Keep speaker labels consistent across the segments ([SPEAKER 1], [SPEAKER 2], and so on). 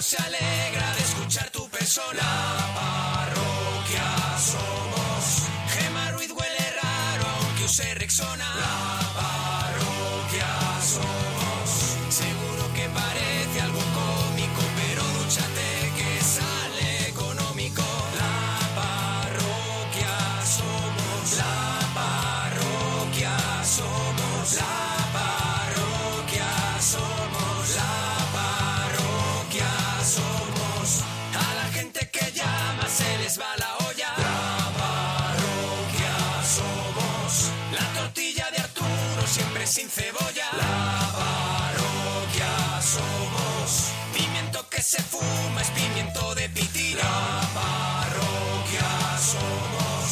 [SPEAKER 1] se alegra de escuchar tu persona. La parroquia somos. Gema Ruiz huele raro aunque use Rexona. La parroquia somos. Seguro que parece algo cómico, pero dúchate que sale económico. La parroquia somos. La parroquia somos. La parroquia somos. La parroquia somos. A la gente que llama se les va la olla. La parroquia somos. La tortilla de Arturo siempre sin cebolla. La parroquia somos. Pimiento que se fuma es pimiento de pitilla. La parroquia somos.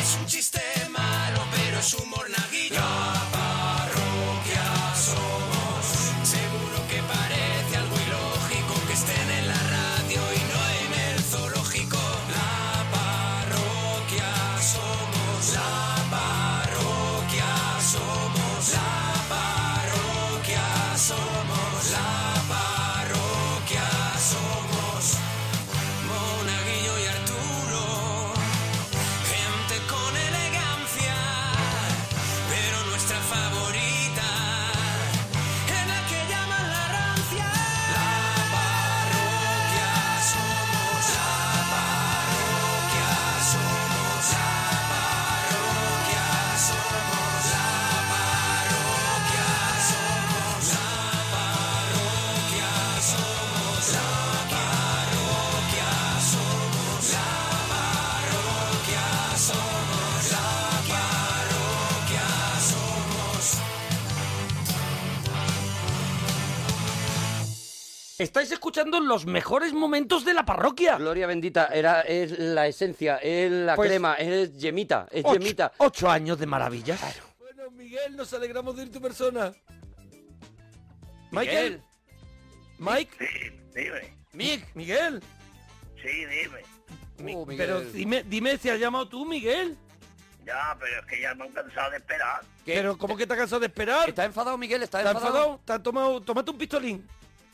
[SPEAKER 1] Es un chiste malo, pero es humor naguillo. La parroquia somos. Seguro que parece algo ilógico que estén en la radio y no en el zoológico. La parroquia somos. La parroquia somos. La parroquia somos. La parroquia somos. Monaguillo y Arturo. Gente con elegancia. Pero nuestra favorita. En la que llaman la rancia La parroquia somos La parroquia somos La parroquia somos La parroquia somos La parroquia somos La parroquia somos La parroquia somos La parroquia somos
[SPEAKER 2] Estáis escuchando los mejores momentos de la parroquia.
[SPEAKER 3] Gloria bendita, era, es la esencia, es la
[SPEAKER 2] Pues-
[SPEAKER 3] crema, es yemita, es
[SPEAKER 2] Ocho-
[SPEAKER 3] yemita.
[SPEAKER 2] Ocho años de maravillas.
[SPEAKER 4] Bueno, Miguel, nos alegramos de ir tu persona.
[SPEAKER 2] Michael.
[SPEAKER 4] Mike,
[SPEAKER 5] Sí, dime.
[SPEAKER 2] Mick.
[SPEAKER 4] Miguel,
[SPEAKER 5] Sí, dime.
[SPEAKER 4] Mi-
[SPEAKER 3] Oh, Miguel.
[SPEAKER 4] pero dime, dime si has llamado tú, Miguel.
[SPEAKER 5] Ya, pero es que ya me han cansado de esperar.
[SPEAKER 3] ¿Qué?
[SPEAKER 4] Pero ¿cómo que te has cansado de esperar?
[SPEAKER 3] ¿Estás enfadado, Miguel? ¿Estás
[SPEAKER 4] ¿Estás
[SPEAKER 3] enfadado?
[SPEAKER 4] enfadado? ¿Te has tomado? Tómate un pistolín.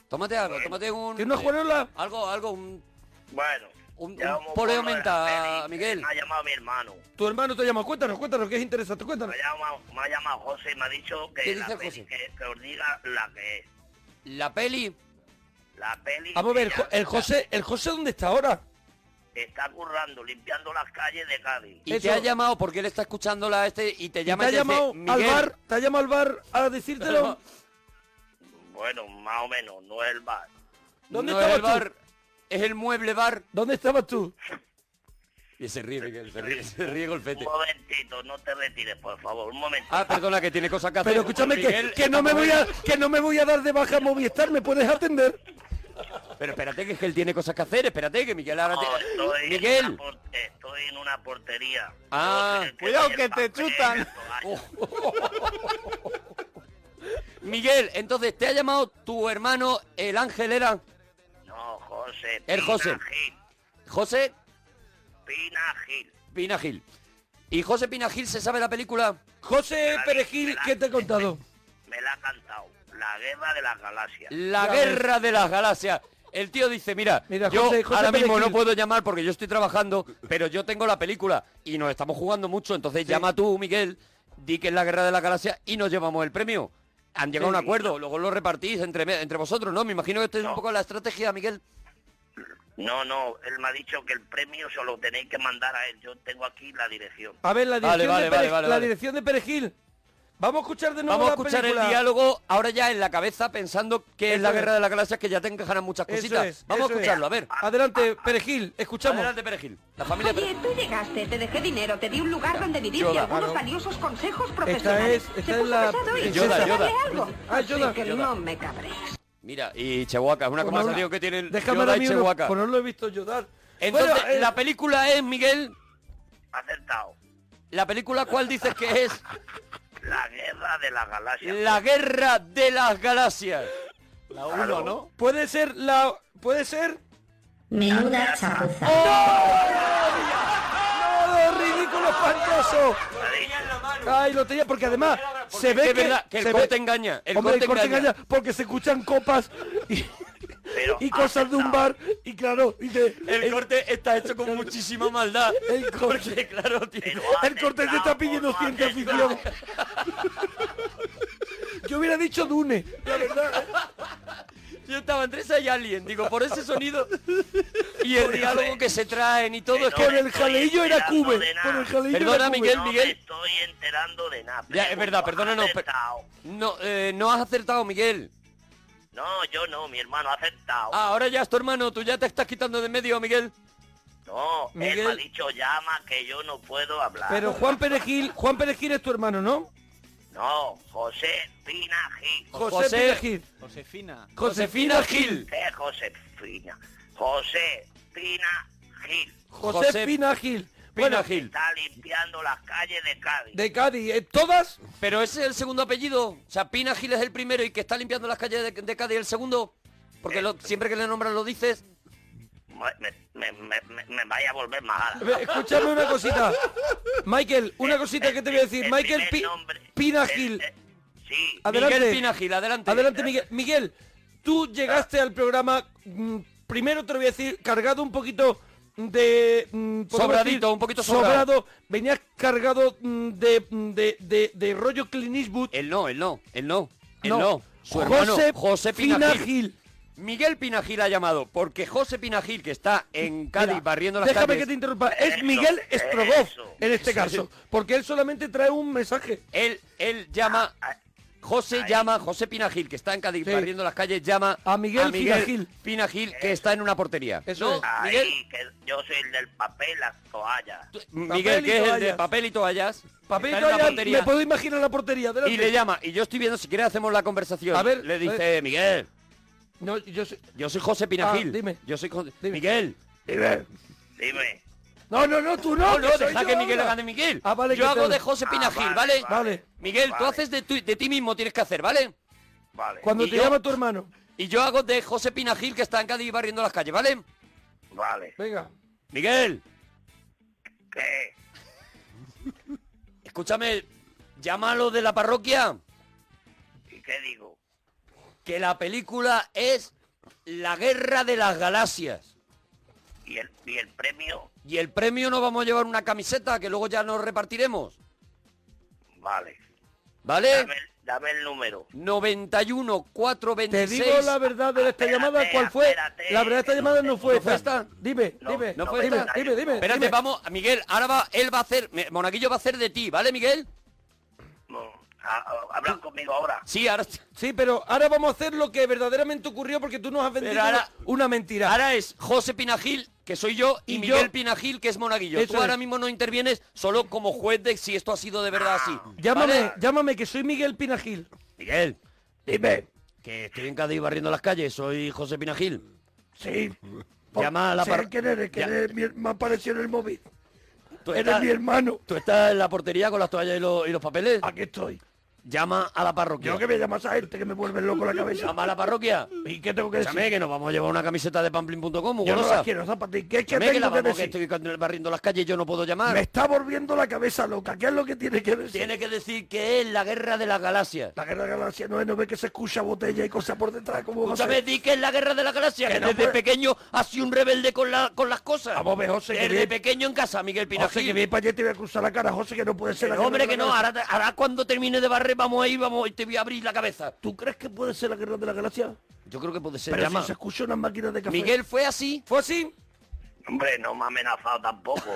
[SPEAKER 3] Tómate algo, tómate un...
[SPEAKER 4] ¿Tienes una juanola?
[SPEAKER 3] Algo, algo, un...
[SPEAKER 5] Bueno.
[SPEAKER 3] Un-
[SPEAKER 5] ya
[SPEAKER 3] un
[SPEAKER 5] vamos
[SPEAKER 3] poleo
[SPEAKER 5] con lo de
[SPEAKER 3] menta,
[SPEAKER 5] la peli.
[SPEAKER 3] Miguel.
[SPEAKER 5] Me ha llamado mi hermano.
[SPEAKER 4] Tu hermano te llama. Cuéntanos, cuéntanos, que es interesante.
[SPEAKER 5] Me
[SPEAKER 4] Cuéntanos.
[SPEAKER 5] ha llamado, me ha llamado José y me ha dicho
[SPEAKER 3] ¿Qué
[SPEAKER 5] que, la
[SPEAKER 3] dice
[SPEAKER 5] peli,
[SPEAKER 3] José?
[SPEAKER 5] que, que os diga la que es.
[SPEAKER 3] La peli...
[SPEAKER 5] La peli
[SPEAKER 4] Vamos a ver,
[SPEAKER 5] que
[SPEAKER 4] jo-
[SPEAKER 5] ya
[SPEAKER 4] el José, ¿el José dónde está ahora?
[SPEAKER 5] está currando, limpiando las calles de Cádiz.
[SPEAKER 3] Y
[SPEAKER 4] Eso.
[SPEAKER 3] te ha llamado porque él está escuchándola este y te
[SPEAKER 4] ¿Te
[SPEAKER 3] llama y
[SPEAKER 4] ha
[SPEAKER 3] te dice,
[SPEAKER 4] llamado al
[SPEAKER 3] Miguel,
[SPEAKER 4] bar? ¿Te ha llamado al bar a decírtelo?
[SPEAKER 5] Bueno, más o menos, no es el bar.
[SPEAKER 4] ¿Dónde
[SPEAKER 3] no es el
[SPEAKER 4] estabas tú?
[SPEAKER 3] bar, es el mueble bar.
[SPEAKER 4] ¿Dónde estabas tú?
[SPEAKER 3] Y se ríe, Miguel, se ríe, se ríe
[SPEAKER 5] Un
[SPEAKER 3] golpete.
[SPEAKER 5] momentito, no te retires, por favor, un momentito.
[SPEAKER 3] Ah, perdona, que tiene cosas que hacer.
[SPEAKER 4] Pero escúchame que,
[SPEAKER 3] Miguel,
[SPEAKER 4] que no me voy a que no me voy a dar de baja a Movistar, ¿me puedes atender?
[SPEAKER 3] Pero espérate, que es que él tiene cosas que hacer. Espérate, que Miguel ahora
[SPEAKER 5] Oh, No,
[SPEAKER 3] te...
[SPEAKER 5] estoy, En
[SPEAKER 3] Miguel.
[SPEAKER 5] una por- estoy en una portería.
[SPEAKER 3] Ah,
[SPEAKER 5] Yo soy el
[SPEAKER 3] cuidado
[SPEAKER 5] doy el
[SPEAKER 3] que te
[SPEAKER 5] papel,
[SPEAKER 3] chutan.
[SPEAKER 5] el toalla.
[SPEAKER 3] Miguel, entonces, ¿te ha llamado tu hermano, el ángel era?
[SPEAKER 5] No, José.
[SPEAKER 3] El
[SPEAKER 5] Pina
[SPEAKER 3] Er, José.
[SPEAKER 5] Gil,
[SPEAKER 3] José
[SPEAKER 5] Pina Gil.
[SPEAKER 3] Pinagil. ¿Y José Pinagil se sabe la película?
[SPEAKER 4] José
[SPEAKER 5] Claro,
[SPEAKER 4] Perejil,
[SPEAKER 5] claro.
[SPEAKER 4] ¿qué te he contado?
[SPEAKER 5] Me la ha cantado. La guerra de las galaxias.
[SPEAKER 3] La
[SPEAKER 4] Ya
[SPEAKER 3] guerra de las galaxias. El tío dice, mira,
[SPEAKER 4] Mira,
[SPEAKER 3] yo
[SPEAKER 4] José- José
[SPEAKER 3] ahora mismo
[SPEAKER 4] Perejil.
[SPEAKER 3] no puedo llamar porque yo estoy trabajando, pero yo tengo la película y nos estamos jugando mucho, entonces llama tú, Miguel, di que es la guerra de las galaxias y nos llevamos el premio. Han llegado a un acuerdo, luego lo repartís entre, me- entre vosotros, ¿no? Me imagino que esto es un
[SPEAKER 5] No.
[SPEAKER 3] poco la estrategia, Miguel.
[SPEAKER 5] No, no, él me ha dicho que el premio se lo tenéis que mandar a él. Yo tengo aquí la dirección.
[SPEAKER 4] A ver, la
[SPEAKER 3] Vale,
[SPEAKER 4] dirección,
[SPEAKER 3] vale,
[SPEAKER 4] de,
[SPEAKER 3] vale,
[SPEAKER 4] Perejil,
[SPEAKER 3] vale,
[SPEAKER 4] la
[SPEAKER 3] vale.
[SPEAKER 4] dirección de Perejil. Vamos a escuchar de nuevo
[SPEAKER 3] Vamos a
[SPEAKER 4] la
[SPEAKER 3] escuchar
[SPEAKER 4] película.
[SPEAKER 3] el diálogo ahora ya en la cabeza pensando que es
[SPEAKER 4] Eso
[SPEAKER 3] la
[SPEAKER 4] es.
[SPEAKER 3] guerra de las galaxias que ya te encajarán muchas
[SPEAKER 4] Eso
[SPEAKER 3] cositas.
[SPEAKER 4] es,
[SPEAKER 3] Vamos a
[SPEAKER 4] eso es.
[SPEAKER 3] escucharlo, a ver.
[SPEAKER 4] Adelante, Perejil, escuchamos.
[SPEAKER 3] Adelante, Perejil. La familia
[SPEAKER 6] Oye, tú llegaste, te dejé dinero, te di un lugar donde vivir y
[SPEAKER 3] Yoda, ah,
[SPEAKER 6] algunos
[SPEAKER 3] claro.
[SPEAKER 6] valiosos consejos
[SPEAKER 4] Esta
[SPEAKER 6] profesionales.
[SPEAKER 4] es,
[SPEAKER 6] Se
[SPEAKER 4] esta es
[SPEAKER 6] puso
[SPEAKER 4] la
[SPEAKER 6] pesado y-
[SPEAKER 3] Yoda,
[SPEAKER 6] Dale
[SPEAKER 3] Yoda.
[SPEAKER 6] algo.
[SPEAKER 4] Ah,
[SPEAKER 6] Así
[SPEAKER 4] Yoda.
[SPEAKER 6] que
[SPEAKER 3] Yoda.
[SPEAKER 6] no me cabrees.
[SPEAKER 3] Mira, y Chewbacca, es una
[SPEAKER 4] Pues
[SPEAKER 3] conversación
[SPEAKER 4] no,
[SPEAKER 3] que tienen
[SPEAKER 4] Déjame
[SPEAKER 3] Yoda
[SPEAKER 4] a
[SPEAKER 3] y
[SPEAKER 4] mí uno,
[SPEAKER 3] Chewbacca.
[SPEAKER 4] pues no lo he visto llorar.
[SPEAKER 3] Entonces,
[SPEAKER 4] Bueno, eh,
[SPEAKER 3] la película es, Miguel,
[SPEAKER 5] Acertado.
[SPEAKER 3] la película cuál dices que es
[SPEAKER 5] La guerra de las galaxias.
[SPEAKER 3] La Guerra de las Galaxias. La
[SPEAKER 5] Claro.
[SPEAKER 3] uno, ¿no?
[SPEAKER 4] puede ser la puede ser
[SPEAKER 7] Menuda chapuza.
[SPEAKER 4] ¡No, ridículo espantoso!
[SPEAKER 5] Me ha dicho.
[SPEAKER 4] Ay, lo tenía porque además se
[SPEAKER 3] Es
[SPEAKER 4] ve que
[SPEAKER 3] verdad que el
[SPEAKER 4] se
[SPEAKER 3] corte engaña, el
[SPEAKER 4] Hombre,
[SPEAKER 3] corte
[SPEAKER 4] corte
[SPEAKER 3] engaña.
[SPEAKER 4] engaña porque se escuchan copas y
[SPEAKER 5] Pero
[SPEAKER 4] y cosas de un
[SPEAKER 5] aceptado.
[SPEAKER 4] bar. Y claro, dice.
[SPEAKER 3] El corte está hecho con muchísima maldad.
[SPEAKER 4] El corte.
[SPEAKER 3] Porque, claro, tío.
[SPEAKER 5] Pero
[SPEAKER 4] El corte te está
[SPEAKER 5] aceptado,
[SPEAKER 4] pidiendo
[SPEAKER 5] no
[SPEAKER 4] ciencia
[SPEAKER 5] aceptado.
[SPEAKER 4] ficción. Yo hubiera dicho Dune, la verdad.
[SPEAKER 3] Yo estaba entre esa y Alien, digo, por ese sonido y el diálogo que se traen y todo es
[SPEAKER 5] Pero
[SPEAKER 4] Con
[SPEAKER 3] que...
[SPEAKER 5] me
[SPEAKER 4] el
[SPEAKER 5] estoy
[SPEAKER 4] jaleillo era
[SPEAKER 5] enterando
[SPEAKER 4] Cube.
[SPEAKER 5] de nada.
[SPEAKER 4] Con el jaleillo
[SPEAKER 3] Perdona,
[SPEAKER 4] era Cube.
[SPEAKER 3] Miguel,
[SPEAKER 5] no
[SPEAKER 3] Miguel.
[SPEAKER 5] me estoy enterando de nada.
[SPEAKER 3] Ya, eh. es verdad, perdona, no,
[SPEAKER 5] no.
[SPEAKER 3] per- No, eh, no has acertado, Miguel.
[SPEAKER 5] No, yo no, mi hermano ha aceptado.
[SPEAKER 3] Ah, ahora ya es tu hermano, tú ya te estás quitando de en medio, Miguel.
[SPEAKER 5] no, él
[SPEAKER 3] Miguel.
[SPEAKER 5] me ha dicho llama que yo no puedo hablar.
[SPEAKER 4] Pero Juan Perejil, Juan Perejil es tu hermano, ¿no?
[SPEAKER 5] No, José Pinají.
[SPEAKER 4] José,
[SPEAKER 3] José-
[SPEAKER 4] Perejil.
[SPEAKER 8] Josefina.
[SPEAKER 3] Josefina Gil.
[SPEAKER 5] ¿Qué Eh, Josefina? José Pinají.
[SPEAKER 4] José,
[SPEAKER 3] José
[SPEAKER 4] Pinagil.
[SPEAKER 3] Pina
[SPEAKER 4] Bueno,
[SPEAKER 3] Gil.
[SPEAKER 5] Está limpiando las calles de Cádiz.
[SPEAKER 4] de Cádiz. ¿eh? ¿Todas?
[SPEAKER 3] Pero ese es el segundo apellido. O sea, Pina Gil es el primero y que está limpiando las calles de, de Cádiz el segundo.
[SPEAKER 5] Eh,
[SPEAKER 3] Porque lo- siempre que le nombran lo dices.
[SPEAKER 5] Me, me- me- me- me vaya a volver mala.
[SPEAKER 4] Ve, Escúchame una cosita. Michael, una cosita que te voy a decir.
[SPEAKER 5] El
[SPEAKER 4] Michael
[SPEAKER 5] primer
[SPEAKER 4] Pi-
[SPEAKER 5] nombre-
[SPEAKER 4] Pina
[SPEAKER 5] el-
[SPEAKER 4] Gil.
[SPEAKER 5] el- Sí.
[SPEAKER 4] Adelante.
[SPEAKER 3] Miguel Pina Gil, adelante.
[SPEAKER 4] Adelante, Miguel. Miguel, tú llegaste al programa, mm, primero te lo voy a decir, cargado un poquito de... mm, podemos
[SPEAKER 3] Sobradito, un poquito
[SPEAKER 4] Venías cargado mm, de, de, de- de rollo Clint Eastwood.
[SPEAKER 3] Él no, él no, él no, él
[SPEAKER 4] No.
[SPEAKER 3] no. Su hermano,
[SPEAKER 4] José
[SPEAKER 3] José Pina
[SPEAKER 4] Pina
[SPEAKER 3] Gil.
[SPEAKER 4] Gil.
[SPEAKER 3] Miguel Pinagil ha llamado porque José Pinagil, que está en Cádiz
[SPEAKER 4] Mira,
[SPEAKER 3] barriendo las
[SPEAKER 4] Déjame
[SPEAKER 3] calles,
[SPEAKER 4] que te interrumpa. Es
[SPEAKER 5] Eso,
[SPEAKER 4] Miguel Estrogoff,
[SPEAKER 5] eso.
[SPEAKER 4] en este caso, porque él solamente trae un mensaje.
[SPEAKER 3] él, él llama,
[SPEAKER 5] Ah,
[SPEAKER 3] José
[SPEAKER 5] ahí.
[SPEAKER 3] llama, José Pinagil, que está en Cádiz
[SPEAKER 4] Sí.
[SPEAKER 3] barriendo las calles, llama
[SPEAKER 4] A Miguel Pinagil.
[SPEAKER 3] Pinagil, que está en una portería.
[SPEAKER 4] Eso es.
[SPEAKER 5] Ahí,
[SPEAKER 3] Miguel,
[SPEAKER 5] que yo soy el del papel, las toallas.
[SPEAKER 3] tú- Miguel,
[SPEAKER 4] y
[SPEAKER 3] que es el de
[SPEAKER 4] toallas.
[SPEAKER 3] papel y toallas,
[SPEAKER 4] Papel,
[SPEAKER 3] está en
[SPEAKER 4] yo
[SPEAKER 3] una
[SPEAKER 4] ya
[SPEAKER 3] portería,
[SPEAKER 4] me puedo imaginar la portería.
[SPEAKER 3] y
[SPEAKER 4] adelante.
[SPEAKER 3] le llama, y yo estoy viendo, si quieres hacemos la conversación.
[SPEAKER 4] A ver,
[SPEAKER 3] le
[SPEAKER 4] a
[SPEAKER 3] dice,
[SPEAKER 4] ver.
[SPEAKER 3] Miguel,
[SPEAKER 4] No, yo sé-
[SPEAKER 3] yo soy José Pinagil.
[SPEAKER 4] Ah, dime.
[SPEAKER 3] Yo soy José-
[SPEAKER 4] Dime.
[SPEAKER 3] Miguel.
[SPEAKER 5] Dime.
[SPEAKER 4] No, no, no, tú
[SPEAKER 3] No,
[SPEAKER 4] no.
[SPEAKER 3] no,
[SPEAKER 4] que soy
[SPEAKER 3] deja
[SPEAKER 4] yo
[SPEAKER 3] que Miguel
[SPEAKER 4] ahora.
[SPEAKER 3] haga de Miguel.
[SPEAKER 4] Ah, vale,
[SPEAKER 3] Yo
[SPEAKER 4] que
[SPEAKER 3] hago
[SPEAKER 4] tal.
[SPEAKER 3] de José
[SPEAKER 5] Ah,
[SPEAKER 3] Pinagil,
[SPEAKER 5] vale,
[SPEAKER 3] ¿vale?
[SPEAKER 5] vale,
[SPEAKER 3] Miguel, tú
[SPEAKER 5] vale.
[SPEAKER 3] haces de, tu- de ti mismo, tienes que hacer, ¿vale?
[SPEAKER 5] Vale.
[SPEAKER 4] Cuando
[SPEAKER 3] Y
[SPEAKER 4] te
[SPEAKER 3] yo-
[SPEAKER 4] llama tu hermano.
[SPEAKER 3] Y yo hago de José Pinagil, que está en Cádiz barriendo las calles, ¿vale?
[SPEAKER 5] Vale.
[SPEAKER 4] Venga.
[SPEAKER 3] Miguel,
[SPEAKER 5] ¿Qué?
[SPEAKER 3] escúchame, llámalo de la parroquia,
[SPEAKER 5] ¿Y qué digo?
[SPEAKER 3] que la película es La Guerra de las Galaxias.
[SPEAKER 5] ¿Y el, y el premio?
[SPEAKER 3] Y el premio nos vamos a llevar una camiseta que luego ya nos repartiremos,
[SPEAKER 5] Vale.
[SPEAKER 3] ¿vale?
[SPEAKER 5] Dame, el- dame el número.
[SPEAKER 3] 91
[SPEAKER 4] Te
[SPEAKER 3] 426.
[SPEAKER 4] digo la verdad de esta
[SPEAKER 5] Espérate,
[SPEAKER 4] llamada, ¿cuál fue?
[SPEAKER 5] espérate.
[SPEAKER 4] la verdad de esta llamada no fue
[SPEAKER 3] ¿No fue
[SPEAKER 4] esta. Dime,
[SPEAKER 5] No,
[SPEAKER 4] dime,
[SPEAKER 3] no fue
[SPEAKER 4] dime,
[SPEAKER 3] esta.
[SPEAKER 4] dime, dime.
[SPEAKER 3] Espérate,
[SPEAKER 4] dime.
[SPEAKER 3] vamos, Miguel, ahora va, él va a hacer, Monaguillo va a hacer de ti, ¿vale, Miguel?
[SPEAKER 5] No, Mm, ha- ha- Hablan conmigo ahora.
[SPEAKER 3] Sí, ahora...
[SPEAKER 4] Sí, pero ahora vamos a hacer lo que verdaderamente ocurrió porque tú nos has vendido
[SPEAKER 3] ahora-
[SPEAKER 4] una mentira.
[SPEAKER 3] Ahora es José Pinagil, que soy yo, y,
[SPEAKER 4] Y
[SPEAKER 3] Miguel
[SPEAKER 4] yo.
[SPEAKER 3] Pinagil, que es Monaguillo.
[SPEAKER 4] Eso
[SPEAKER 3] Tú ahora
[SPEAKER 4] es.
[SPEAKER 3] mismo no intervienes solo como juez de si esto ha sido de verdad así.
[SPEAKER 4] llámame,
[SPEAKER 3] ¿Vale?
[SPEAKER 4] llámame, que soy Miguel Pinagil.
[SPEAKER 3] Miguel, dime. Que estoy en Cádiz barriendo las calles, soy José Pinagil.
[SPEAKER 4] Sí.
[SPEAKER 3] Llama a la par- Ya.
[SPEAKER 4] me apareció en el móvil.
[SPEAKER 3] ¿Tú estás,
[SPEAKER 4] hermano.
[SPEAKER 3] tú estás en la portería con las toallas y los, y los papeles?
[SPEAKER 4] Aquí estoy.
[SPEAKER 3] Llama a la parroquia.
[SPEAKER 4] me llamas a gente que me vuelve loco la cabeza.
[SPEAKER 3] Llama a la parroquia.
[SPEAKER 4] ¿Y qué tengo que
[SPEAKER 3] Escúchame que nos vamos a llevar una camiseta de pamplin.com, muy
[SPEAKER 4] las
[SPEAKER 3] golosa.
[SPEAKER 4] quiero, Zapati. ¿Qué,
[SPEAKER 3] Escúchame que, la vamos, que estoy con- barriendo las calles y yo no puedo llamar.
[SPEAKER 4] está volviendo la cabeza loca. ¿Qué es lo que tiene que decir?
[SPEAKER 3] Tiene que decir que es la guerra de las galaxias.
[SPEAKER 4] La guerra de galaxia no es, no ve que se escucha botella y cosas por detrás. ¿Cómo va a
[SPEAKER 3] Escúchame,
[SPEAKER 4] ser?
[SPEAKER 3] di que es la guerra de la galaxia, que,
[SPEAKER 4] no,
[SPEAKER 3] desde
[SPEAKER 4] pues.
[SPEAKER 3] pequeño ha sido un rebelde con, la, con las cosas.
[SPEAKER 4] Vamos a ver, José, que
[SPEAKER 3] Desde
[SPEAKER 4] bien.
[SPEAKER 3] pequeño en casa, Miguel
[SPEAKER 4] José, que
[SPEAKER 3] Pinagil.
[SPEAKER 4] bien para allá te voy a cruzar la cara, José, que no puede ser la
[SPEAKER 3] No, hombre,
[SPEAKER 4] guerra
[SPEAKER 3] que
[SPEAKER 4] de la
[SPEAKER 3] no,
[SPEAKER 4] galaxia.
[SPEAKER 3] ahora, ahora cuando termine de barrer vamos ahí, vamos, y te voy a abrir la cabeza.
[SPEAKER 4] ¿Tú crees que puede ser la guerra de la galaxia?
[SPEAKER 3] Yo creo que puede ser.
[SPEAKER 4] Pero
[SPEAKER 3] llama.
[SPEAKER 4] si se escucha una máquina de café.
[SPEAKER 3] Miguel fue así.
[SPEAKER 4] ¿fue así?
[SPEAKER 5] Hombre, no me ha amenazado tampoco.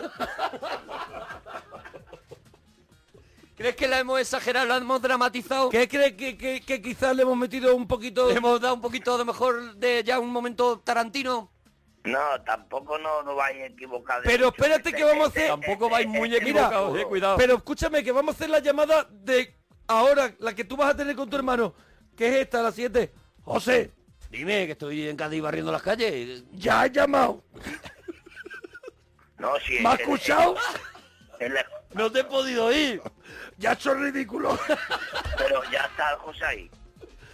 [SPEAKER 3] ¿Crees que la hemos exagerado, la hemos dramatizado?
[SPEAKER 4] ¿Qué crees que, que- que quizás le hemos metido un poquito...
[SPEAKER 3] Le hemos dado un poquito a lo mejor de ya un momento tarantino.
[SPEAKER 5] No, tampoco no, no vais equivocados.
[SPEAKER 4] Pero espérate
[SPEAKER 5] Este,
[SPEAKER 4] que vamos a hacer-
[SPEAKER 3] Eh, Tampoco vais muy equivocados, eh, cuidado.
[SPEAKER 4] Pero escúchame, que vamos a hacer la llamada de ahora, la que tú vas a tener con tu hermano, que es esta, la siguiente. José,
[SPEAKER 3] Dime, que estoy en Cádiz barriendo las calles.
[SPEAKER 4] ya has llamado.
[SPEAKER 5] No, sí,
[SPEAKER 4] ¿Me has
[SPEAKER 5] el-
[SPEAKER 4] escuchado?
[SPEAKER 5] el- el-
[SPEAKER 3] No te he podido ir.
[SPEAKER 4] Ya son ridículos.
[SPEAKER 5] pero ya está José ahí.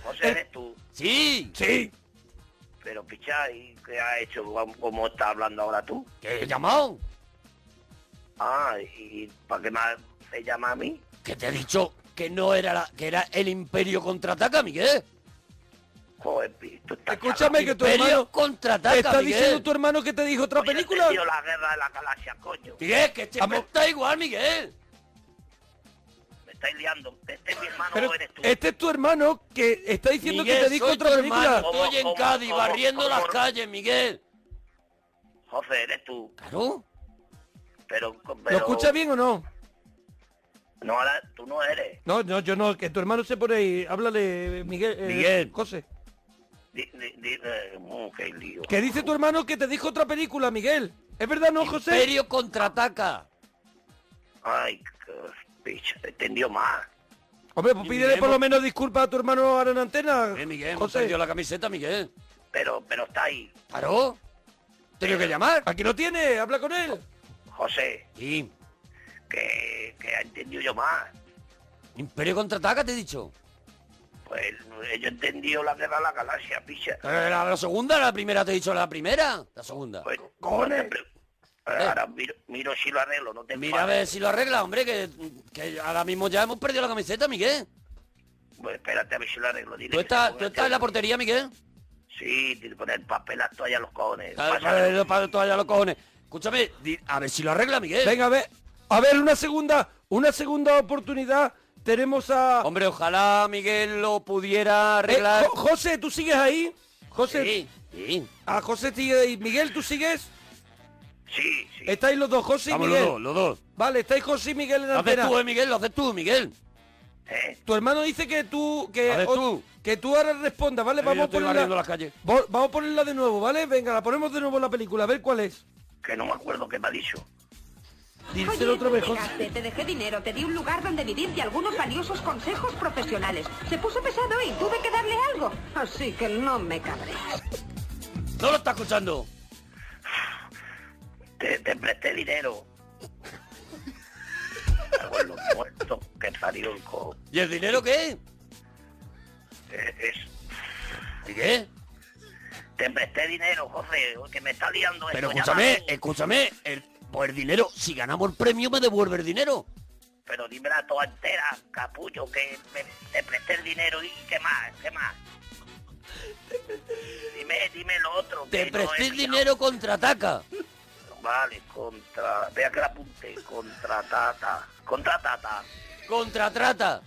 [SPEAKER 5] José eres tú.
[SPEAKER 3] Sí,
[SPEAKER 4] sí.
[SPEAKER 5] Pero picha, ¿y qué ha hecho? ¿Cómo estás hablando ahora tú?
[SPEAKER 3] que he llamado.
[SPEAKER 5] Ah, ¿y para qué más se llama a mí?
[SPEAKER 3] Que te he dicho que no era la, que era el imperio contraataca, Miguel.
[SPEAKER 5] Joder, pi, tú estás
[SPEAKER 4] Escúchame que tu
[SPEAKER 3] Imperio
[SPEAKER 4] hermano...
[SPEAKER 3] contraataca,
[SPEAKER 4] ¿Te está
[SPEAKER 3] Miguel.
[SPEAKER 4] diciendo tu hermano que te dijo otra
[SPEAKER 5] Oye,
[SPEAKER 4] película?
[SPEAKER 5] te dio la guerra de la galaxia, coño.
[SPEAKER 3] Miguel, que este me está igual, Miguel.
[SPEAKER 5] Me estáis liando. Este es mi hermano
[SPEAKER 4] Pero
[SPEAKER 5] o eres tú.
[SPEAKER 4] este es tu hermano que está diciendo
[SPEAKER 3] Miguel,
[SPEAKER 4] que te dijo
[SPEAKER 3] soy
[SPEAKER 4] otra
[SPEAKER 3] tu
[SPEAKER 4] película.
[SPEAKER 3] hermano.
[SPEAKER 5] ¿Cómo,
[SPEAKER 3] Estoy en
[SPEAKER 5] cómo,
[SPEAKER 3] Cádiz
[SPEAKER 5] cómo,
[SPEAKER 3] barriendo
[SPEAKER 5] cómo?
[SPEAKER 3] las calles, Miguel.
[SPEAKER 5] José, eres tú.
[SPEAKER 3] Claro.
[SPEAKER 5] Pero,
[SPEAKER 4] ¿Lo
[SPEAKER 5] pero-
[SPEAKER 4] escuchas bien o no?
[SPEAKER 5] No, ahora tú no eres.
[SPEAKER 4] No, no, yo no, que tu hermano se pone ahí. Háblale, Miguel. eh,
[SPEAKER 3] Miguel.
[SPEAKER 4] José.
[SPEAKER 5] Di, di- di- eh, mm, qué lío.
[SPEAKER 4] Que dice tu hermano que te dijo otra película, Miguel. ¿Es verdad, no, José?
[SPEAKER 3] Imperio contraataca.
[SPEAKER 5] Ay, qué picha, te entendió más.
[SPEAKER 4] Hombre, pues
[SPEAKER 3] Y
[SPEAKER 4] pídele
[SPEAKER 3] Miguel,
[SPEAKER 4] por lo
[SPEAKER 3] hemos-
[SPEAKER 4] menos disculpas a tu hermano ahora en antena.
[SPEAKER 3] Eh, Miguel, hemos
[SPEAKER 4] José.
[SPEAKER 3] perdido la camiseta, Miguel.
[SPEAKER 5] Pero, pero está ahí.
[SPEAKER 3] Claro.
[SPEAKER 4] Eh,
[SPEAKER 3] Tengo que llamar.
[SPEAKER 4] Aquí lo tiene, habla con él.
[SPEAKER 5] José,
[SPEAKER 3] Sí.
[SPEAKER 5] que, que ha entendido yo más.
[SPEAKER 3] Imperio contraataca, te he dicho.
[SPEAKER 5] Pues eh, yo he entendido la guerra de la galaxia, picha.
[SPEAKER 3] Eh, La, la segunda, la primera, te he dicho la primera. La segunda. Eh.
[SPEAKER 5] Pues, no te pre- ahora, ahora miro, miro si lo arreglo, no te
[SPEAKER 3] Mira a
[SPEAKER 5] enfades.
[SPEAKER 3] ver si lo arregla, hombre, que, que ahora mismo ya hemos perdido la camiseta, Miguel.
[SPEAKER 5] Pues espérate a ver si lo arreglo. dile
[SPEAKER 3] ¿Tú
[SPEAKER 5] que
[SPEAKER 3] estás,
[SPEAKER 5] se
[SPEAKER 3] tú
[SPEAKER 5] ponga
[SPEAKER 3] estás en
[SPEAKER 5] el-
[SPEAKER 3] la portería, Miguel?
[SPEAKER 5] Sí, tiene que poner el papel, las toallas, los cojones.
[SPEAKER 3] Para,
[SPEAKER 5] Pasa-
[SPEAKER 3] para, para- Eh, todavía los cojones. Escúchame, di- a ver si lo arregla, Miguel.
[SPEAKER 4] Venga, a ver. A ver, una segunda, una segunda oportunidad. Tenemos a.
[SPEAKER 3] Hombre, ojalá Miguel lo pudiera
[SPEAKER 4] Eh,
[SPEAKER 3] arreglar.
[SPEAKER 4] Jo- José, ¿tú sigues ahí? José.
[SPEAKER 3] sí, sí.
[SPEAKER 4] A José sigue ahí. Miguel, ¿tú sigues?
[SPEAKER 5] Sí, sí.
[SPEAKER 4] Estáis los dos, José y
[SPEAKER 3] Vamos
[SPEAKER 4] Miguel.
[SPEAKER 3] los dos, los dos.
[SPEAKER 4] Vale, estáis José y Miguel en
[SPEAKER 3] Lo haces
[SPEAKER 4] antena.
[SPEAKER 3] tú, eh, Miguel, lo haces tú, Miguel.
[SPEAKER 5] ¿eh?
[SPEAKER 4] Tu hermano dice que tú que
[SPEAKER 3] A ver,
[SPEAKER 4] o-
[SPEAKER 3] tú.
[SPEAKER 4] que tú ahora respondas, ¿vale?
[SPEAKER 3] Eh,
[SPEAKER 4] vamos
[SPEAKER 3] yo
[SPEAKER 4] a
[SPEAKER 3] estoy
[SPEAKER 4] ponerla.
[SPEAKER 3] barriendo las calles.
[SPEAKER 4] Vo- Vamos a ponerla de nuevo, ¿vale? Venga, la ponemos de nuevo en la película, a ver cuál es.
[SPEAKER 5] Que no me acuerdo qué me ha dicho.
[SPEAKER 6] Oye,
[SPEAKER 4] Díselo otra vez, José.
[SPEAKER 6] llegaste, te dejé dinero, te di un lugar donde vivir y algunos valiosos consejos profesionales. Se puso pesado y tuve que darle algo. Así que no me cabré.
[SPEAKER 3] No lo está escuchando.
[SPEAKER 5] Te, te presté dinero. Hago los muertos que salió el co...
[SPEAKER 3] ¿Y el dinero qué?
[SPEAKER 5] eh, es-
[SPEAKER 3] Miguel.
[SPEAKER 5] Te presté dinero, José, que me está liando
[SPEAKER 3] Pero
[SPEAKER 5] esto,
[SPEAKER 3] escúchame,
[SPEAKER 5] llamado.
[SPEAKER 3] escúchame. El, pues el dinero, si ganamos el premio, me devuelve el dinero.
[SPEAKER 5] Pero dímela toda entera, capullo, que me- te presté el dinero y qué más, qué más. Dime, dime lo otro.
[SPEAKER 3] Te
[SPEAKER 5] que no
[SPEAKER 3] presté
[SPEAKER 5] he
[SPEAKER 3] el
[SPEAKER 5] pillado.
[SPEAKER 3] este dinero contraataca.
[SPEAKER 5] Vale, contra... Vea que la apunte. Contratata. Contratata.
[SPEAKER 3] Contratrata.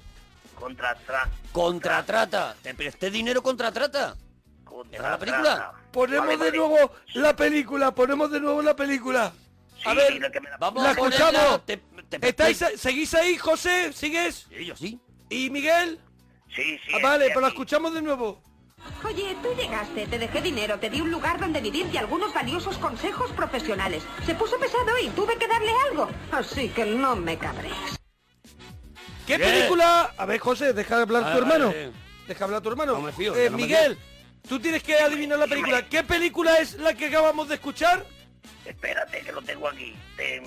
[SPEAKER 5] Contratra...
[SPEAKER 3] Contratrata. Te presté dinero contratrata.
[SPEAKER 5] contra
[SPEAKER 3] ¿Era la
[SPEAKER 5] Ah,
[SPEAKER 3] película?
[SPEAKER 4] Ponemos de nuevo la película, ponemos de nuevo la película.
[SPEAKER 5] Sí,
[SPEAKER 4] A ver,
[SPEAKER 5] dile que me la-
[SPEAKER 3] Vamos
[SPEAKER 4] la
[SPEAKER 3] a ponerla,
[SPEAKER 4] escuchamos.
[SPEAKER 3] te- te presté-
[SPEAKER 4] ¿Estáis, a- ¿Seguís ahí, José? ¿Sigues?
[SPEAKER 3] Sí, yo sí.
[SPEAKER 4] ¿Y Miguel?
[SPEAKER 5] Sí, sí.
[SPEAKER 4] Ah, vale,
[SPEAKER 5] estoy
[SPEAKER 4] pero la
[SPEAKER 5] aquí.
[SPEAKER 4] escuchamos de nuevo.
[SPEAKER 6] Oye, tú llegaste, te dejé dinero, te di un lugar donde vivir y algunos valiosos consejos profesionales. Se puso pesado y tuve que darle algo. Así que no me cabré.
[SPEAKER 4] ¿Qué
[SPEAKER 3] Bien.
[SPEAKER 4] película? A ver, José, deja hablar
[SPEAKER 3] Vale,
[SPEAKER 4] tu hermano.
[SPEAKER 3] vale, bien.
[SPEAKER 4] Deja hablar tu hermano.
[SPEAKER 3] No me fío,
[SPEAKER 4] Eh,
[SPEAKER 3] ya no me
[SPEAKER 4] Miguel, tú tienes que adivinar la película. ¿Qué película es la que acabamos de escuchar?
[SPEAKER 5] Espérate, que lo tengo aquí. Te,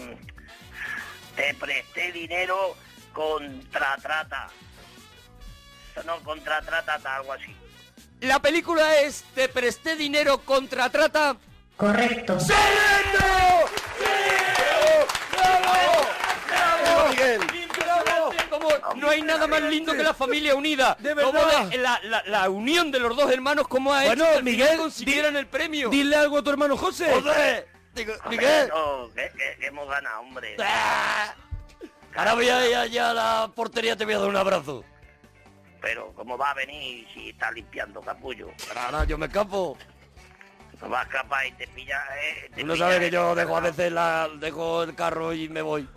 [SPEAKER 5] te presté dinero contratrata. No, contratrata, algo así.
[SPEAKER 3] La película es Te presté dinero contratrata.
[SPEAKER 9] Correcto.
[SPEAKER 3] ¡Bravo, Miguel! Como no hay nada más lindo que la familia unida.
[SPEAKER 4] De
[SPEAKER 3] Como
[SPEAKER 4] verdad.
[SPEAKER 3] la, la- la unión de los dos hermanos, como ha
[SPEAKER 4] Bueno,
[SPEAKER 3] hecho que al
[SPEAKER 4] Miguel,
[SPEAKER 3] final consiguieran el premio.
[SPEAKER 4] Dile algo a tu hermano José.
[SPEAKER 3] ¡Joder! Digo,
[SPEAKER 5] Hombre,
[SPEAKER 3] Miguel.
[SPEAKER 5] no, que, que- que hemos ganado, hombre.
[SPEAKER 3] ¡Ah! Ahora voy a ir allá a la portería, te voy a dar un abrazo.
[SPEAKER 5] Pero ¿cómo va a venir si está limpiando capullo?
[SPEAKER 3] Ahora yo me escapo.
[SPEAKER 5] No vas capaz y te pilla... Eh, te
[SPEAKER 3] Tú no
[SPEAKER 5] pilla
[SPEAKER 3] sabes
[SPEAKER 5] el-
[SPEAKER 3] que yo dejo a veces la, dejo el carro y me voy.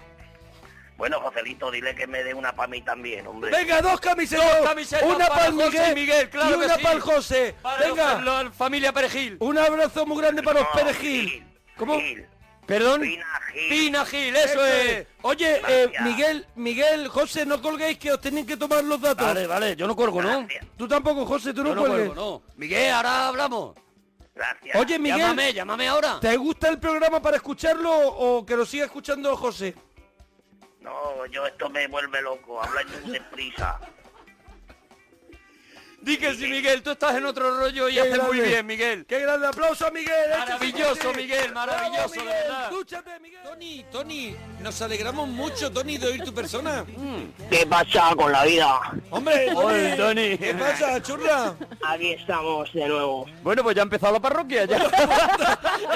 [SPEAKER 5] Bueno, Joselito, dile que me dé una para mí también, hombre.
[SPEAKER 4] Venga, dos camisetas.
[SPEAKER 3] Dos camisetas
[SPEAKER 4] una
[SPEAKER 3] para
[SPEAKER 4] para el
[SPEAKER 3] José
[SPEAKER 4] Miguel,
[SPEAKER 3] y Miguel, claro que
[SPEAKER 4] una
[SPEAKER 3] sí.
[SPEAKER 4] para el José.
[SPEAKER 3] Para
[SPEAKER 4] Venga,
[SPEAKER 3] los- la familia Perejil.
[SPEAKER 4] un abrazo muy grande para los
[SPEAKER 5] No,
[SPEAKER 4] Perejil.
[SPEAKER 5] Gil,
[SPEAKER 4] ¿Cómo?
[SPEAKER 5] Gil,
[SPEAKER 3] Perdón.
[SPEAKER 5] Pina Gil.
[SPEAKER 3] Pina Gil, eso es.
[SPEAKER 4] Oye, eh,
[SPEAKER 5] Gracias.
[SPEAKER 4] Miguel, Miguel, José, no colguéis que os tienen que tomar los datos.
[SPEAKER 3] Vale, vale, yo no cuelgo, ¿no?
[SPEAKER 5] Gracias,
[SPEAKER 4] Tú tampoco, José, tú no,
[SPEAKER 3] Yo no
[SPEAKER 4] cuelgues.
[SPEAKER 3] cuelgo, no. Miguel, ahora hablamos.
[SPEAKER 5] gracias.
[SPEAKER 4] Oye, Miguel,
[SPEAKER 3] Llámame, llámame ahora.
[SPEAKER 4] ¿te gusta el programa para escucharlo o que lo siga escuchando José?
[SPEAKER 5] No, yo esto me vuelve loco. Habla tú deprisa.
[SPEAKER 3] Di que sí, Miguel, tú estás en otro rollo y
[SPEAKER 4] Qué
[SPEAKER 3] haces muy
[SPEAKER 4] grande.
[SPEAKER 3] bien, Miguel.
[SPEAKER 4] ¡Qué grande aplauso a Miguel!
[SPEAKER 3] este
[SPEAKER 4] échese
[SPEAKER 3] Maravilloso,
[SPEAKER 4] por ti.
[SPEAKER 3] Miguel, maravilloso,
[SPEAKER 4] ¡Bravo,
[SPEAKER 3] de
[SPEAKER 4] Miguel!
[SPEAKER 3] verdad.
[SPEAKER 4] ¡Dúchate, Miguel!
[SPEAKER 5] Tony, Tony, nos alegramos mucho, Tony, de oír tu persona.
[SPEAKER 3] Mm.
[SPEAKER 10] ¿Qué pasa con la vida?
[SPEAKER 4] ¡Hombre,
[SPEAKER 3] Oye,
[SPEAKER 4] Tony!
[SPEAKER 3] Tony.
[SPEAKER 4] ¿Qué pasa, churra?
[SPEAKER 10] Aquí estamos de nuevo.
[SPEAKER 3] Bueno, pues ya ha empezado la parroquia, ya.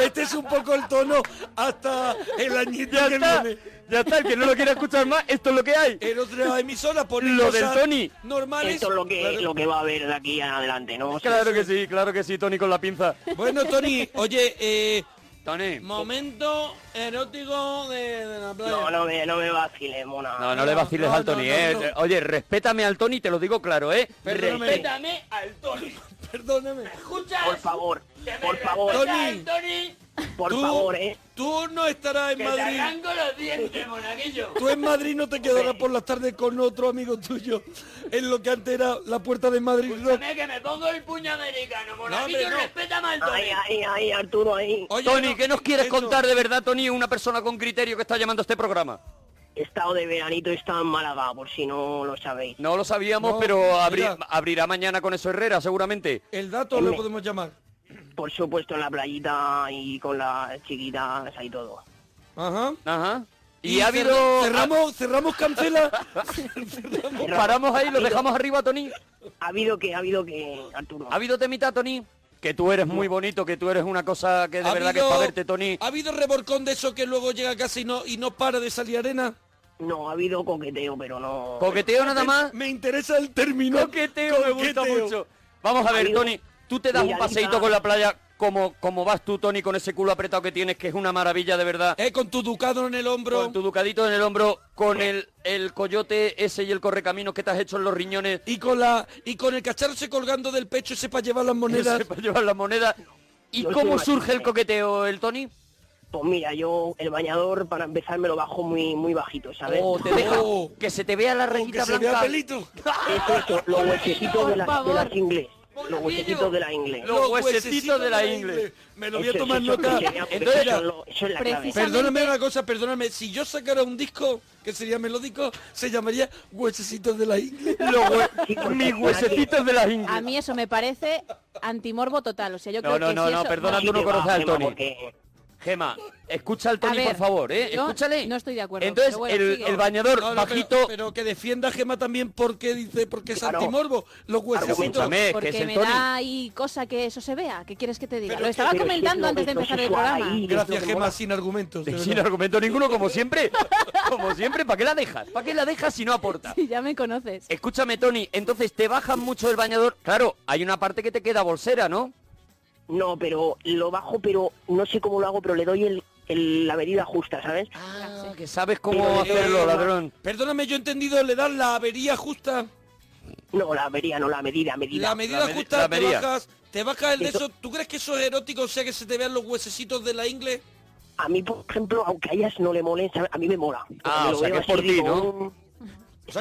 [SPEAKER 4] Este es un poco el tono hasta el añito
[SPEAKER 3] ya
[SPEAKER 4] que
[SPEAKER 3] está.
[SPEAKER 4] viene.
[SPEAKER 3] Ya está, el que no lo quiera escuchar más, esto es lo que hay.
[SPEAKER 4] En otras emisoras ponen
[SPEAKER 3] Lo del
[SPEAKER 4] cosas
[SPEAKER 3] Tony.
[SPEAKER 4] normales.
[SPEAKER 10] Esto es lo que,
[SPEAKER 4] Claro.
[SPEAKER 10] lo que va a haber de aquí en adelante, ¿no?
[SPEAKER 3] Claro que sí, claro que sí, Tony con la pinza.
[SPEAKER 5] Bueno, Tony, oye, eh,
[SPEAKER 3] Tony.
[SPEAKER 5] momento erótico de, de la playa.
[SPEAKER 10] No, no me, no me vaciles, mona.
[SPEAKER 3] No, no le vaciles
[SPEAKER 5] no,
[SPEAKER 3] al Tony,
[SPEAKER 5] no, no,
[SPEAKER 3] eh.
[SPEAKER 5] no.
[SPEAKER 3] Oye, respétame al Tony, te lo digo claro, eh.
[SPEAKER 5] Perdóname.
[SPEAKER 3] Respeta-
[SPEAKER 10] al Tony.
[SPEAKER 5] Perdóname.
[SPEAKER 10] Por favor, por favor,
[SPEAKER 4] Tony,
[SPEAKER 10] por
[SPEAKER 4] tú,
[SPEAKER 10] favor, ¿eh?
[SPEAKER 4] tú no estarás en Madrid.
[SPEAKER 10] los dientes, monaguillo.
[SPEAKER 4] Tú en Madrid no te quedarás por las tardes con otro amigo tuyo en lo que antes era la puerta de Madrid Rock.
[SPEAKER 10] que me pongo el puño americano,
[SPEAKER 4] monaguillo, hombre, no.
[SPEAKER 10] respeta mal, Tony. Ahí, ahí, ahí, Arturo, ahí.
[SPEAKER 4] Oye,
[SPEAKER 3] Tony,
[SPEAKER 4] no,
[SPEAKER 3] ¿qué nos quieres
[SPEAKER 4] eso.
[SPEAKER 3] contar de verdad, Tony? Una persona con criterio que está llamando a este programa.
[SPEAKER 10] He estado de veranito y estaba en Málaga, por si no lo sabéis.
[SPEAKER 3] No lo sabíamos,
[SPEAKER 4] No,
[SPEAKER 3] pero abri-
[SPEAKER 4] mira.
[SPEAKER 3] abrirá mañana con eso Herrera, seguramente.
[SPEAKER 4] El dato lo
[SPEAKER 10] Hombre.
[SPEAKER 4] podemos llamar.
[SPEAKER 10] Por supuesto, en la playita y con las chiquitas y todo.
[SPEAKER 4] Ajá.
[SPEAKER 3] Ajá. Y, ha
[SPEAKER 4] cer-
[SPEAKER 3] habido...
[SPEAKER 4] Cerramos, cerramos cancela.
[SPEAKER 3] Ah, Paramos ahí, lo dejamos arriba, Tony.
[SPEAKER 10] Ha habido que, ha habido que, Arturo.
[SPEAKER 3] ¿Ha habido temita, Tony? Que tú eres muy bonito, que tú eres una cosa que de
[SPEAKER 4] ¿Ha
[SPEAKER 3] verdad que
[SPEAKER 4] habido-
[SPEAKER 3] es para verte, Tony.
[SPEAKER 4] ¿Ha habido revolcón de eso que luego llega a casa y no, y no para de salir arena?
[SPEAKER 10] No, ha habido coqueteo, pero no...
[SPEAKER 3] Coqueteo nada más.
[SPEAKER 4] Me interesa el término.
[SPEAKER 3] Coqueteo me gusta
[SPEAKER 4] coqueteo.
[SPEAKER 3] mucho. Vamos a ver,
[SPEAKER 10] Amigo,
[SPEAKER 3] Tony, tú te das un
[SPEAKER 10] mira,
[SPEAKER 3] paseíto
[SPEAKER 10] mira.
[SPEAKER 3] con la playa como, como vas tú, Tony, con ese culo apretado que tienes, que es una maravilla de verdad.
[SPEAKER 4] Eh, con tu ducado en el hombro.
[SPEAKER 3] Con tu ducadito en el hombro, con el, el coyote ese y el correcaminos que te has hecho en los riñones,
[SPEAKER 4] Y con la y con el cacharse colgando del pecho ese para llevar las monedas.
[SPEAKER 3] ese para llevar las monedas. ¿Y
[SPEAKER 10] Yo
[SPEAKER 3] cómo
[SPEAKER 10] estoy
[SPEAKER 3] surge el
[SPEAKER 10] machista, eh.
[SPEAKER 3] coqueteo, el Tony?
[SPEAKER 10] Pues mira, yo el bañador para empezar me lo bajo muy muy bajito, ¿sabes?
[SPEAKER 3] O te deja
[SPEAKER 4] Oh.
[SPEAKER 3] que se te vea la
[SPEAKER 4] Aunque
[SPEAKER 3] rejita
[SPEAKER 4] se vea
[SPEAKER 3] blanca.
[SPEAKER 4] pelito.
[SPEAKER 10] Es eso,
[SPEAKER 3] Oh,
[SPEAKER 10] los huesecitos de, las- de las inglés. Los
[SPEAKER 5] Monaguillo.
[SPEAKER 10] huesecitos de las inglés.
[SPEAKER 3] Los huesecitos de la ingle.
[SPEAKER 4] Me lo voy a
[SPEAKER 10] Eso-
[SPEAKER 4] tomar
[SPEAKER 10] eso-
[SPEAKER 4] nota.
[SPEAKER 10] eso sería- porque
[SPEAKER 4] Entonces,
[SPEAKER 10] eso, es lo- eso es la clave.
[SPEAKER 11] Precisa-
[SPEAKER 4] perdóname una cosa, perdóname. Si yo sacara un disco que sería melódico, se llamaría Huesecitos de la Ingle.
[SPEAKER 3] Los hue-
[SPEAKER 10] Sí, porque
[SPEAKER 3] mis
[SPEAKER 10] nadie-
[SPEAKER 3] huesecitos de las
[SPEAKER 12] A
[SPEAKER 3] ingles.
[SPEAKER 12] mí eso me parece antimorbo total. O sea, yo
[SPEAKER 3] No,
[SPEAKER 12] creo
[SPEAKER 3] no,
[SPEAKER 12] que
[SPEAKER 3] no,
[SPEAKER 12] si
[SPEAKER 3] no,
[SPEAKER 12] eso-
[SPEAKER 3] perdona,
[SPEAKER 10] Sí
[SPEAKER 3] tú no
[SPEAKER 10] te va,
[SPEAKER 3] conoces al
[SPEAKER 10] Gemma,
[SPEAKER 3] Tony.
[SPEAKER 10] porque-
[SPEAKER 3] Gema, escucha al Tony,
[SPEAKER 12] A
[SPEAKER 3] por
[SPEAKER 12] ver,
[SPEAKER 3] favor, ¿eh?
[SPEAKER 12] yo
[SPEAKER 3] Escúchale.
[SPEAKER 12] no estoy de acuerdo,
[SPEAKER 3] Entonces,
[SPEAKER 12] pero bueno,
[SPEAKER 3] el,
[SPEAKER 12] sigue.
[SPEAKER 3] el bañador
[SPEAKER 4] No, no, pero-
[SPEAKER 3] bajito...
[SPEAKER 4] pero, que defienda a Gema también porque dice, porque es
[SPEAKER 10] Claro.
[SPEAKER 4] antimorbo. Los huesecitos.
[SPEAKER 3] Escúchame, que
[SPEAKER 12] Porque
[SPEAKER 3] es el
[SPEAKER 12] me
[SPEAKER 3] Tony.
[SPEAKER 12] da ahí cosa que eso se vea. ¿Qué quieres que te diga?
[SPEAKER 4] Pero
[SPEAKER 12] Lo
[SPEAKER 4] que-
[SPEAKER 12] estaba
[SPEAKER 10] pero es que
[SPEAKER 12] comentando
[SPEAKER 10] es
[SPEAKER 12] antes
[SPEAKER 10] lo
[SPEAKER 12] de
[SPEAKER 10] que
[SPEAKER 12] empezar el
[SPEAKER 10] suena
[SPEAKER 12] programa.
[SPEAKER 10] ahí, es
[SPEAKER 4] Gracias,
[SPEAKER 10] lo que
[SPEAKER 4] Gema,
[SPEAKER 10] mola.
[SPEAKER 4] sin argumentos. de
[SPEAKER 3] Sin
[SPEAKER 4] verdad.
[SPEAKER 3] argumento ninguno, como siempre. Como siempre, ¿para qué la dejas? ¿Para qué la dejas si no aporta?
[SPEAKER 12] Y ya me conoces.
[SPEAKER 3] Escúchame, Tony, entonces te bajan mucho el bañador. Claro, hay una parte que te queda bolsera, ¿no?
[SPEAKER 10] No, pero lo bajo, pero no sé cómo lo hago, pero le doy el, el- la medida justa, ¿sabes?
[SPEAKER 3] Ah, que sabes cómo
[SPEAKER 10] Pero,
[SPEAKER 3] hacerlo,
[SPEAKER 10] eh,
[SPEAKER 3] ladrón.
[SPEAKER 4] Perdóname, yo he entendido, le das la avería justa.
[SPEAKER 10] No, la medida, no, la medida, medida.
[SPEAKER 4] La medida
[SPEAKER 3] medi-
[SPEAKER 4] justa,
[SPEAKER 3] la
[SPEAKER 4] te
[SPEAKER 3] medida.
[SPEAKER 4] bajas, te bajas el de
[SPEAKER 10] Eso-
[SPEAKER 4] eso. ¿Tú crees que eso es erótico, o sea, que se te vean los huesecitos de la ingle?
[SPEAKER 10] A mí, por ejemplo, aunque a ellas no le mole, ¿sabes? a mí me mola.
[SPEAKER 3] Ah,
[SPEAKER 10] Me
[SPEAKER 3] o
[SPEAKER 10] lo
[SPEAKER 3] sea,
[SPEAKER 10] veo
[SPEAKER 3] que es por
[SPEAKER 10] así,
[SPEAKER 3] ti,
[SPEAKER 10] digo,
[SPEAKER 3] ¿no?
[SPEAKER 10] mm,
[SPEAKER 4] O sea,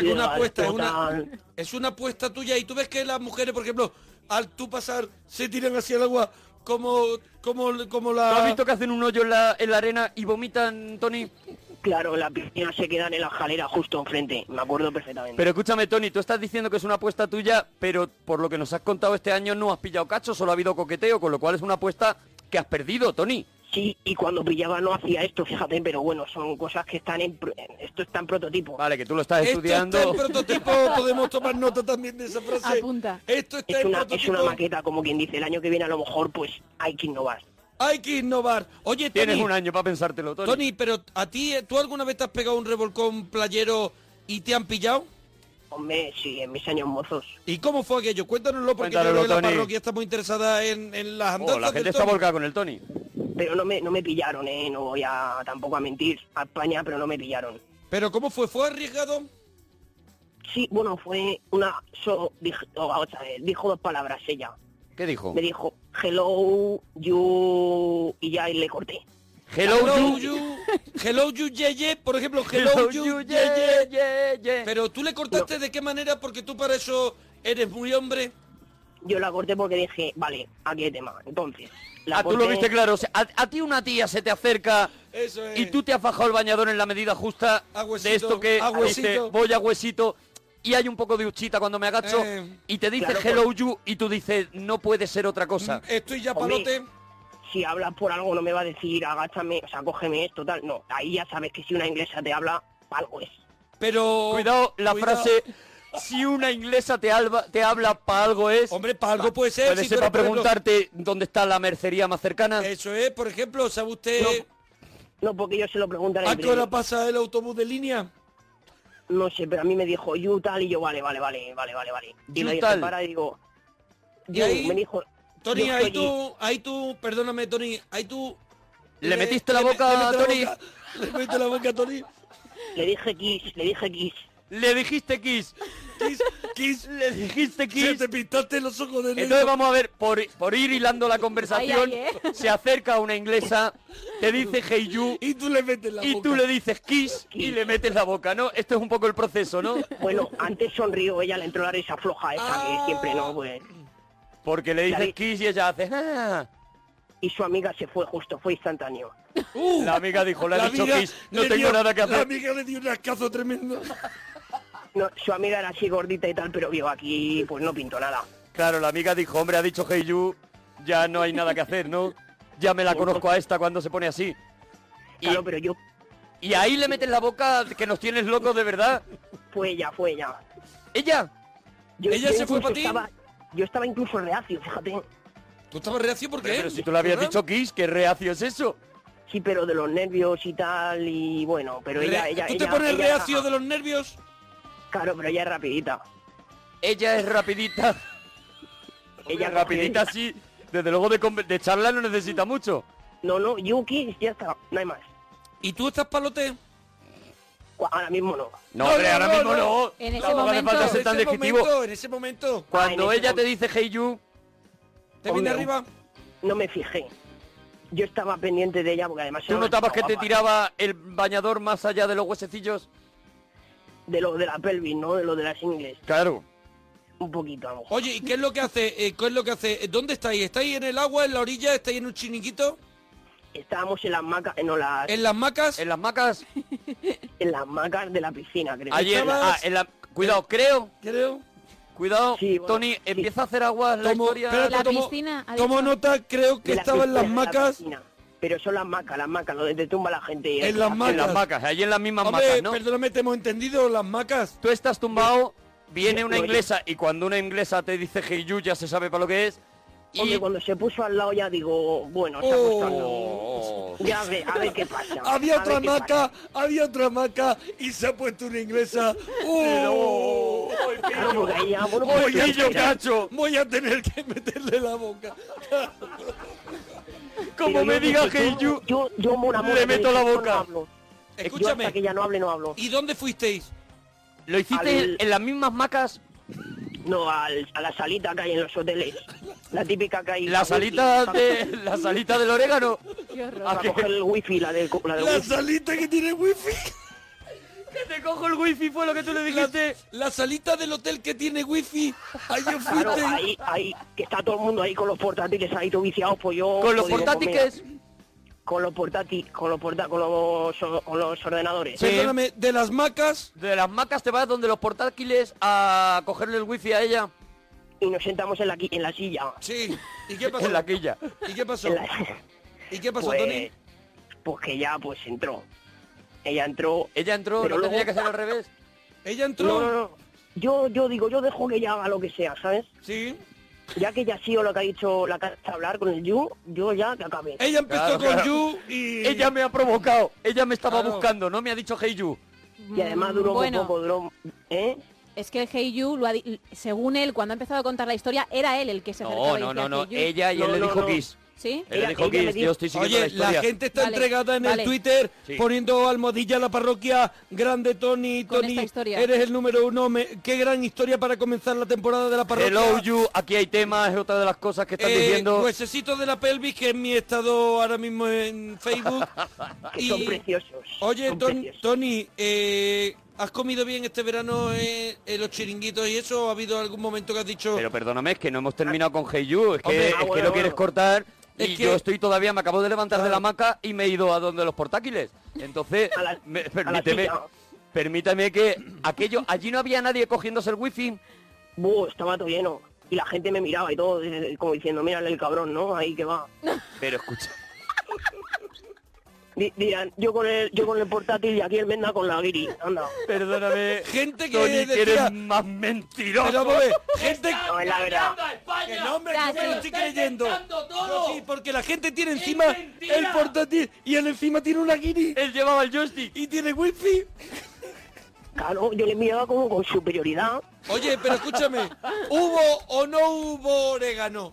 [SPEAKER 10] estoy
[SPEAKER 4] que una
[SPEAKER 10] de la
[SPEAKER 4] apuesta, es una,
[SPEAKER 10] total.
[SPEAKER 4] es una apuesta tuya. Y tú ves que las mujeres, por ejemplo, al tú pasar, se tiran hacia el agua como, como, como
[SPEAKER 3] ¿Tú has
[SPEAKER 4] la...
[SPEAKER 3] visto que hacen un hoyo en la, en la arena y vomitan, Tony?
[SPEAKER 10] Claro, la piscina se quedan en la jalera justo enfrente, me acuerdo perfectamente.
[SPEAKER 3] Pero escúchame, Tony, tú estás diciendo que es una apuesta tuya, pero por lo que nos has contado este año no has pillado cacho, solo ha habido coqueteo, con lo cual es una apuesta que has perdido, Tony.
[SPEAKER 10] Sí, y cuando pillaba no hacía esto, fíjate, pero bueno, son cosas que están en... pro- Esto está en prototipo.
[SPEAKER 3] Vale, que tú lo estás
[SPEAKER 4] Esto
[SPEAKER 3] estudiando.
[SPEAKER 4] está en prototipo, podemos tomar nota también de esa frase.
[SPEAKER 12] Apunta.
[SPEAKER 4] Esto está
[SPEAKER 10] Es
[SPEAKER 4] en
[SPEAKER 10] una, es
[SPEAKER 4] prototipo.
[SPEAKER 10] una maqueta, como quien dice, el año que viene a lo mejor pues hay que innovar.
[SPEAKER 4] Hay que innovar. Oye,
[SPEAKER 3] Tienes
[SPEAKER 4] Tony,
[SPEAKER 3] un año para pensártelo, Tony.
[SPEAKER 4] Tony, pero a ti, eh, ¿tú alguna vez te has pegado un revolcón playero y te han pillado?
[SPEAKER 10] Hombre, sí, en mis años mozos.
[SPEAKER 4] ¿Y cómo fue aquello? Cuéntanoslo porque
[SPEAKER 3] Cuéntanoslo,
[SPEAKER 4] yo creo que la
[SPEAKER 3] Tony.
[SPEAKER 4] parroquia está muy interesada en, en las
[SPEAKER 3] Oh,
[SPEAKER 4] andanzas
[SPEAKER 3] la gente
[SPEAKER 4] del
[SPEAKER 3] está
[SPEAKER 4] Tony.
[SPEAKER 3] volcada con el Tony.
[SPEAKER 10] Pero no me, no me pillaron, ¿eh? No voy a tampoco a mentir a España, pero no me pillaron.
[SPEAKER 4] Pero ¿cómo fue? ¿Fue arriesgado?
[SPEAKER 10] Sí, bueno, fue una... so- dij- o- otra vez, dijo dos palabras ella.
[SPEAKER 3] ¿Qué dijo?
[SPEAKER 10] Me dijo, hello, you... Y ya y le corté.
[SPEAKER 3] Hello, you.
[SPEAKER 4] Hello you, hello you, ye, ye, por ejemplo, hello, you, ye, ye.
[SPEAKER 3] yeah, yeah.
[SPEAKER 4] Pero tú le cortaste de qué manera porque tú para eso eres muy hombre.
[SPEAKER 10] Yo la corté porque dije, vale, ¿a qué tema? Entonces... La
[SPEAKER 3] Ah, tú lo
[SPEAKER 10] corté-
[SPEAKER 3] viste claro. o sea, a, a ti una tía se te acerca
[SPEAKER 4] Eso es.
[SPEAKER 3] y tú te has bajado el bañador en la medida justa
[SPEAKER 4] A huesito,
[SPEAKER 3] de esto que
[SPEAKER 4] a
[SPEAKER 3] dice,
[SPEAKER 4] huesito.
[SPEAKER 3] voy a huesito. y hay un poco de uchita cuando me agacho
[SPEAKER 4] Eh,
[SPEAKER 3] y te dice
[SPEAKER 10] claro,
[SPEAKER 3] hello you y tú dices no puede ser otra cosa.
[SPEAKER 4] Mm, Estoy ya
[SPEAKER 10] Hombre.
[SPEAKER 4] palote.
[SPEAKER 10] Si hablas por algo no me va a decir agáchame, o sea, cógeme esto, tal. No, ahí ya sabes que si una inglesa te habla, algo es.
[SPEAKER 4] Pero.
[SPEAKER 3] Cuidado, la
[SPEAKER 4] cuidado.
[SPEAKER 3] frase si una inglesa te, alba- te habla para algo es...
[SPEAKER 4] Hombre, para algo puede ser.
[SPEAKER 3] Puede
[SPEAKER 4] si
[SPEAKER 3] ser
[SPEAKER 4] tú
[SPEAKER 3] para
[SPEAKER 4] eres, por ejemplo,
[SPEAKER 3] preguntarte dónde está la mercería más cercana.
[SPEAKER 4] Eso es, por ejemplo, ¿sabe usted
[SPEAKER 10] No, porque ellos se lo preguntan
[SPEAKER 4] a
[SPEAKER 10] en
[SPEAKER 4] qué hora
[SPEAKER 10] inglés.
[SPEAKER 4] pasa el autobús de línea?
[SPEAKER 10] No sé, pero a mí me dijo you tal y yo, vale, vale, vale, vale, vale, vale. Y
[SPEAKER 3] You
[SPEAKER 10] me
[SPEAKER 3] tal.
[SPEAKER 10] para y digo,
[SPEAKER 4] Y
[SPEAKER 10] "You",
[SPEAKER 4] ahí,
[SPEAKER 10] me dijo,
[SPEAKER 4] Tony,
[SPEAKER 10] yo
[SPEAKER 4] ahí
[SPEAKER 10] estoy-
[SPEAKER 4] tú, ahí tú, perdóname, Tony, ahí tú...
[SPEAKER 3] ¿Le metiste la boca
[SPEAKER 4] le
[SPEAKER 3] a
[SPEAKER 4] metí la
[SPEAKER 3] Tony?
[SPEAKER 4] boca, Le metiste la boca a Tony.
[SPEAKER 10] le dije kiss, le dije kiss.
[SPEAKER 3] Le dijiste Kiss. Kiss, Kiss. Le dijiste
[SPEAKER 4] Se
[SPEAKER 3] Kiss.
[SPEAKER 4] te pintaste los ojos de
[SPEAKER 3] Entonces
[SPEAKER 4] negro.
[SPEAKER 3] vamos a ver, por, por ir hilando la conversación,
[SPEAKER 12] Ay, ay,
[SPEAKER 10] eh.
[SPEAKER 3] se acerca una inglesa, te dice hey you,
[SPEAKER 4] Y tú le metes la
[SPEAKER 3] y
[SPEAKER 4] boca.
[SPEAKER 3] tú le dices kiss y le metes la boca, ¿no? Esto es un poco el proceso, ¿no?
[SPEAKER 10] Bueno, antes sonrió, ella le entró la risa floja esa
[SPEAKER 4] Ah.
[SPEAKER 10] que siempre no, pues.
[SPEAKER 3] Porque le dices
[SPEAKER 10] Claro.
[SPEAKER 3] kiss y ella hace "Ah".
[SPEAKER 10] Y su amiga se fue justo, fue instantáneo.
[SPEAKER 4] ¡Uh!
[SPEAKER 3] La amiga dijo, le
[SPEAKER 4] La
[SPEAKER 3] has dicho
[SPEAKER 4] amiga
[SPEAKER 3] kiss, no
[SPEAKER 4] le
[SPEAKER 3] tengo
[SPEAKER 4] dio-
[SPEAKER 3] nada que
[SPEAKER 4] La
[SPEAKER 3] hacer.
[SPEAKER 4] amiga le dio un ascazo tremendo.
[SPEAKER 10] No, su amiga era así gordita y tal, pero vio aquí, pues no pintó nada.
[SPEAKER 3] Claro, la amiga dijo, hombre, ha dicho hey you, ya no hay nada que hacer, ¿no? Ya me la conozco a esta cuando se pone así. Y,
[SPEAKER 10] Claro, pero yo,
[SPEAKER 3] y ahí le metes la boca que nos tienes locos de verdad.
[SPEAKER 10] fue ella, fue ella.
[SPEAKER 3] Ella,
[SPEAKER 10] Yo,
[SPEAKER 4] ¿Ella se fue
[SPEAKER 10] incluso
[SPEAKER 4] pa' ti?
[SPEAKER 10] estaba- Yo estaba incluso reacio, fíjate.
[SPEAKER 4] ¿Tú estabas reacio por qué?
[SPEAKER 3] pero si tú le habías
[SPEAKER 4] ¿Verdad?
[SPEAKER 3] dicho kiss, qué reacio es eso.
[SPEAKER 10] Sí, pero de los nervios y tal, y bueno, pero ella,
[SPEAKER 4] Re-
[SPEAKER 10] ella,
[SPEAKER 4] ¿Tú te
[SPEAKER 10] ella-
[SPEAKER 4] pones
[SPEAKER 10] ella-
[SPEAKER 4] reacio de los nervios?
[SPEAKER 10] Claro, pero ella es rapidita.
[SPEAKER 3] Ella es rapidita.
[SPEAKER 10] Ella
[SPEAKER 3] Ella rapidita sí. Desde luego de, conver- de charla no necesita mucho.
[SPEAKER 10] No, no, Yuki, ya está, no hay más.
[SPEAKER 4] ¿Y tú estás palote?
[SPEAKER 10] Cu- Ahora mismo no.
[SPEAKER 3] No,
[SPEAKER 4] No,
[SPEAKER 3] hombre,
[SPEAKER 4] no,
[SPEAKER 3] ahora
[SPEAKER 4] no,
[SPEAKER 3] mismo
[SPEAKER 4] no.
[SPEAKER 3] no.
[SPEAKER 12] En ese
[SPEAKER 3] Tampoco hace
[SPEAKER 12] momento.
[SPEAKER 3] falta
[SPEAKER 12] En
[SPEAKER 3] ser tan
[SPEAKER 4] ese
[SPEAKER 3] descriptivo.
[SPEAKER 4] momento, en ese momento.
[SPEAKER 3] Cuando
[SPEAKER 10] Ah, en ese
[SPEAKER 3] ella te dice hey you,
[SPEAKER 4] ¿Te viene
[SPEAKER 10] Hombre.
[SPEAKER 4] arriba?
[SPEAKER 10] No me fijé. Yo estaba pendiente de ella porque además... era
[SPEAKER 3] ¿tú
[SPEAKER 10] una
[SPEAKER 3] notabas
[SPEAKER 10] chica
[SPEAKER 3] que te
[SPEAKER 10] guapa.
[SPEAKER 3] tiraba el bañador más allá de los huesecillos?
[SPEAKER 10] De lo de la pelvis, ¿no? De lo de las ingles.
[SPEAKER 3] Claro.
[SPEAKER 10] Un poquito, a lo mejor.
[SPEAKER 4] Oye, ¿y qué es lo que hace? Eh, ¿Qué es lo que hace? Eh, ¿Dónde estáis? ¿Estáis en el agua, en la orilla? ¿Estáis en un chiniquito?
[SPEAKER 10] Estábamos en las macas... eh, No, las,
[SPEAKER 4] ¿En las macas?
[SPEAKER 3] En las macas.
[SPEAKER 10] en las macas de la piscina, creo.
[SPEAKER 3] Ayer.
[SPEAKER 4] Estabas-
[SPEAKER 3] ah, cuidado, creo.
[SPEAKER 4] Creo.
[SPEAKER 3] Cuidado,
[SPEAKER 10] Sí, bueno,
[SPEAKER 3] Tony,
[SPEAKER 10] sí.
[SPEAKER 3] empieza a hacer aguas la
[SPEAKER 4] Tomo-
[SPEAKER 3] historia.
[SPEAKER 4] espérate,
[SPEAKER 12] La
[SPEAKER 4] tomo-
[SPEAKER 12] piscina, ha
[SPEAKER 4] Tomo
[SPEAKER 12] dicho.
[SPEAKER 4] nota, creo que
[SPEAKER 10] De la
[SPEAKER 4] estaba en las
[SPEAKER 10] piscina, de la
[SPEAKER 4] macas.
[SPEAKER 10] piscina. pero son las macas, las macas, donde te tumba la gente. eh.
[SPEAKER 4] En las macas.
[SPEAKER 3] En las macas, allí en las mismas
[SPEAKER 4] Hombre,
[SPEAKER 3] macas, ¿no?
[SPEAKER 4] perdóname, te hemos entendido, las macas.
[SPEAKER 3] Tú estás tumbado, viene
[SPEAKER 10] yo-
[SPEAKER 3] una
[SPEAKER 10] yo-
[SPEAKER 3] inglesa y cuando una inglesa te dice hey you ya se sabe para lo que es. Y...
[SPEAKER 10] Hombre, cuando se puso al lado ya digo,
[SPEAKER 4] Oh.
[SPEAKER 10] bueno, está gustando.
[SPEAKER 3] Oh.
[SPEAKER 10] Ya a ver, a ver qué pasa.
[SPEAKER 4] Había
[SPEAKER 10] a ver
[SPEAKER 4] otra
[SPEAKER 10] qué pasa.
[SPEAKER 4] maca, había otra maca y se ha puesto una inglesa. ¡Oh!
[SPEAKER 10] Claro, porque ahí ya, bueno,
[SPEAKER 3] Oye,
[SPEAKER 10] pues,
[SPEAKER 3] yo cacho,
[SPEAKER 4] Voy a tener que meterle la boca.
[SPEAKER 3] como
[SPEAKER 10] Pero
[SPEAKER 3] me
[SPEAKER 10] yo
[SPEAKER 3] diga
[SPEAKER 10] dije,
[SPEAKER 3] hey you,
[SPEAKER 10] Yo, yo, yo, mora,
[SPEAKER 3] le
[SPEAKER 10] mora,
[SPEAKER 3] meto
[SPEAKER 10] dije,
[SPEAKER 3] la
[SPEAKER 10] yo no
[SPEAKER 3] boca.
[SPEAKER 10] hablo. Yo hasta que
[SPEAKER 4] Escúchame.
[SPEAKER 10] ya no hable, no hablo.
[SPEAKER 4] ¿Y dónde fuisteis?
[SPEAKER 3] lo hiciste
[SPEAKER 10] al-
[SPEAKER 3] en las mismas macas,
[SPEAKER 10] No, al- a la salita que hay en los hoteles. La típica que hay...
[SPEAKER 3] la salita de la salita del orégano.
[SPEAKER 12] Qué horror.
[SPEAKER 3] Ah,
[SPEAKER 10] Para coger el wifi, la del, la del
[SPEAKER 4] La
[SPEAKER 10] wifi.
[SPEAKER 4] salita que tiene wifi.
[SPEAKER 3] Que te cojo el wifi fue lo que tú le dijiste.
[SPEAKER 4] La salita del hotel que tiene wifi. Ayer
[SPEAKER 10] Claro,
[SPEAKER 4] fuiste.
[SPEAKER 10] ahí, ahí, que está todo el mundo ahí con los portátiles ahí todo viciados, pues yo...
[SPEAKER 3] Con los
[SPEAKER 10] pues digo, pues mira,
[SPEAKER 3] portátiles,
[SPEAKER 10] Con los portátiles, con los porta, con los, con los ordenadores.
[SPEAKER 3] Sí.
[SPEAKER 4] Perdóname, de las macas.
[SPEAKER 3] de las macas te vas donde los portátiles a cogerle el wifi a ella
[SPEAKER 10] Y nos sentamos en la, qui- en la silla.
[SPEAKER 4] Sí. ¿Y qué pasó?
[SPEAKER 3] en la quilla.
[SPEAKER 4] ¿Y qué pasó?
[SPEAKER 10] En la-
[SPEAKER 4] ¿Y qué pasó, Tony?
[SPEAKER 10] pues, pues que ya pues entró. Ella entró.
[SPEAKER 3] Ella entró,
[SPEAKER 10] Pero
[SPEAKER 3] no
[SPEAKER 10] luego-
[SPEAKER 3] tenía que hacer al revés.
[SPEAKER 4] ¿Ella entró?
[SPEAKER 10] No, no, no. Yo, yo digo, yo dejo que ella haga lo que sea, ¿sabes?
[SPEAKER 4] Sí.
[SPEAKER 10] Ya que ella ha sido lo que ha dicho la carta hablar con el Yu, yo ya que acabé.
[SPEAKER 4] Ella empezó
[SPEAKER 3] Claro,
[SPEAKER 4] con
[SPEAKER 3] claro.
[SPEAKER 4] You y...
[SPEAKER 3] Ella me ha provocado, ella me estaba
[SPEAKER 4] Claro.
[SPEAKER 3] buscando, no me ha dicho hey you.
[SPEAKER 10] Y además duró
[SPEAKER 12] bueno,
[SPEAKER 10] un poco, duró... ¿Eh?
[SPEAKER 12] Es que el Hey You, lo ha di- según él, cuando ha empezado a contar la historia, era él el que se
[SPEAKER 3] No,
[SPEAKER 12] acercaba
[SPEAKER 3] no,
[SPEAKER 12] y
[SPEAKER 3] no,
[SPEAKER 12] decía
[SPEAKER 3] no,
[SPEAKER 12] Hey You.
[SPEAKER 3] ella y él
[SPEAKER 10] No,
[SPEAKER 3] le
[SPEAKER 10] no,
[SPEAKER 3] dijo
[SPEAKER 10] no.
[SPEAKER 3] kiss.
[SPEAKER 12] ¿Sí,
[SPEAKER 3] Él le
[SPEAKER 10] Ella-
[SPEAKER 3] dijo
[SPEAKER 10] ella me
[SPEAKER 3] kiss,
[SPEAKER 10] dijo-
[SPEAKER 3] yo estoy siguiendo la
[SPEAKER 4] Oye, la,
[SPEAKER 3] historia.
[SPEAKER 4] gente está
[SPEAKER 12] Vale,
[SPEAKER 4] entregada en
[SPEAKER 12] vale.
[SPEAKER 4] el Twitter
[SPEAKER 3] Sí.
[SPEAKER 4] poniendo almohadilla a la parroquia. Grande Tony,
[SPEAKER 12] Con
[SPEAKER 4] Tony,
[SPEAKER 12] esta historia.
[SPEAKER 4] eres el número uno. me- qué gran historia para comenzar la temporada de la parroquia.
[SPEAKER 3] Hello you, aquí hay temas, es otra de las cosas que están
[SPEAKER 4] Eh,
[SPEAKER 3] diciendo.
[SPEAKER 4] Huesecito de la pelvis, que es mi estado ahora mismo en Facebook.
[SPEAKER 10] Que son preciosos.
[SPEAKER 4] Oye,
[SPEAKER 10] son
[SPEAKER 4] Ton-
[SPEAKER 10] preciosos.
[SPEAKER 4] Tony, eh, ¿has comido bien este verano eh, en los chiringuitos y eso? ¿Ha habido algún momento que has dicho...
[SPEAKER 3] Pero perdóname, es que no hemos terminado con Hey You, es que,
[SPEAKER 4] Hombre, ah,
[SPEAKER 3] es que
[SPEAKER 10] bueno,
[SPEAKER 3] lo quieres
[SPEAKER 10] bueno.
[SPEAKER 3] cortar
[SPEAKER 4] Es
[SPEAKER 3] y
[SPEAKER 4] que-
[SPEAKER 3] yo estoy todavía, me acabo de levantar de
[SPEAKER 4] Claro.
[SPEAKER 3] la hamaca y me he ido a donde los portáquiles. Entonces,
[SPEAKER 10] A la-
[SPEAKER 3] me-
[SPEAKER 10] a la
[SPEAKER 3] permíteme,
[SPEAKER 10] silla.
[SPEAKER 3] Permítame que aquello, allí no había nadie cogiéndose el wifi.
[SPEAKER 10] Buh, estaba todo lleno. Y la gente me miraba y todo, eh, como diciendo, mírale el cabrón, ¿no? Ahí que va.
[SPEAKER 3] Pero escucha,
[SPEAKER 10] Di- dirán, yo con el, yo con el portátil y aquí el venda con la guiri. Anda.
[SPEAKER 3] perdóname.
[SPEAKER 4] Gente que
[SPEAKER 3] Tony, que
[SPEAKER 4] decía-
[SPEAKER 3] eres más mentiroso.
[SPEAKER 4] Pero vamos a ver, gente
[SPEAKER 10] No, es la verdad.
[SPEAKER 4] que no, hombre, yo me lo estoy creyendo.
[SPEAKER 1] todo.
[SPEAKER 4] Yo sí, porque la gente tiene encima
[SPEAKER 1] mentira!
[SPEAKER 4] el portátil y él encima tiene una guiri
[SPEAKER 3] Él llevaba el joystick.
[SPEAKER 4] y tiene wifi.
[SPEAKER 10] Claro, yo le miraba como con superioridad.
[SPEAKER 4] Oye, pero escúchame, ¿hubo o no hubo orégano?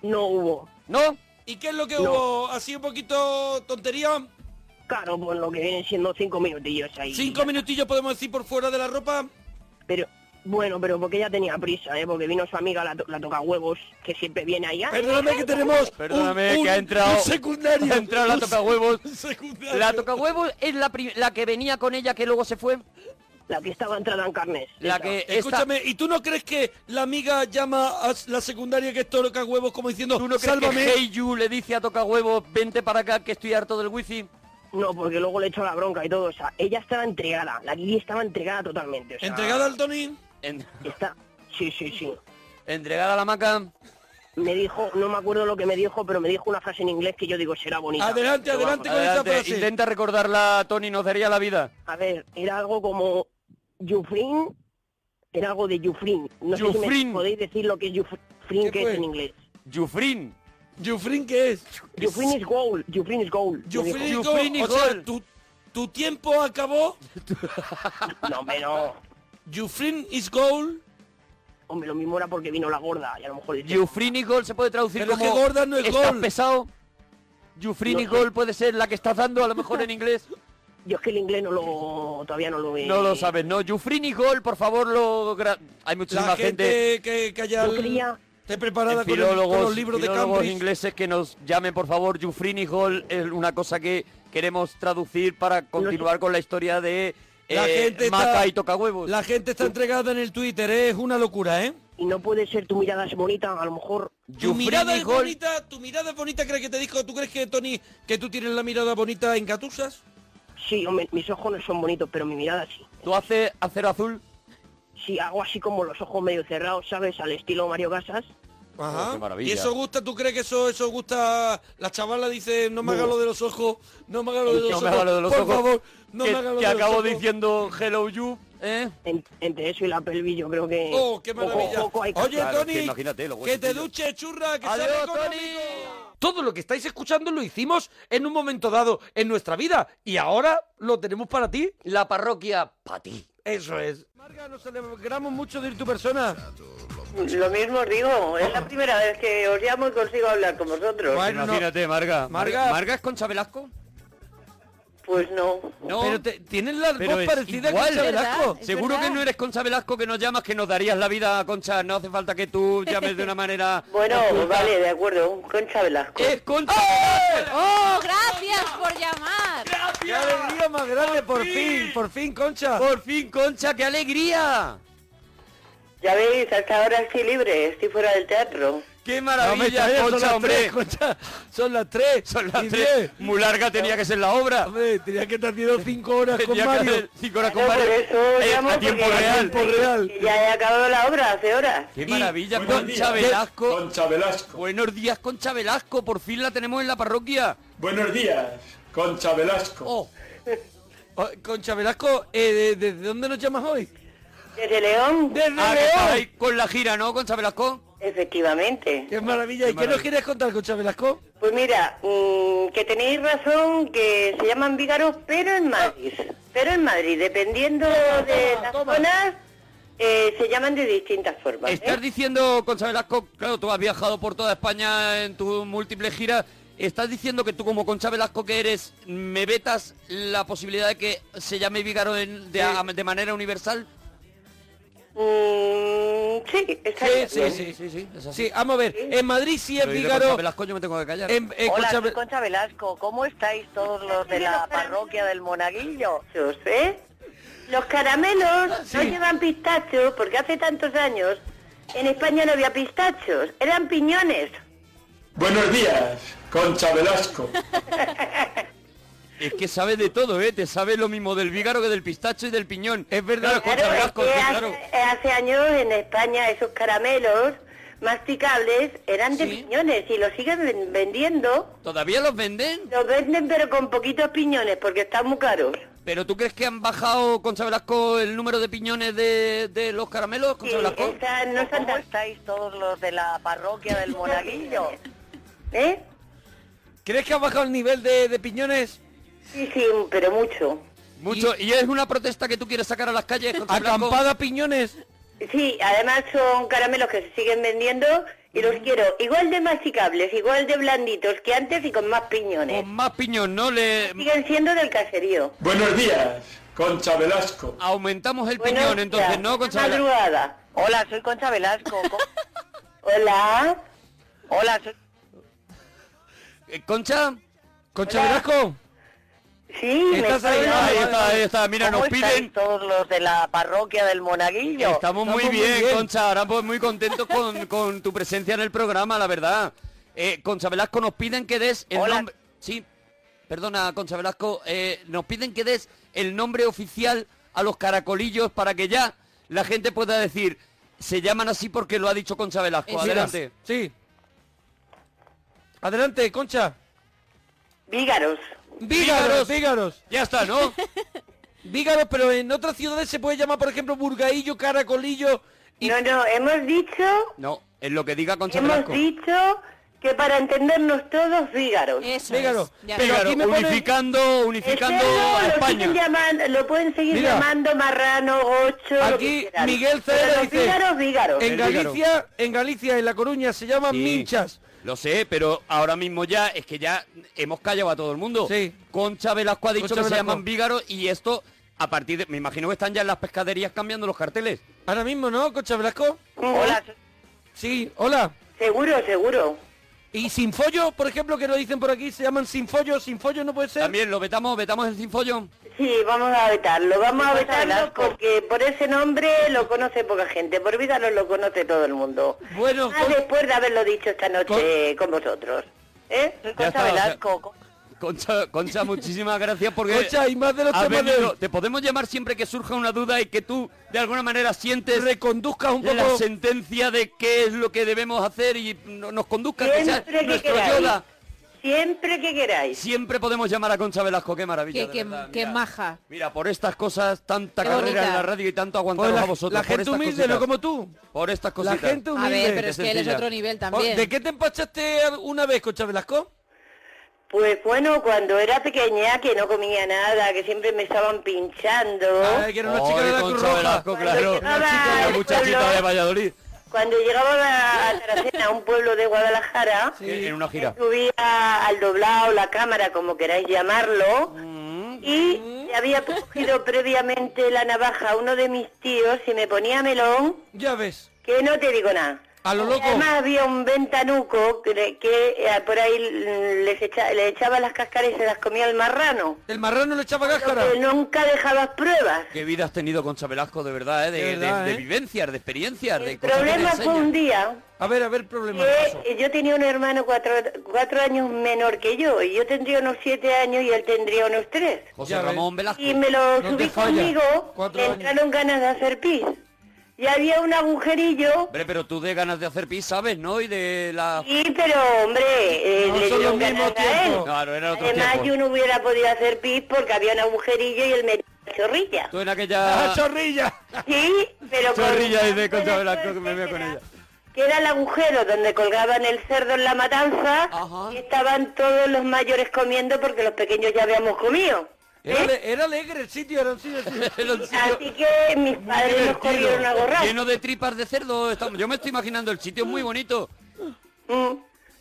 [SPEAKER 10] No hubo.
[SPEAKER 3] ¿No?
[SPEAKER 4] ¿Y qué es lo que
[SPEAKER 10] No.
[SPEAKER 4] hubo? ¿Así un poquito tontería?
[SPEAKER 10] Claro, pues lo que vienen siendo cinco minutillos ahí.
[SPEAKER 4] ¿Cinco minutillos podemos decir por fuera de la ropa?
[SPEAKER 10] Pero, bueno, pero porque ella tenía prisa, ¿eh? Porque vino su amiga, la, to- la toca huevos, que siempre viene allá.
[SPEAKER 4] Perdóname que tenemos un-
[SPEAKER 3] Perdóname,
[SPEAKER 4] un,
[SPEAKER 3] que ha entrado-
[SPEAKER 4] un secundario.
[SPEAKER 3] ha entrado la
[SPEAKER 4] Un
[SPEAKER 3] toca huevos.
[SPEAKER 4] se- un secundario.
[SPEAKER 3] La tocahuevos es la, pri- la que venía con ella que luego se fue.
[SPEAKER 10] La que estaba entrada en carnes.
[SPEAKER 3] La
[SPEAKER 10] Esa.
[SPEAKER 3] que esta-
[SPEAKER 4] Escúchame, ¿y tú no crees que la amiga llama a la secundaria que es toca huevos como diciendo,
[SPEAKER 3] ¿Tú no crees
[SPEAKER 4] sálvame?
[SPEAKER 3] que Heiju le dice a tocahuevos, vente para acá que estoy harto del wifi?
[SPEAKER 10] No, porque luego le echó la bronca y todo. O sea, ella estaba entregada. La Kiki estaba entregada totalmente. o sea,
[SPEAKER 4] ¿Entregada al Tony?
[SPEAKER 3] En-
[SPEAKER 10] Está... Sí, sí, sí.
[SPEAKER 3] entregada a la maca.
[SPEAKER 10] Me dijo, no me acuerdo lo que me dijo, pero me dijo una frase en inglés que yo digo será bonita.
[SPEAKER 4] Adelante,
[SPEAKER 10] Pero
[SPEAKER 4] adelante con esa
[SPEAKER 3] Adelante,
[SPEAKER 4] frase.
[SPEAKER 3] intenta recordarla, Tony, nos daría la vida.
[SPEAKER 10] vamos, A ver, era algo como Jufrin, era algo de Jufrin. No sé si
[SPEAKER 3] Jufrin.
[SPEAKER 10] me podéis decir lo que es
[SPEAKER 4] ¿Qué
[SPEAKER 10] Jufrin, que
[SPEAKER 4] fue?
[SPEAKER 10] es en inglés.
[SPEAKER 3] Jufrin.
[SPEAKER 4] ¿Jufrin qué es?
[SPEAKER 10] Jufrin is goal, Jufrin is goal. me dijo.
[SPEAKER 4] Jufrin,
[SPEAKER 3] Jufrin y
[SPEAKER 4] o sea,
[SPEAKER 3] gol.
[SPEAKER 4] tu, tu tiempo acabó.
[SPEAKER 10] No, hombre, no.
[SPEAKER 4] Jufrin is goal.
[SPEAKER 10] Hombre, lo mismo era porque vino la gorda y a lo mejor... dice,
[SPEAKER 3] Jufrin y gol se puede traducir
[SPEAKER 4] Pero es
[SPEAKER 3] como...
[SPEAKER 4] que gorda no es
[SPEAKER 3] ¿Estás
[SPEAKER 4] gol.
[SPEAKER 3] pesado? Jufrin y
[SPEAKER 10] No.
[SPEAKER 3] gol puede ser la que estás dando a lo mejor en inglés.
[SPEAKER 10] Yo es que el inglés no lo... todavía no lo he...
[SPEAKER 3] No lo sabes, no. Jufrin y gol, por favor, lo... gra- Hay muchísima
[SPEAKER 4] La gente que, que haya...
[SPEAKER 10] Yo quería-
[SPEAKER 4] Esté preparada con, el- con
[SPEAKER 3] filólogos,
[SPEAKER 4] los libros de
[SPEAKER 3] filólogos
[SPEAKER 4] Cambridge.
[SPEAKER 3] ingleses que nos llamen, por favor. Jufrini Hall es una cosa que queremos traducir para continuar con la historia de
[SPEAKER 4] La
[SPEAKER 3] eh,
[SPEAKER 4] gente
[SPEAKER 3] Maca
[SPEAKER 4] está-
[SPEAKER 3] y Toca Huevos.
[SPEAKER 4] La gente está entregada en el Twitter, ¿eh? es una locura, ¿eh?
[SPEAKER 10] Y no puede ser tu mirada es bonita, a lo mejor...
[SPEAKER 4] Tu mirada es
[SPEAKER 3] Gol-
[SPEAKER 4] bonita, tu mirada es bonita, ¿crees que te dijo? ¿Tú crees que Tony, que tú tienes la mirada bonita en Catusas?
[SPEAKER 10] Sí, hombre, mis ojos no son bonitos, pero mi mirada sí.
[SPEAKER 3] Tú haces acero azul.
[SPEAKER 10] Sí, hago así como los ojos medio cerrados, ¿sabes? Al estilo Mario Casas.
[SPEAKER 4] Ajá.
[SPEAKER 3] Oh, qué maravilla.
[SPEAKER 4] ¿Ah? ¿Y eso gusta? ¿Tú crees que eso, eso gusta? La chavala dice, no me haga lo de los ojos, no me haga lo de los
[SPEAKER 3] No
[SPEAKER 4] ojos.
[SPEAKER 3] me hagas lo de los
[SPEAKER 4] por
[SPEAKER 3] ojos.
[SPEAKER 4] favor, no
[SPEAKER 3] que,
[SPEAKER 4] me haga lo
[SPEAKER 3] que
[SPEAKER 4] de los
[SPEAKER 3] acabo
[SPEAKER 4] ojos.
[SPEAKER 3] diciendo Hello You, ¿eh?
[SPEAKER 10] En- entre eso y la pelvis, yo creo que...
[SPEAKER 4] Oh, qué
[SPEAKER 10] poco-
[SPEAKER 4] maravilla.
[SPEAKER 10] poco hay que
[SPEAKER 4] Oye,
[SPEAKER 10] hacer.
[SPEAKER 3] Claro,
[SPEAKER 4] Tony,
[SPEAKER 3] es que imagínate, los
[SPEAKER 4] que
[SPEAKER 3] huesos
[SPEAKER 4] te
[SPEAKER 3] tuyos.
[SPEAKER 4] duche, churra, que
[SPEAKER 3] Adiós,
[SPEAKER 4] sale
[SPEAKER 3] Tony.
[SPEAKER 1] Todo lo que estáis escuchando lo hicimos en un momento dado en nuestra vida y ahora lo tenemos para ti.
[SPEAKER 3] La parroquia para ti.
[SPEAKER 1] Eso es.
[SPEAKER 4] Marga, nos alegramos mucho de ir tu persona.
[SPEAKER 13] Lo mismo os digo, es la primera vez que os llamo y consigo hablar con vosotros.
[SPEAKER 4] Bueno, no.
[SPEAKER 3] Imagínate, Marga.
[SPEAKER 4] Marga-
[SPEAKER 3] ¿Marga es Concha Velasco?
[SPEAKER 13] Pues no.
[SPEAKER 3] No.
[SPEAKER 4] Pero te- tienes la
[SPEAKER 3] Pero
[SPEAKER 4] voz
[SPEAKER 3] es
[SPEAKER 4] parecida
[SPEAKER 3] igual.
[SPEAKER 4] a Concha
[SPEAKER 12] Es verdad,
[SPEAKER 4] Velasco.
[SPEAKER 12] es
[SPEAKER 3] Seguro
[SPEAKER 12] verdad.
[SPEAKER 3] que no eres Concha Velasco que nos llamas, que nos darías la vida, Concha. No hace falta que tú llames de una manera...
[SPEAKER 13] Bueno,
[SPEAKER 3] oculta.
[SPEAKER 13] vale, de acuerdo. Concha Velasco.
[SPEAKER 3] ¡Es Concha Velasco!
[SPEAKER 12] ¡Oh, gracias por llamar!
[SPEAKER 4] ¡Qué alegría más grande! Por, fin, por fin, Concha.
[SPEAKER 3] ¡Por fin, Concha, qué alegría!
[SPEAKER 13] Ya veis, hasta ahora estoy libre, estoy fuera del teatro.
[SPEAKER 3] ¡Qué
[SPEAKER 4] No me
[SPEAKER 3] maravilla,
[SPEAKER 4] extrañes, son las
[SPEAKER 3] Concha, hombre!
[SPEAKER 4] tres, Concha. Son las tres.
[SPEAKER 3] Son las
[SPEAKER 4] Y
[SPEAKER 3] tres.
[SPEAKER 4] diez.
[SPEAKER 3] Muy larga tenía que ser la obra.
[SPEAKER 4] Hombre, tenía que estar haciendo cinco horas con
[SPEAKER 3] Tenía que
[SPEAKER 4] Mario.
[SPEAKER 3] hacer cinco horas con
[SPEAKER 13] No,
[SPEAKER 3] Mario.
[SPEAKER 13] por eso
[SPEAKER 3] Eh,
[SPEAKER 13] llamo,
[SPEAKER 3] a tiempo
[SPEAKER 13] porque-
[SPEAKER 3] real.
[SPEAKER 4] Tiempo real.
[SPEAKER 13] Que Ya he acabado la obra hace horas.
[SPEAKER 3] ¡Qué
[SPEAKER 4] Y-
[SPEAKER 3] maravilla,
[SPEAKER 4] Buenos
[SPEAKER 3] Concha
[SPEAKER 4] días.
[SPEAKER 3] Velasco!
[SPEAKER 14] Concha Velasco.
[SPEAKER 3] Buenos días, Concha Velasco. Por fin la tenemos en la parroquia.
[SPEAKER 14] Buenos días, Concha Velasco.
[SPEAKER 3] Oh,
[SPEAKER 4] Oh, Concha Velasco, eh, de- ¿desde dónde nos llamas hoy?
[SPEAKER 13] Desde León,
[SPEAKER 4] ¡Desde
[SPEAKER 3] ah, que
[SPEAKER 4] León!
[SPEAKER 3] estáis con la gira, ¿no, Concha Velasco?
[SPEAKER 13] efectivamente.
[SPEAKER 4] ¡Qué maravilla! ¿Y qué nos quieres contar, Concha Velasco?
[SPEAKER 13] Pues mira, mm, que tenéis razón, que se llaman vígaros, pero en Madrid. Pero en Madrid, dependiendo de las zonas, eh, se llaman de distintas formas. ¿eh?
[SPEAKER 3] Estás diciendo, Concha Velasco, claro, tú has viajado por toda España en tus múltiples giras. Estás diciendo que tú, como Concha Velasco que eres, me vetas la posibilidad de que se llame Vígaro en- de, a- de manera universal.
[SPEAKER 13] Mm, sí, está bien.
[SPEAKER 4] Sí, sí,
[SPEAKER 3] sí, sí. es así.
[SPEAKER 4] Sí, vamos a ver. En Madrid sí es
[SPEAKER 3] Lo dice Concha
[SPEAKER 4] Vígaro.
[SPEAKER 3] Velasco, yo me tengo que callar.
[SPEAKER 4] En, en
[SPEAKER 13] Hola,
[SPEAKER 4] Concha
[SPEAKER 13] soy
[SPEAKER 4] Ve-
[SPEAKER 13] Concha Velasco. ¿Cómo estáis todos los de la parroquia del Monaguillo? ¿Eh? Los caramelos no llevan pistachos porque hace tantos años en España no había pistachos, eran piñones.
[SPEAKER 14] Buenos días, Concha Velasco.
[SPEAKER 3] Es que sabe de todo, ¿eh? Te sabe lo mismo del vígaro que del pistacho y del piñón. Es
[SPEAKER 13] Claro,
[SPEAKER 3] verdad,
[SPEAKER 13] es que hace, hace años en España esos caramelos masticables eran de piñones y los siguen ven- vendiendo.
[SPEAKER 3] ¿Todavía los venden?
[SPEAKER 13] Los venden pero con poquitos piñones porque están muy caros.
[SPEAKER 3] ¿Pero tú crees que han bajado, Concha Velasco, el número de piñones de, de los caramelos, Concha Velasco?
[SPEAKER 13] no ¿Cómo estáis todos los de la parroquia del Monaguillo? ¿Eh?
[SPEAKER 5] ¿Crees que ha bajado el nivel de, de piñones?
[SPEAKER 13] Sí, sí, pero mucho.
[SPEAKER 3] Mucho. ¿Y es una protesta que tú quieres sacar a las calles, Concha Velasco?
[SPEAKER 5] ¿Acampada piñones?
[SPEAKER 13] Sí, además son caramelos que se siguen vendiendo y
[SPEAKER 3] Mm.
[SPEAKER 13] los quiero igual de masticables, igual de blanditos que antes y con más piñones.
[SPEAKER 3] Con más piñón, no le...
[SPEAKER 13] Siguen siendo del caserío.
[SPEAKER 14] Buenos días, Concha Velasco.
[SPEAKER 3] Aumentamos el
[SPEAKER 13] Buenos
[SPEAKER 3] piñón, entonces,
[SPEAKER 13] días.
[SPEAKER 3] ¿no, Concha Velasco?
[SPEAKER 13] Madrugada. Hola, soy Concha Velasco. Hola. Hola, soy...
[SPEAKER 3] Eh, ¿Concha?
[SPEAKER 5] ¿Concha
[SPEAKER 13] Hola.
[SPEAKER 5] Velasco?
[SPEAKER 13] Sí, me
[SPEAKER 5] ¿Estás
[SPEAKER 13] estoy-
[SPEAKER 5] ahí?
[SPEAKER 13] Hola.
[SPEAKER 3] Ahí está, ahí está. Mira,
[SPEAKER 13] ¿Cómo
[SPEAKER 3] nos
[SPEAKER 13] estáis
[SPEAKER 3] piden...
[SPEAKER 13] todos los de la parroquia del Monaguillo.
[SPEAKER 3] Estamos muy bien, Concha. Ahora pues muy contentos con, con tu presencia en el programa, la verdad. Eh, Concha Velasco, nos piden que des el
[SPEAKER 13] Hola.
[SPEAKER 3] nombre... Sí, perdona, Concha Velasco. eh, nos piden que des el nombre oficial a los caracolillos para que ya la gente pueda decir... Se llaman así porque lo ha dicho Concha Velasco. Adelante.
[SPEAKER 5] Sí. Adelante, Concha.
[SPEAKER 13] Vígaros.
[SPEAKER 5] Vígaros, vígaros.
[SPEAKER 3] Ya está, ¿no?
[SPEAKER 5] Vígaros, pero en otras ciudades se puede llamar, por ejemplo, burgaillo, caracolillo. Y...
[SPEAKER 13] No, no, hemos dicho,
[SPEAKER 3] No, es lo que diga Concha
[SPEAKER 13] hemos
[SPEAKER 3] Velasco.
[SPEAKER 13] dicho que para entendernos todos, vígaros.
[SPEAKER 12] Eso
[SPEAKER 5] Vígaro.
[SPEAKER 12] es. Ya
[SPEAKER 5] Pero
[SPEAKER 12] está.
[SPEAKER 5] aquí me ponen-
[SPEAKER 3] unificando,
[SPEAKER 13] El
[SPEAKER 3] unificando
[SPEAKER 13] cerdo
[SPEAKER 3] a
[SPEAKER 13] lo,
[SPEAKER 3] España.
[SPEAKER 13] siguen llamando- lo pueden seguir
[SPEAKER 5] Mira.
[SPEAKER 13] llamando marrano, gocho. lo
[SPEAKER 5] Aquí
[SPEAKER 13] que quieran.
[SPEAKER 5] Miguel
[SPEAKER 13] Pero
[SPEAKER 5] Cerda
[SPEAKER 13] los
[SPEAKER 5] dice-
[SPEAKER 13] Vígaros, vígaros.
[SPEAKER 5] En
[SPEAKER 3] El vígaro.
[SPEAKER 5] Galicia, en Galicia, en La Coruña, se llaman
[SPEAKER 3] Sí,
[SPEAKER 5] minchas.
[SPEAKER 3] Lo sé, pero ahora mismo ya es que ya hemos callado a todo el mundo.
[SPEAKER 5] Sí.
[SPEAKER 3] Concha Velasco ha dicho
[SPEAKER 5] Concha
[SPEAKER 3] que se
[SPEAKER 5] Velasco.
[SPEAKER 3] llaman vígaros y esto a partir de me imagino que están ya en las pescaderías cambiando los carteles.
[SPEAKER 5] Ahora mismo, ¿no, Concha Velasco?
[SPEAKER 13] Hola,
[SPEAKER 5] Sí, hola.
[SPEAKER 13] seguro, seguro.
[SPEAKER 5] Y sin follo, por ejemplo, que lo dicen por aquí, se llaman sin follo, sin follo no puede ser.
[SPEAKER 3] También lo vetamos, vetamos el cinfollón.
[SPEAKER 13] Sí, vamos a vetarlo, vamos a
[SPEAKER 10] Concha
[SPEAKER 13] vetarlo
[SPEAKER 10] Velasco.
[SPEAKER 13] porque por ese nombre lo conoce poca gente, por Vígaros lo conoce todo el mundo.
[SPEAKER 5] Bueno,
[SPEAKER 13] Ah,
[SPEAKER 5] Con-
[SPEAKER 13] después de haberlo dicho esta noche con, vosotros. ¿Eh? Soy
[SPEAKER 3] Ya
[SPEAKER 13] Concha
[SPEAKER 3] está, o sea-
[SPEAKER 13] Velasco.
[SPEAKER 3] Concha, Concha, muchísimas gracias porque
[SPEAKER 5] Concha, y más de los
[SPEAKER 3] has
[SPEAKER 5] temas de-
[SPEAKER 3] venido. te podemos llamar siempre que surja una duda y que tú de alguna manera sientes
[SPEAKER 5] reconduzcas un poco.
[SPEAKER 3] la sentencia de qué es lo que debemos hacer y no- nos conduzca que sea
[SPEAKER 13] Siempre que
[SPEAKER 3] nuestro
[SPEAKER 13] queráis.
[SPEAKER 3] Yoda.
[SPEAKER 13] Siempre que queráis.
[SPEAKER 3] Siempre podemos llamar a Concha Velasco, qué maravilla.
[SPEAKER 12] Qué-
[SPEAKER 3] de
[SPEAKER 12] qué-
[SPEAKER 3] verdad,
[SPEAKER 12] qué
[SPEAKER 3] mira.
[SPEAKER 12] maja.
[SPEAKER 3] Mira, por estas cosas, tanta
[SPEAKER 12] Qué
[SPEAKER 3] carrera en
[SPEAKER 12] bonita.
[SPEAKER 3] la radio y tanto aguantaros
[SPEAKER 5] Pues la,
[SPEAKER 3] a vosotros.
[SPEAKER 5] la
[SPEAKER 3] por
[SPEAKER 5] gente
[SPEAKER 3] estas
[SPEAKER 5] humilde,
[SPEAKER 3] cositas.
[SPEAKER 5] no como tú.
[SPEAKER 3] Por estas
[SPEAKER 5] La
[SPEAKER 3] cositas.
[SPEAKER 5] gente
[SPEAKER 12] A
[SPEAKER 5] humilde.
[SPEAKER 12] ver, pero es que él es
[SPEAKER 3] sencilla.
[SPEAKER 12] otro nivel
[SPEAKER 5] Oh,
[SPEAKER 12] también.
[SPEAKER 5] ¿De qué te empachaste una vez, Concha Velasco?
[SPEAKER 13] Pues bueno, cuando era pequeña que no comía nada, que siempre me estaban pinchando.
[SPEAKER 5] Ay, Ah, que era una chica
[SPEAKER 3] Ay,
[SPEAKER 5] de la Cruz
[SPEAKER 3] Concha
[SPEAKER 5] Roja.
[SPEAKER 3] Velasco, claro.
[SPEAKER 13] Cuando
[SPEAKER 3] Una
[SPEAKER 13] llegaba
[SPEAKER 3] chica, una
[SPEAKER 13] al
[SPEAKER 3] muchachita
[SPEAKER 13] pueblo-
[SPEAKER 3] de Valladolid. eh,
[SPEAKER 13] Cuando llegaba a a Taracena, un pueblo de Guadalajara,
[SPEAKER 3] En en una gira.
[SPEAKER 13] subía al doblado, la cámara, como queráis llamarlo,
[SPEAKER 5] Mm,
[SPEAKER 13] y se había cogido previamente la navaja a uno de mis tíos y me ponía melón,
[SPEAKER 5] Ya ves.
[SPEAKER 13] que no te digo nada.
[SPEAKER 5] A lo loco.
[SPEAKER 13] Además había un ventanuco que, que, eh, por ahí mm, les echa- le echaba las cáscaras y se las comía el marrano.
[SPEAKER 5] El marrano le echaba cáscara.
[SPEAKER 13] Que nunca dejabas pruebas.
[SPEAKER 3] Qué vida has tenido, Concha Velasco, de verdad, ¿eh? De,
[SPEAKER 5] De verdad,
[SPEAKER 3] de- de
[SPEAKER 5] ¿eh?
[SPEAKER 3] vivencias, de experiencias, de
[SPEAKER 5] Pues
[SPEAKER 13] El
[SPEAKER 3] cosas que te
[SPEAKER 13] problema fue
[SPEAKER 3] enseñan.
[SPEAKER 13] un día
[SPEAKER 5] A ver, a ver, problema. ¿qué pasó?
[SPEAKER 13] que yo tenía un hermano cuatro, cuatro años menor que yo, y yo tendría unos siete años y él tendría unos tres.
[SPEAKER 3] José
[SPEAKER 5] Ya ves.
[SPEAKER 3] Ramón Velasco.
[SPEAKER 13] Y me lo
[SPEAKER 5] No
[SPEAKER 13] subí
[SPEAKER 5] te falla.
[SPEAKER 13] conmigo,
[SPEAKER 5] Cuatro
[SPEAKER 13] me
[SPEAKER 5] años.
[SPEAKER 13] entraron ganas de hacer pis. Y había un agujerillo,
[SPEAKER 3] Hombre, pero tú de ganas de hacer pis, ¿sabes, no? Y de la...
[SPEAKER 13] y pero hombre, eh,
[SPEAKER 5] No
[SPEAKER 13] le
[SPEAKER 5] son
[SPEAKER 13] dio
[SPEAKER 5] los mismos
[SPEAKER 13] ganas a él.
[SPEAKER 5] tiempos.
[SPEAKER 3] Claro, era otro
[SPEAKER 13] Además
[SPEAKER 3] tiempo.
[SPEAKER 13] yo no hubiera podido hacer pis porque había un agujerillo y él me dio una chorrilla.
[SPEAKER 3] Tú en aquella...
[SPEAKER 5] Ah, chorrilla!
[SPEAKER 13] Sí, pero con-
[SPEAKER 3] Chorrilla dice
[SPEAKER 13] con
[SPEAKER 3] Concha
[SPEAKER 13] la
[SPEAKER 3] Velasco, que
[SPEAKER 13] suerte
[SPEAKER 3] me veo con
[SPEAKER 13] era-
[SPEAKER 3] ella.
[SPEAKER 13] Que era el agujero donde colgaban el cerdo en la matanza
[SPEAKER 3] Ajá.
[SPEAKER 13] y estaban todos los mayores comiendo porque los pequeños ya habíamos comido.
[SPEAKER 5] Era, ale- era alegre el sitio, era un sitio.
[SPEAKER 3] Era un sitio
[SPEAKER 13] Así que mis padres nos
[SPEAKER 5] divertido.
[SPEAKER 13] corrieron a gorrar.
[SPEAKER 3] Lleno de tripas de cerdo. estamos- Yo me estoy imaginando el sitio es muy bonito.
[SPEAKER 13] Mm.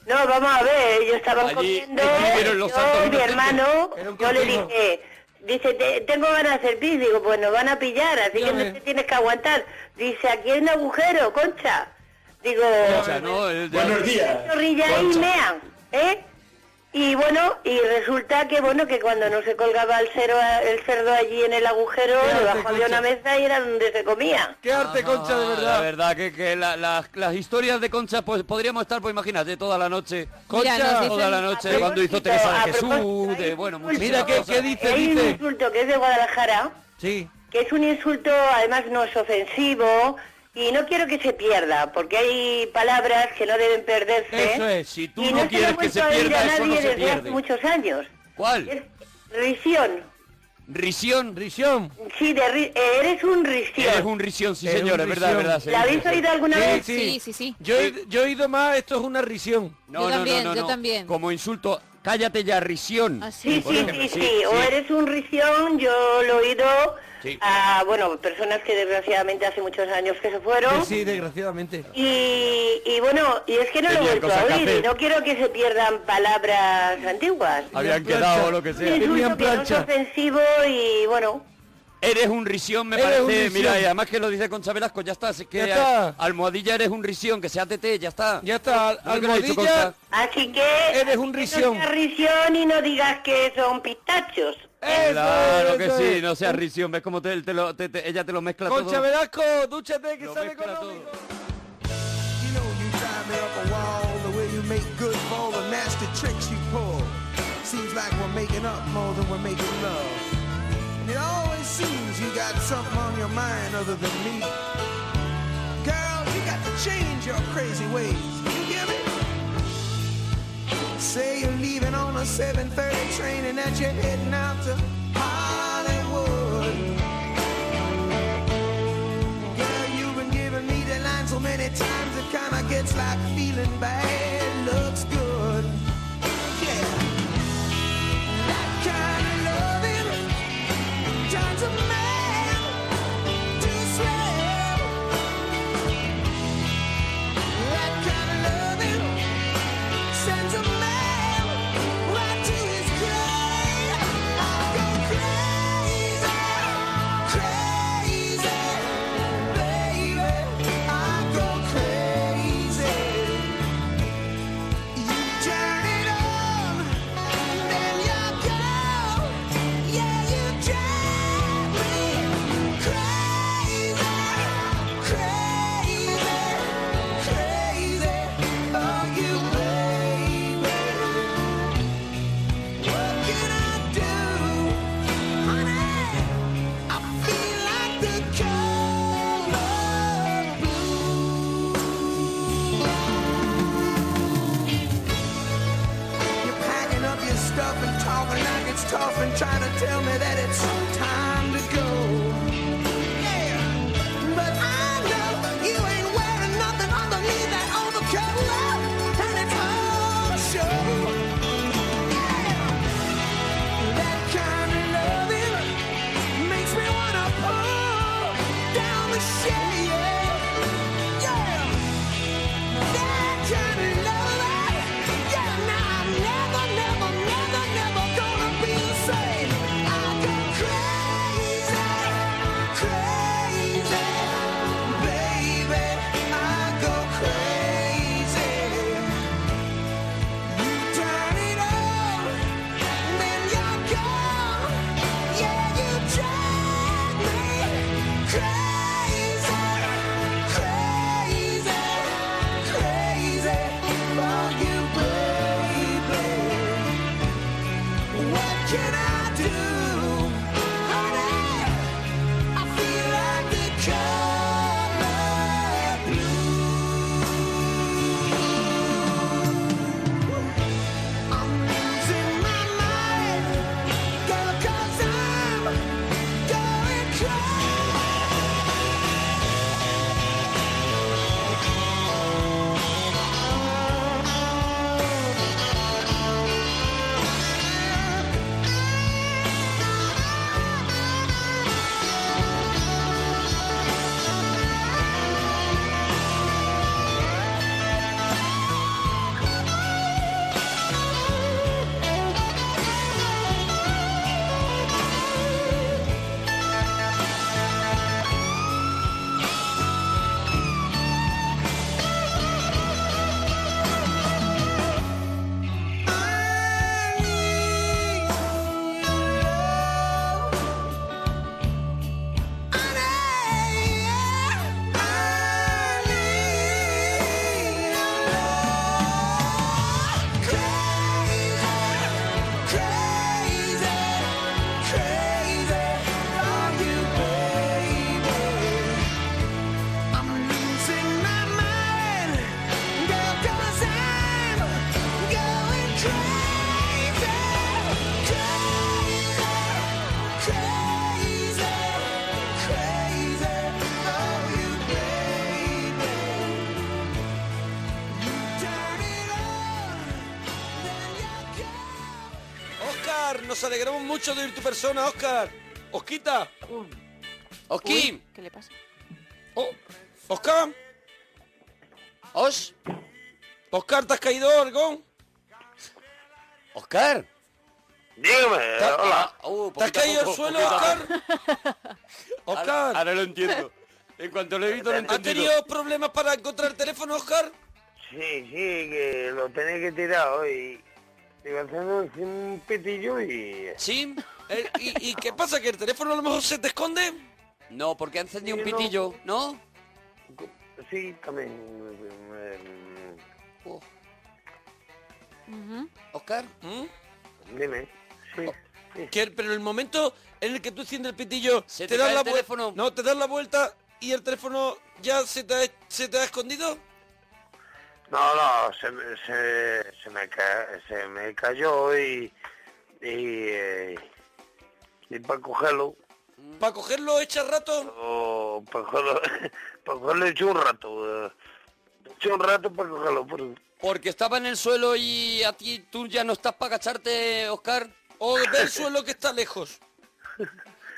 [SPEAKER 13] No, vamos a ver, ellos estaban
[SPEAKER 3] Allí
[SPEAKER 13] comiendo,
[SPEAKER 3] escribieron los santos
[SPEAKER 13] yo, mi
[SPEAKER 3] inocentes.
[SPEAKER 13] hermano,
[SPEAKER 5] Era un
[SPEAKER 13] yo le
[SPEAKER 5] castigo.
[SPEAKER 13] dije, dice, "Te- tengo ganas de hacer pis, digo, pues nos van a pillar, así
[SPEAKER 5] Ya
[SPEAKER 13] que no
[SPEAKER 5] ves.
[SPEAKER 13] te tienes que aguantar. Dice, aquí hay un agujero, concha. Digo,
[SPEAKER 3] O sea, ¿no? El de-
[SPEAKER 14] Buenos días,
[SPEAKER 13] chorrilla y
[SPEAKER 14] Concha.
[SPEAKER 13] mea, ¿eh? Y bueno, y resulta que bueno que cuando no se colgaba el, cero, el cerdo allí en el agujero, debajo había una mesa y era donde se comía.
[SPEAKER 3] ¡Qué arte, Concha, de verdad! La verdad que, que la- la- las historias de Concha, pues podríamos estar, pues imagínate, toda la noche. Concha,
[SPEAKER 13] nos dicen- Ah,
[SPEAKER 3] toda la noche,
[SPEAKER 13] a
[SPEAKER 3] cuando hizo
[SPEAKER 13] propósito,
[SPEAKER 3] Teresa
[SPEAKER 13] a
[SPEAKER 3] de Jesús, de, bueno, muchas
[SPEAKER 13] Mira,
[SPEAKER 3] cosas.
[SPEAKER 13] Hay un insulto que es de Guadalajara,
[SPEAKER 4] Sí.
[SPEAKER 13] que es un insulto, además no es ofensivo, y no quiero que se pierda, porque hay palabras que no deben perderse.
[SPEAKER 3] Eso es, si tú
[SPEAKER 13] ¿Eh? y
[SPEAKER 3] no
[SPEAKER 13] se lo he
[SPEAKER 3] quieres que
[SPEAKER 13] vuelto
[SPEAKER 3] se
[SPEAKER 13] a oír
[SPEAKER 3] pierda,
[SPEAKER 13] a
[SPEAKER 3] eso no
[SPEAKER 13] nadie
[SPEAKER 3] se
[SPEAKER 13] desde hace
[SPEAKER 3] pierde.
[SPEAKER 13] muchos años.
[SPEAKER 3] ¿Cuál?
[SPEAKER 13] Es risión.
[SPEAKER 3] Risión.
[SPEAKER 4] Risión.
[SPEAKER 13] Sí, de ri- eh, eres un risión.
[SPEAKER 3] Eres un risión, sí
[SPEAKER 4] Eres
[SPEAKER 3] señor,
[SPEAKER 4] un
[SPEAKER 3] es verdad, es
[SPEAKER 4] risión.
[SPEAKER 3] verdad. sí.
[SPEAKER 13] ¿La habéis oído alguna vez?
[SPEAKER 12] Sí, sí, sí.
[SPEAKER 4] Yo, he, yo he oído más, esto es una risión.
[SPEAKER 3] No, no, no, no, no. Como insulto, cállate ya, risión.
[SPEAKER 13] Ah, Sí,
[SPEAKER 3] Por
[SPEAKER 13] sí,
[SPEAKER 3] ejemplo,
[SPEAKER 13] sí, sí. O eres un risión, yo lo he oído
[SPEAKER 3] Sí.
[SPEAKER 13] a, bueno, personas que desgraciadamente hace muchos años que se fueron.
[SPEAKER 4] Sí, desgraciadamente.
[SPEAKER 13] Y, y bueno, y es que no lo he
[SPEAKER 4] Tenían
[SPEAKER 13] vuelto a
[SPEAKER 4] cosas que
[SPEAKER 13] oír, y
[SPEAKER 4] hacer.
[SPEAKER 13] no quiero que se pierdan palabras antiguas.
[SPEAKER 3] Habían quedado o lo que
[SPEAKER 13] Un
[SPEAKER 3] sea.
[SPEAKER 13] insulto que no es ofensivo y bueno,
[SPEAKER 3] Eres un risión, me
[SPEAKER 13] Eres
[SPEAKER 3] parece.
[SPEAKER 13] un risión.
[SPEAKER 3] Mira, y además que lo dice Concha Velasco, ya está. Así que
[SPEAKER 13] Ya está.
[SPEAKER 3] a- almohadilla eres un risión, que sea TT, ya está.
[SPEAKER 4] Ya está,
[SPEAKER 13] almohadilla, así que eres un
[SPEAKER 3] risión.
[SPEAKER 13] No seas risión y no digas que son pistachos.
[SPEAKER 3] Claro
[SPEAKER 4] Eso,
[SPEAKER 3] que
[SPEAKER 4] eso
[SPEAKER 3] sí,
[SPEAKER 4] es.
[SPEAKER 3] no seas risión, ves cómo te, te lo- te- te- ella te lo mezcla
[SPEAKER 4] Concha
[SPEAKER 3] todo.
[SPEAKER 4] Velasco, dúchate que sale con
[SPEAKER 1] You know you drive me up a wall the way you make good for all the nasty tricks you pull. Seems like we're making up more than we're making love. And it always seems you got something on your mind other than me. Girl, you got to change your crazy ways. You hear me? Say you're leaving on a 7:30 train and that you're heading out to Hollywood. Girl, you've been giving me the line so many times it kinda gets like feeling bad looks good. Yeah. That kind of loving turns a man to slave. That kind of loving sends a man right to his grave. I go crazy, crazy. Baby, I go crazy. You turn it on, then you go. Yeah, you drive me crazy, crazy, crazy. Oh, you baby, what can I do, honey? I feel like the color blue. You're packing up your stuff and talking like it's tough and trying to tell me that it's time to go. Yeah, but I know you ain't wearing nothing underneath that overcoat, love, and it's all show. Yeah, that kind of loving. Makes me wanna pull down the shade, yeah. That kind of love, yeah. Now I'm never, never, never, never gonna be the same. I go crazy. oh,
[SPEAKER 4] Oscar, nos alegramos mucho de ir tu persona, Oscar. Osquita. Osquín.
[SPEAKER 12] Uy, ¿Qué le pasa?
[SPEAKER 4] Oh, Oscar. Os. Oscar, ¿te has caído, Orgón? Oscar. Ah,
[SPEAKER 15] Dígame, hola.
[SPEAKER 4] uh, ¿Te has caído al suelo, Oscar? Oscar.
[SPEAKER 3] Ahora lo entiendo. En cuanto lo he visto, lo he
[SPEAKER 4] ¿Has
[SPEAKER 3] entendido.
[SPEAKER 4] tenido problemas para encontrar el teléfono, Oscar?
[SPEAKER 15] Sí, sí, que lo tenéis que tirar hoy. Digo, haciendo un pitillo y...
[SPEAKER 4] Sí. Eh, ¿Y, y qué pasa? ¿Que el teléfono a lo mejor se te esconde?
[SPEAKER 3] No, porque ha encendido un
[SPEAKER 15] Sí, no.
[SPEAKER 3] pitillo, ¿no?
[SPEAKER 15] Sí, también... eh,
[SPEAKER 3] Oscar.
[SPEAKER 15] Dime. Sí.
[SPEAKER 4] ¿Mm? Oh, Que- pero el momento en el que tú enciendes el pitillo,
[SPEAKER 3] Se
[SPEAKER 4] te,
[SPEAKER 3] te
[SPEAKER 4] das
[SPEAKER 3] cae
[SPEAKER 4] la
[SPEAKER 3] el
[SPEAKER 4] vuel-
[SPEAKER 3] teléfono.
[SPEAKER 4] No, te das la vuelta y el teléfono ya se te ha, se te ha escondido.
[SPEAKER 15] No, no, se, me- se, se, me, ca- se me cayó y... Y, eh, y para cogerlo...
[SPEAKER 4] Para cogerlo echa rato.
[SPEAKER 15] o para cogerlo... para cogerlo he hecho un rato. eh, He hecho un rato para cogerlo. Por...
[SPEAKER 3] Porque estaba en el suelo y a ti tú ya no estás para agacharte, Oscar.
[SPEAKER 4] O del suelo que está lejos.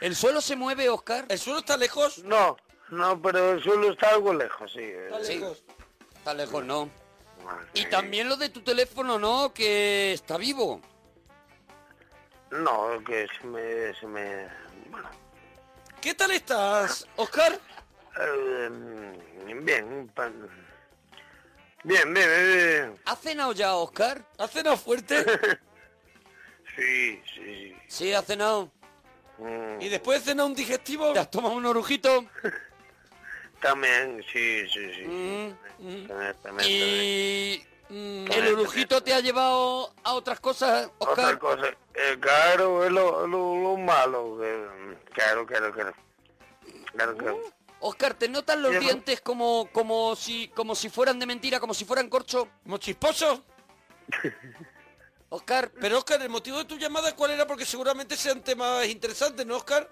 [SPEAKER 3] ¿El suelo se mueve, Oscar?
[SPEAKER 4] ¿El suelo está lejos?
[SPEAKER 15] No, no, pero el suelo está algo lejos, sí. eh.
[SPEAKER 4] Está lejos.
[SPEAKER 3] Está lejos, no.
[SPEAKER 15] Sí.
[SPEAKER 3] Y también lo de tu teléfono, ¿no? Que está vivo.
[SPEAKER 15] No, que se me... Se me... Bueno,
[SPEAKER 4] ¿Qué tal estás, Oscar?
[SPEAKER 15] eh, bien, pan- bien, bien, bien, bien.
[SPEAKER 3] ¿Ha cenado ya, Oscar?
[SPEAKER 4] ¿Has cenado fuerte?
[SPEAKER 15] Sí, sí,
[SPEAKER 3] Sí, ha cenado.
[SPEAKER 15] sí. Mm,
[SPEAKER 4] ¿Y después de cenar un digestivo?
[SPEAKER 3] ¿Te has tomado un orujito?
[SPEAKER 15] También, sí, sí, sí.
[SPEAKER 3] Mm.
[SPEAKER 15] También, también, también.
[SPEAKER 3] Y... mm, ¿El orujito te ha llevado a otras cosas,
[SPEAKER 15] Otra
[SPEAKER 3] Oscar?
[SPEAKER 15] cosa, eh, claro, es lo, lo, lo malo. que- claro, claro, claro.
[SPEAKER 3] Uh,
[SPEAKER 15] Claro, claro.
[SPEAKER 3] Oscar, ¿te notan los
[SPEAKER 15] Llevo-
[SPEAKER 3] dientes como, como, si, como si fueran de mentira, como si fueran corcho?
[SPEAKER 4] ¿Como chisposo?
[SPEAKER 3] Oscar,
[SPEAKER 4] Pero Oscar, el motivo de tu llamada, ¿cuál era? Porque seguramente sean temas interesantes, ¿no, Oscar?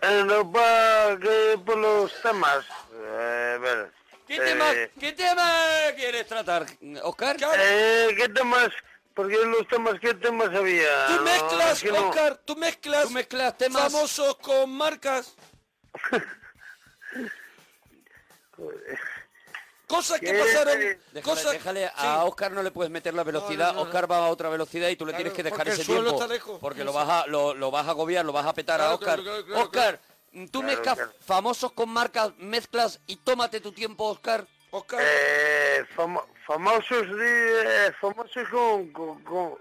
[SPEAKER 15] Eh, no, pa, que por los temas. eh, a ver.
[SPEAKER 3] ¿qué
[SPEAKER 15] eh,
[SPEAKER 3] tema, ¿qué tema quieres tratar, Oscar?
[SPEAKER 15] Eh, ¿Qué temas? Porque los temas, ¿qué temas había?
[SPEAKER 4] Tú
[SPEAKER 15] No,
[SPEAKER 4] mezclas,
[SPEAKER 15] es que ah, no.
[SPEAKER 4] Oscar, tú mezclas
[SPEAKER 3] Tú mezclas temas...
[SPEAKER 4] famosos con marcas.
[SPEAKER 15] Eh,
[SPEAKER 4] Cosas que
[SPEAKER 15] ¿Qué?
[SPEAKER 4] pasaron.
[SPEAKER 15] Déjale,
[SPEAKER 3] Déjale,
[SPEAKER 4] cosas,
[SPEAKER 3] déjale,
[SPEAKER 4] Sí.
[SPEAKER 3] a Oscar no le puedes meter la velocidad,
[SPEAKER 4] no, no.
[SPEAKER 3] Oscar va a otra velocidad y tú le
[SPEAKER 4] Claro,
[SPEAKER 3] tienes que dejar
[SPEAKER 4] porque el
[SPEAKER 3] ese
[SPEAKER 4] suelo
[SPEAKER 3] tiempo.
[SPEAKER 4] está lejos.
[SPEAKER 3] Porque lo vas a, lo, lo vas a agobiar, lo vas a petar a
[SPEAKER 4] Claro,
[SPEAKER 3] Oscar.
[SPEAKER 4] claro, claro, claro,
[SPEAKER 3] Oscar, tú
[SPEAKER 15] Claro,
[SPEAKER 3] mezclas
[SPEAKER 15] claro.
[SPEAKER 3] famosos con marcas, mezclas y tómate tu tiempo, Oscar.
[SPEAKER 4] Oscar,
[SPEAKER 15] Eh, famo- famosos, de- eh, famosos con... con, con-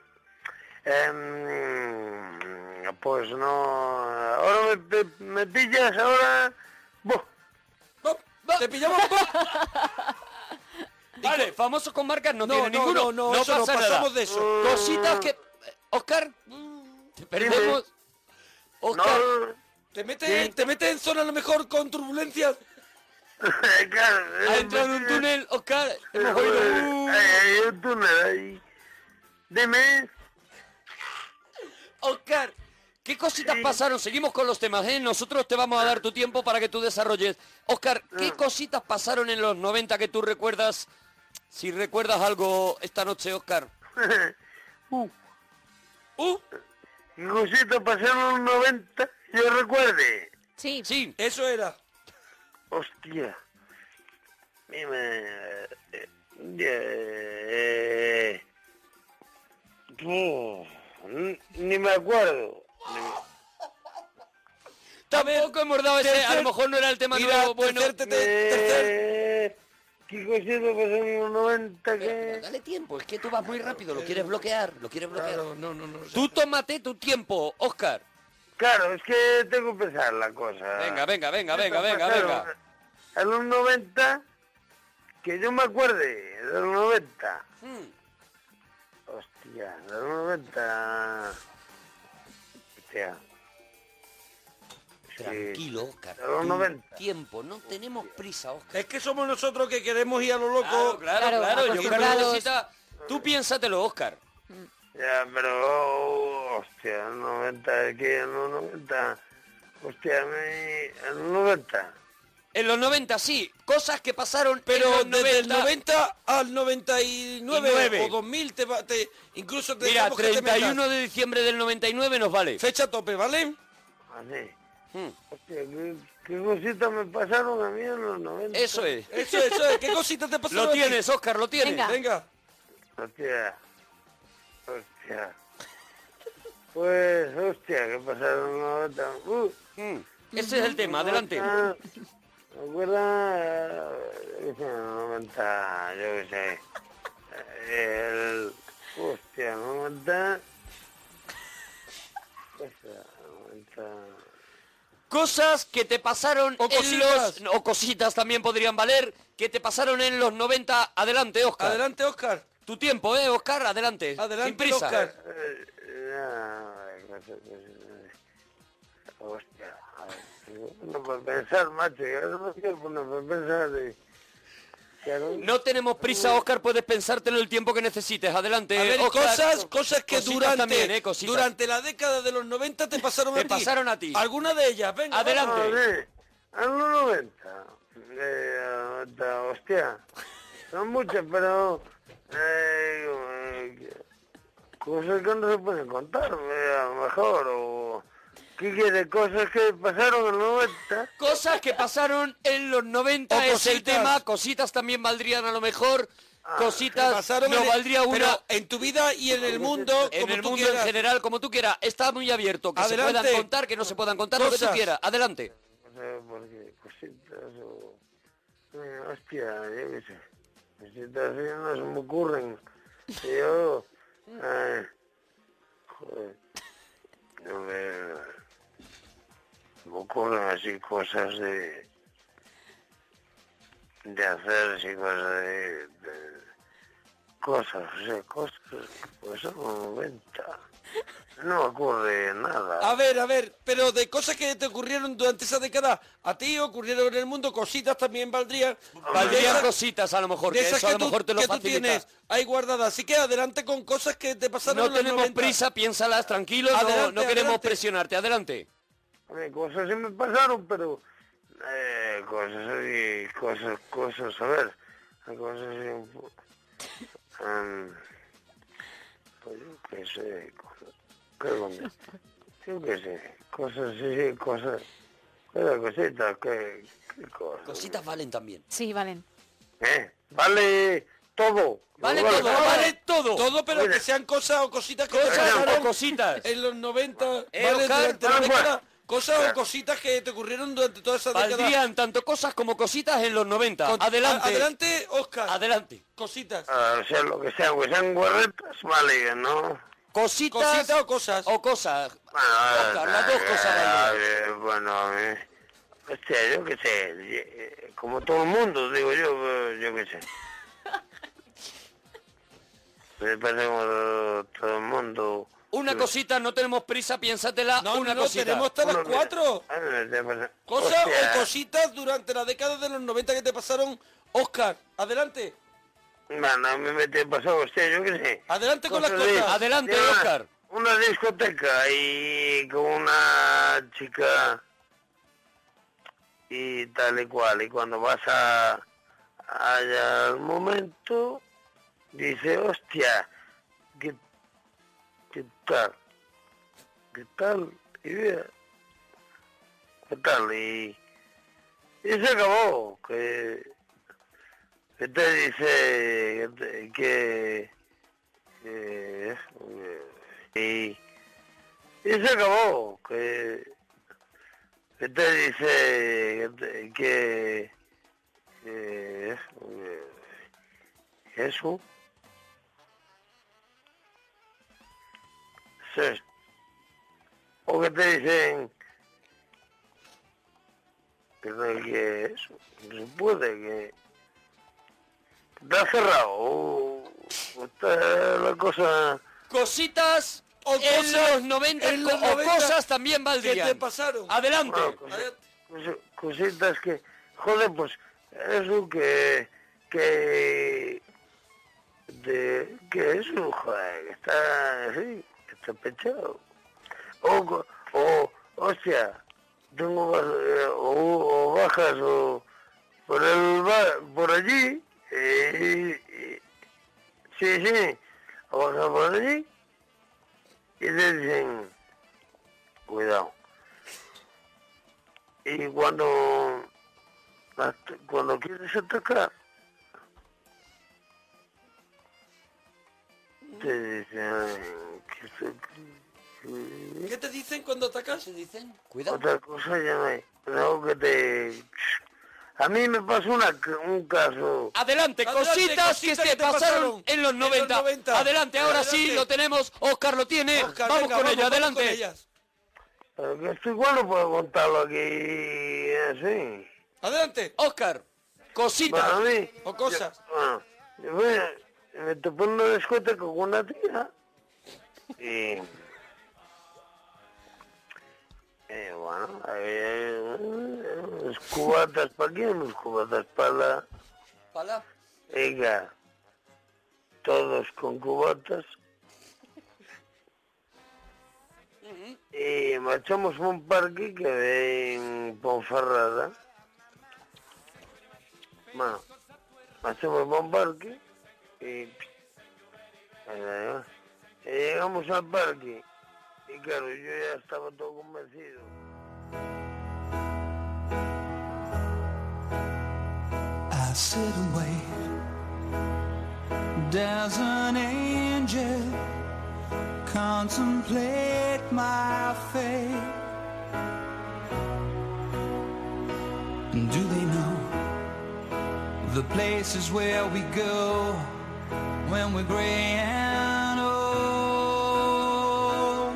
[SPEAKER 15] em, pues no... Ahora me, me- me pillas, ahora... Buh,
[SPEAKER 4] ¡pop! te pillamos. ¡pop!
[SPEAKER 3] Vale, famosos con marcas no,
[SPEAKER 4] No,
[SPEAKER 3] tiene
[SPEAKER 4] no,
[SPEAKER 3] ninguno.
[SPEAKER 4] no, no, eso no,
[SPEAKER 3] pasa nada.
[SPEAKER 4] pasamos de eso.
[SPEAKER 3] Cositas que... Oscar, te perdemos.
[SPEAKER 15] no...
[SPEAKER 3] Oscar,
[SPEAKER 4] Te metes, te metes en zona a lo mejor con turbulencias.
[SPEAKER 15] claro,
[SPEAKER 3] ha
[SPEAKER 15] eh,
[SPEAKER 3] entrado en un túnel, Oscar.
[SPEAKER 15] eh,
[SPEAKER 3] Hemos oído...
[SPEAKER 15] eh, Hay un túnel ahí. Dime...
[SPEAKER 3] Oscar, ¿qué cositas pasaron? Seguimos con los temas, ¿eh? Nosotros te vamos a dar tu tiempo para que tú desarrolles. Oscar, ¿qué
[SPEAKER 15] Ah.
[SPEAKER 3] cositas pasaron en los 90 que tú recuerdas? Si recuerdas algo esta noche, Oscar.
[SPEAKER 15] uh,
[SPEAKER 4] Uh,
[SPEAKER 15] cosita, pasaron los 90, yo recuerde.
[SPEAKER 12] Sí.
[SPEAKER 3] Sí,
[SPEAKER 4] eso era.
[SPEAKER 15] Hostia. Dime. eh, eh, eh, mm, ni me acuerdo.
[SPEAKER 3] tampoco hemos dado ese. A lo mejor no era el tema
[SPEAKER 4] Mira,
[SPEAKER 3] nuevo, bueno.
[SPEAKER 4] tercer, te- te- tercer.
[SPEAKER 15] Eh, ¿Qué cosita pasó en los 90
[SPEAKER 3] Pero
[SPEAKER 15] que...
[SPEAKER 3] Dale tiempo, es que tú vas muy rápido, lo quieres bloquear, lo quieres bloquear.
[SPEAKER 4] Eh, Claro, no, no, no.
[SPEAKER 3] Tú tómate tu tiempo, Oscar.
[SPEAKER 15] Claro, es que tengo que pensar la cosa.
[SPEAKER 3] Venga, venga, venga, venga,
[SPEAKER 15] Cositas
[SPEAKER 3] venga,
[SPEAKER 15] pasaron
[SPEAKER 3] venga.
[SPEAKER 15] En los 90, que yo me acuerde, de los 90.
[SPEAKER 3] Hmm.
[SPEAKER 15] Hostia, de los 90. Hostia. Sí.
[SPEAKER 3] Tranquilo, Oscar.
[SPEAKER 15] A los
[SPEAKER 3] Tu
[SPEAKER 15] 90.
[SPEAKER 3] Tiempo, no tenemos prisa, Oscar.
[SPEAKER 4] Es que somos nosotros que queremos ir a lo loco.
[SPEAKER 3] Claro, claro, claro. Yo creo que Eh.
[SPEAKER 12] acostumbrados.
[SPEAKER 3] necesita- Tú piénsatelo, Oscar.
[SPEAKER 15] Ya, pero, hostia, el 90 aquí, el 90. Hostia, a mí, el 90.
[SPEAKER 3] En los 90, sí, cosas que pasaron
[SPEAKER 4] Pero
[SPEAKER 3] en los
[SPEAKER 4] desde el
[SPEAKER 3] 90
[SPEAKER 4] 90 al 99
[SPEAKER 3] Y nueve.
[SPEAKER 4] o 2000 te, va- te incluso te
[SPEAKER 3] Mira,
[SPEAKER 4] dejamos que te
[SPEAKER 3] 31
[SPEAKER 4] metas.
[SPEAKER 3] de diciembre del 99 nos vale.
[SPEAKER 4] Fecha tope, ¿vale?
[SPEAKER 15] Así. Ah,
[SPEAKER 3] Hmm.
[SPEAKER 15] Hostia, ¿qué, qué cositas me pasaron a mí en los 90?
[SPEAKER 3] Eso es.
[SPEAKER 4] Eso es, eso es. ¿Qué cositas te pasaron
[SPEAKER 3] Lo
[SPEAKER 4] a ti?
[SPEAKER 3] tienes, Óscar, lo tienes.
[SPEAKER 4] Venga. Venga.
[SPEAKER 15] Hostia. Hostia. Pues, hostia, que pasaron una bata. Uh.
[SPEAKER 3] ese es el tema, adelante.
[SPEAKER 15] Ah, ¿Me acuerdas? Eh, no, 90, yo qué sé. El... Hostia, 90... Hostia, 90...
[SPEAKER 3] Cosas que te pasaron o
[SPEAKER 15] cositas.
[SPEAKER 3] en los... O cositas también podrían valer, que te pasaron en los 90. Adelante, Óscar.
[SPEAKER 4] Adelante, Óscar.
[SPEAKER 3] Tu tiempo, ¿eh, Óscar? Adelante. Sin prisa.
[SPEAKER 15] Eh, eh, no sé, eh, Hostia, a ver, no puedo pensar, macho, ya no me tiempo, no puedo pensar. eh. Claro,
[SPEAKER 3] No tenemos prisa, Óscar, puedes pensártelo el tiempo que necesites. Adelante,
[SPEAKER 4] A ver,
[SPEAKER 3] Óscar.
[SPEAKER 4] cosas, cosas que
[SPEAKER 3] Cositas
[SPEAKER 4] durante,
[SPEAKER 3] también, ¿eh? Cositas.
[SPEAKER 4] durante la década de los 90 te pasaron
[SPEAKER 3] Te
[SPEAKER 4] a ti.
[SPEAKER 3] pasaron a ti.
[SPEAKER 4] Alguna de ellas, venga.
[SPEAKER 3] Adelante.
[SPEAKER 4] vamos.
[SPEAKER 15] Joder, a los 90. Eh, hasta, hostia. Son muchas, pero... eh, eh, cosas que no se pueden contar, eh, a lo mejor. O, ¿Qué quiere? Cosas que pasaron en los 90.
[SPEAKER 3] Cosas que pasaron en los 90
[SPEAKER 15] O
[SPEAKER 3] es el
[SPEAKER 15] cositas.
[SPEAKER 3] tema. Cositas también valdrían a lo mejor. Cositas
[SPEAKER 4] Ah, Pasaron
[SPEAKER 3] no
[SPEAKER 4] en-
[SPEAKER 3] valdría una.
[SPEAKER 4] pero en tu vida y en el mundo,
[SPEAKER 3] En
[SPEAKER 4] como
[SPEAKER 3] el
[SPEAKER 4] tú
[SPEAKER 3] mundo en
[SPEAKER 4] quieras.
[SPEAKER 3] general, como tú quieras. Está muy abierto. Que se
[SPEAKER 4] Adelante.
[SPEAKER 3] puedan contar, que no se puedan contar, lo que tú
[SPEAKER 4] Cosas.
[SPEAKER 3] quieras. Adelante.
[SPEAKER 15] No sé, porque cositas o... eh, hostia, yo qué sé. Cositas así no se me ocurren. Y Yo... eh, joder. No me... Me ocurren así cosas de... De hacer así cosas de... de- cosas, o sea, cosas... Pues son 90. No me ocurre nada.
[SPEAKER 4] A ver, a ver, pero de cosas que te ocurrieron durante esa década, a ti ocurrieron en el mundo, cositas también valdrían.
[SPEAKER 3] Valdrían
[SPEAKER 4] Esas-
[SPEAKER 3] cositas a lo mejor,
[SPEAKER 4] de
[SPEAKER 3] que
[SPEAKER 4] esas
[SPEAKER 3] eso a lo mejor te lo
[SPEAKER 4] que tú
[SPEAKER 3] facilita.
[SPEAKER 4] tienes ahí guardadas. Así que adelante con cosas que te pasaron
[SPEAKER 3] No
[SPEAKER 4] en los
[SPEAKER 3] tenemos
[SPEAKER 4] 90.
[SPEAKER 3] prisa, piénsalas tranquilo, no-
[SPEAKER 4] Adelante,
[SPEAKER 3] no, queremos
[SPEAKER 4] adelante.
[SPEAKER 3] presionarte. Adelante.
[SPEAKER 15] Hombre, cosas sí me pasaron, pero eh, cosas y cosas, cosas, a ver, cosas así un po- em, pues yo qué sé, cosas, qué coño, yo qué sé, cosas así, cosas, cosas, cositas, qué, qué cosas.
[SPEAKER 3] Cositas valen también.
[SPEAKER 16] Sí, Valen.
[SPEAKER 15] Eh, vale todo.
[SPEAKER 3] Vale
[SPEAKER 15] Bueno,
[SPEAKER 3] todo, vale todo.
[SPEAKER 4] Todo, pero
[SPEAKER 15] Mira.
[SPEAKER 4] que sean cosas o cositas que
[SPEAKER 3] Cosas
[SPEAKER 4] te
[SPEAKER 3] o
[SPEAKER 4] pasaron
[SPEAKER 3] cositas.
[SPEAKER 4] en los 90.
[SPEAKER 3] Eh,
[SPEAKER 4] ¿vale?
[SPEAKER 3] Oscar,
[SPEAKER 4] Durante la
[SPEAKER 3] vamos.
[SPEAKER 4] década, cosas
[SPEAKER 3] Claro.
[SPEAKER 4] o cositas que te ocurrieron durante toda esa década.
[SPEAKER 3] Valdrían tanto cosas como cositas en los 90.
[SPEAKER 4] Con-
[SPEAKER 3] adelante.
[SPEAKER 4] a- Adelante, Oscar.
[SPEAKER 3] Adelante.
[SPEAKER 4] Cositas.
[SPEAKER 15] Ah, o sea, lo que sea, que sean guarretas, vale, ¿no?
[SPEAKER 3] Cositas
[SPEAKER 4] Cositas o cosas.
[SPEAKER 3] o cosas.
[SPEAKER 15] Ah,
[SPEAKER 3] Oscar, las dos cosas
[SPEAKER 15] ah,
[SPEAKER 3] valen.
[SPEAKER 15] eh, Bueno, eh, hostia, yo qué sé, eh, eh, como todo el mundo, digo yo, eh, yo qué sé. Me parece como todo, todo el mundo.
[SPEAKER 3] Una cosita, no tenemos prisa, piénsatela.
[SPEAKER 4] No,
[SPEAKER 3] una
[SPEAKER 4] no, no,
[SPEAKER 3] cosita.
[SPEAKER 4] tenemos hasta las
[SPEAKER 15] Bueno,
[SPEAKER 4] cuatro.
[SPEAKER 15] Ah, me te pasa-
[SPEAKER 4] Cosas
[SPEAKER 15] hostia,
[SPEAKER 4] o cositas durante la década de los 90 que te pasaron, Oscar. Adelante.
[SPEAKER 15] Bueno, a mí me te pasó, hostia, yo qué sé.
[SPEAKER 4] Adelante con las
[SPEAKER 15] Cosas de-
[SPEAKER 4] cosas.
[SPEAKER 3] Adelante,
[SPEAKER 15] de una-
[SPEAKER 3] Óscar.
[SPEAKER 15] Una discoteca y con una chica y tal y cual. Y cuando vas a allá al momento, dice, hostia, ¿qué, qué tal? ¿Qué tal? Y vea, ¿qué tal? Y, y se acabó. Que, que te dice que... te- que eh, eh, y, y se acabó. Que, que te dice que, te- que, eh, eh, eso. Sí. O que te dicen que, no- que eso, que se puede, que está cerrado, o, o está la cosa...
[SPEAKER 3] Cositas
[SPEAKER 4] O
[SPEAKER 3] en
[SPEAKER 4] cosas
[SPEAKER 3] los 90,
[SPEAKER 4] en los
[SPEAKER 3] o
[SPEAKER 4] 90
[SPEAKER 3] cosas también
[SPEAKER 4] ¿Qué
[SPEAKER 3] valdrían.
[SPEAKER 4] te pasaron?
[SPEAKER 3] Adelante.
[SPEAKER 15] Bueno, cosi- cosi- cositas que, joder, pues eso que, que de que es un joder, que está así, que está pechado. O, co- o hostia, tengo gas- eh, o, o bajas o por el ba- por allí, eh, y- y- sí, sí, o bajas por allí, y te dicen, cuidado. Y cuando at- cuando quieres atacar, te dicen que se- que-
[SPEAKER 4] ¿Qué te dicen cuando atacas? dicen? Cuidado.
[SPEAKER 15] otra cosa ya no hay. Luego que te... A mí me pasó una, un caso.
[SPEAKER 3] Adelante, cositas, que se pasaron en los 90. Adelante, ahora sí,
[SPEAKER 15] Adelante.
[SPEAKER 3] lo tenemos. Oscar lo tiene.
[SPEAKER 15] Óscar,
[SPEAKER 3] vamos
[SPEAKER 15] venga,
[SPEAKER 3] con
[SPEAKER 15] vamos,
[SPEAKER 3] ello,
[SPEAKER 15] vamos
[SPEAKER 3] adelante.
[SPEAKER 15] con ellas. Pero que esto igual no puedo contarlo aquí así.
[SPEAKER 4] Adelante.
[SPEAKER 3] Oscar, cositas.
[SPEAKER 15] Bueno, a mí,
[SPEAKER 4] o cosas.
[SPEAKER 15] Bueno, yo me, me topé en una discoteca con una tía. Y... y bueno, había unos cubatas para aquí, unos cubatas para la...
[SPEAKER 3] Pala.
[SPEAKER 15] Venga, todos con cubatas. Y marchamos a un parque que ve en Ponferrada. Bueno, marchamos a un parque y... Allá va. Y llegamos al parque y claro, yo ya estaba todo convencido.
[SPEAKER 1] I sit and wait. Does an angel contemplate my fate? Do they know the places where we go when we're gray and old?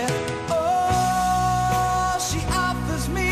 [SPEAKER 1] oh, she offers me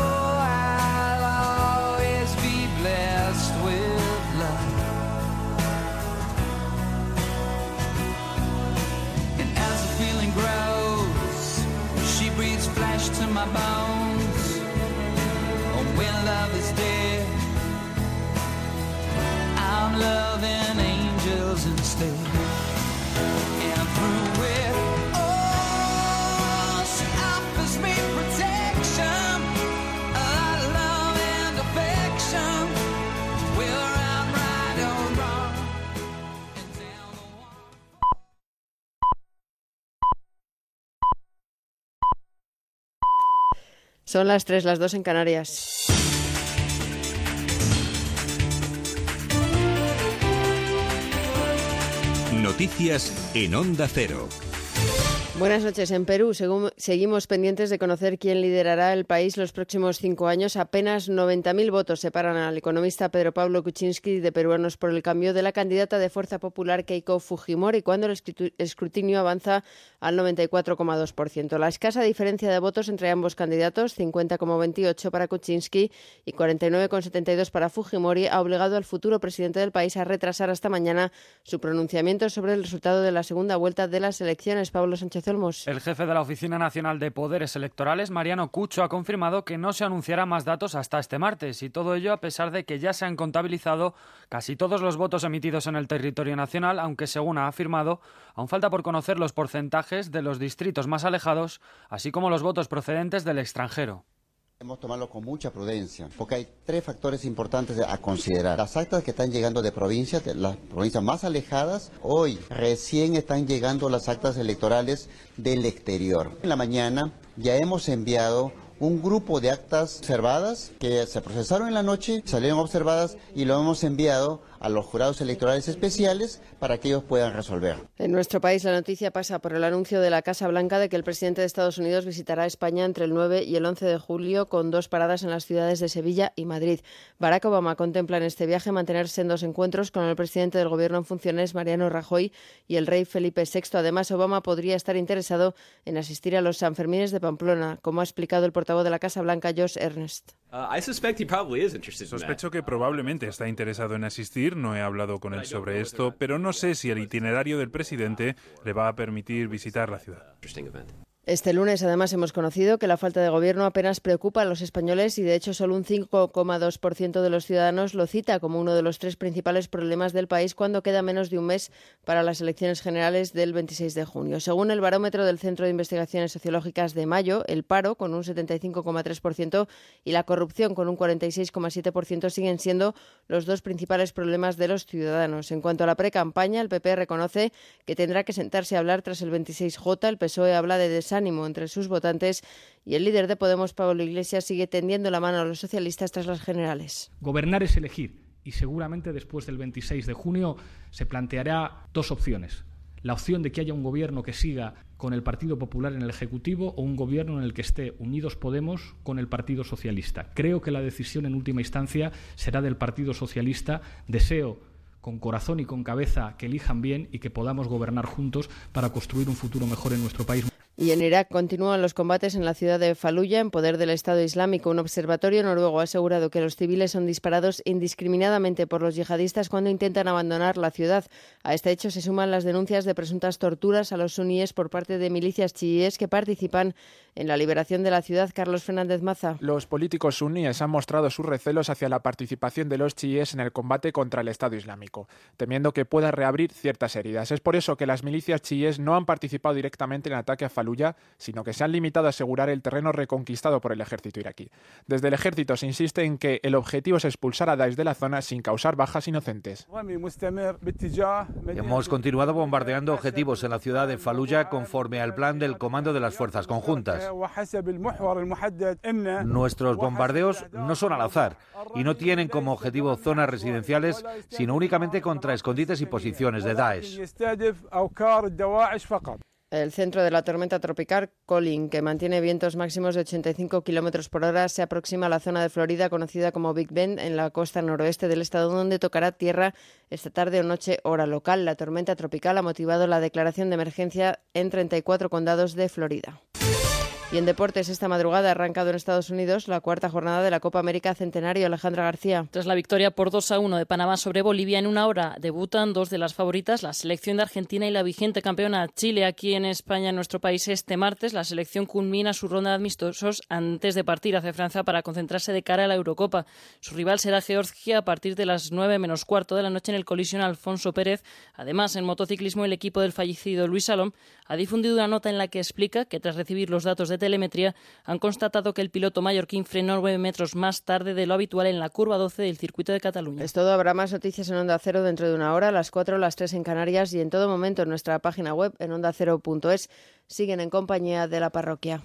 [SPEAKER 1] I'll always be blessed with love. And as the feeling grows, she breathes flesh to my bones. Oh, when love is dead, I'm loving angels instead. And through it all, she offers me protection, a lot of love and affection. Whether I'm right or wrong.
[SPEAKER 17] Son las 3, las 2 en Canarias.
[SPEAKER 18] Noticias en Onda Cero.
[SPEAKER 17] Buenas noches. En Perú según- seguimos pendientes de conocer quién liderará el país los próximos cinco años. Apenas 90.000 votos separan al economista Pedro Pablo Kuczynski de Peruanos por el Cambio de la candidata de Fuerza Popular Keiko Fujimori, cuando el escritu- escrutinio avanza al 94,2%. La escasa diferencia de votos entre ambos candidatos, 50,28 para Kuczynski y 49,72 para Fujimori, ha obligado al futuro presidente del país a retrasar hasta mañana su pronunciamiento sobre el resultado de la segunda vuelta de las elecciones. Pablo Sánchez Solmos.
[SPEAKER 19] El jefe de la Oficina Nacional de Poderes Electorales, Mariano Cucho, ha confirmado que no se anunciará más datos hasta este martes, y todo ello a pesar de que ya se han contabilizado casi todos los votos emitidos en el territorio nacional, aunque según ha afirmado, aún falta por conocer los porcentajes de los distritos más alejados, así como los votos procedentes del extranjero.
[SPEAKER 20] Debemos tomarlo con mucha prudencia, porque hay tres factores importantes a considerar. Las actas que están llegando de provincias, de las provincias más alejadas, hoy recién están llegando las actas electorales del exterior. En la mañana ya hemos enviado un grupo de actas observadas que se procesaron en la noche, salieron observadas y lo hemos enviado a los jurados electorales especiales para que ellos puedan resolver.
[SPEAKER 17] En nuestro país la noticia pasa por el anuncio de la Casa Blanca de que el presidente de Estados Unidos visitará España entre el 9 y el 11 de julio con dos paradas en las ciudades de Sevilla y Madrid. Barack Obama contempla en este viaje mantener sendos encuentros con el presidente del Gobierno en funciones, Mariano Rajoy, y el rey Felipe VI. Además, Obama podría estar interesado en asistir a los Sanfermines de Pamplona, como ha explicado el portavoz de la Casa Blanca, Josh Ernest.
[SPEAKER 21] Sospecho que probablemente está interesado en asistir, no he hablado con él sobre esto, pero no sé si el itinerario del presidente le va a permitir visitar la ciudad.
[SPEAKER 17] Este lunes, además, hemos conocido que la falta de gobierno apenas preocupa a los españoles y, de hecho, solo un 5,2% de los ciudadanos lo cita como uno de los tres principales problemas del país cuando queda menos de un mes para las elecciones generales del 26 de junio. Según el barómetro del Centro de Investigaciones Sociológicas de mayo, el paro, con un 75,3%, y la corrupción, con un 46,7%, siguen siendo los dos principales problemas de los ciudadanos. En cuanto a la precampaña, el PP reconoce que tendrá que sentarse a hablar tras el 26J. El PSOE E habla de des ánimo entre sus votantes y el líder de Podemos, Pablo Iglesias, sigue tendiendo la mano a los socialistas tras las generales.
[SPEAKER 22] Gobernar es elegir y seguramente después del 26 de junio se planteará dos opciones. La opción de que haya un gobierno que siga con el Partido Popular en el Ejecutivo o un gobierno en el que esté Unidos Podemos con el Partido Socialista. Creo que la decisión en última instancia será del Partido Socialista. Deseo con corazón y con cabeza que elijan bien y que podamos gobernar juntos para construir un futuro mejor en nuestro país.
[SPEAKER 17] Y en Irak continúan los combates en la ciudad de Faluya en poder del Estado Islámico. Un observatorio noruego ha asegurado que los civiles son disparados indiscriminadamente por los yihadistas cuando intentan abandonar la ciudad. A este hecho se suman las denuncias de presuntas torturas a los suníes por parte de milicias chiíes que participan en la liberación de la ciudad. Carlos Fernández Maza.
[SPEAKER 23] Los políticos suníes han mostrado sus recelos hacia la participación de los chiíes en el combate contra el Estado Islámico, temiendo que pueda reabrir ciertas heridas. Es por eso que las milicias chiíes no han participado directamente en el ataque a Faluya sino que se han limitado a asegurar el terreno reconquistado por el ejército iraquí. Desde el ejército se insiste en que el objetivo es expulsar a Daesh de la zona sin causar bajas inocentes.
[SPEAKER 24] Hemos continuado bombardeando objetivos en la ciudad de Fallujah conforme al plan del comando de las fuerzas conjuntas. Nuestros bombardeos no son al azar y no tienen como objetivo zonas residenciales, sino únicamente contra escondites y posiciones de Daesh.
[SPEAKER 17] El centro de la tormenta tropical Colin, que mantiene vientos máximos de 85 kilómetros por hora, se aproxima a la zona de Florida conocida como Big Bend en la costa noroeste del estado, donde tocará tierra esta tarde o noche hora local. La tormenta tropical ha motivado la declaración de emergencia en 34 condados de Florida. Y en deportes, esta madrugada ha arrancado en Estados Unidos la cuarta jornada de la Copa América Centenario. Alejandra García.
[SPEAKER 25] Tras la victoria por 2 a 1 de Panamá sobre Bolivia en una hora, debutan dos de las favoritas, la selección de Argentina y la vigente campeona Chile. Aquí en España, en nuestro país, este martes, la selección culmina su ronda de amistosos antes de partir hacia Francia para concentrarse de cara a la Eurocopa. Su rival será Georgia a partir de las 9 menos cuarto de la noche en el colisión Alfonso Pérez. Además, en motociclismo, el equipo del fallecido Luis Salom ha difundido una nota en la que explica que tras recibir los datos de telemetría han constatado que el piloto mallorquín frenó nueve metros más tarde de lo habitual en la curva 12 del circuito de Cataluña.
[SPEAKER 17] Es todo, habrá más noticias en Onda Cero dentro de una hora, a las 4, las 3 en Canarias y en todo momento en nuestra página web en ondacero.es. Siguen en compañía de la parroquia.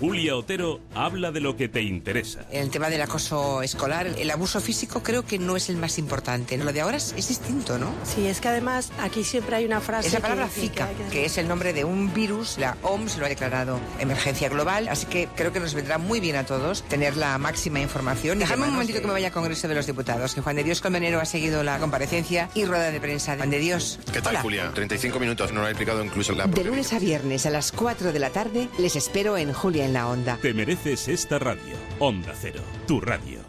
[SPEAKER 18] Julia Otero habla de lo que te interesa.
[SPEAKER 26] En el tema del acoso escolar, el abuso físico creo que no es el más importante. Lo de ahora es, es distinto, ¿no?
[SPEAKER 27] Sí, es que además aquí siempre hay una frase.
[SPEAKER 26] Es la palabra
[SPEAKER 27] que dice
[SPEAKER 26] Zika,
[SPEAKER 27] hay
[SPEAKER 26] Ah, que, es el nombre de un virus. La OMS lo ha declarado emergencia global, así que creo que nos vendrá muy bien a todos tener la máxima información. Déjame un momentito que me vaya al Congreso de los Diputados, que Juan de Dios Colmenero ha seguido la comparecencia y rueda de prensa de Juan de Dios.
[SPEAKER 28] ¿Qué tal,
[SPEAKER 26] Hola.
[SPEAKER 28] Julia? 35 minutos, no lo ha explicado incluso la
[SPEAKER 26] De lunes a viernes a las 4 de la tarde les espero en Julia en la Onda.
[SPEAKER 18] Te mereces esta radio. Onda Cero, tu radio.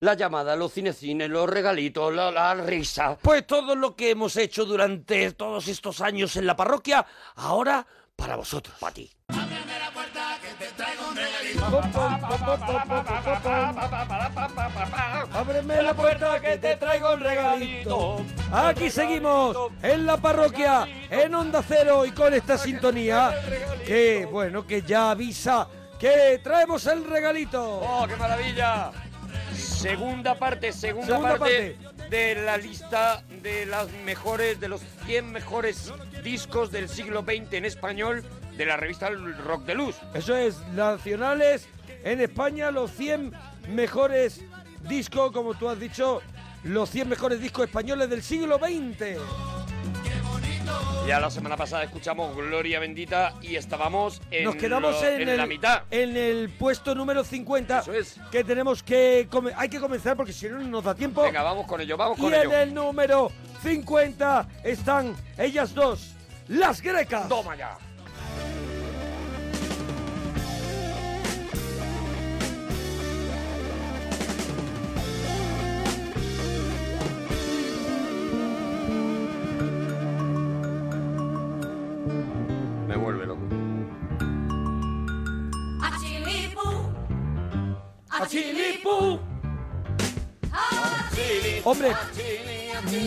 [SPEAKER 3] la llamada, los cinecines, los regalitos, la, la risa.
[SPEAKER 4] Pues todo lo que hemos hecho durante todos estos años en la parroquia, ahora para vosotros. Para ti.
[SPEAKER 29] Ábreme la puerta que te traigo un regalito.
[SPEAKER 4] Aquí seguimos en la parroquia, en Onda Cero y con esta sintonía que, bueno, que ya avisa que traemos el regalito.
[SPEAKER 3] ¡Oh, qué maravilla! Segunda parte, segunda,
[SPEAKER 4] Segunda
[SPEAKER 3] parte, de la lista de las mejores, de los 100 mejores discos del siglo XX en español de la revista Rock de Luz.
[SPEAKER 4] Eso es, nacionales en España, los 100 mejores discos, como tú has dicho, los 100 mejores discos españoles del siglo XX.
[SPEAKER 3] Ya la semana pasada escuchamos Gloria Bendita y estábamos en,
[SPEAKER 4] Nos quedamos
[SPEAKER 3] lo-
[SPEAKER 4] en, el,
[SPEAKER 3] la mitad.
[SPEAKER 4] en el puesto número 50. Que tenemos que. come- Hay que comenzar porque si no, no nos da tiempo.
[SPEAKER 3] Venga, vamos con ello, vamos
[SPEAKER 4] y
[SPEAKER 3] con
[SPEAKER 4] en
[SPEAKER 3] ello.
[SPEAKER 4] el número 50 están ellas dos, las grecas.
[SPEAKER 3] Toma ya. Me vuelve loco.
[SPEAKER 1] Achilipu,
[SPEAKER 4] Achilipú. Hombre,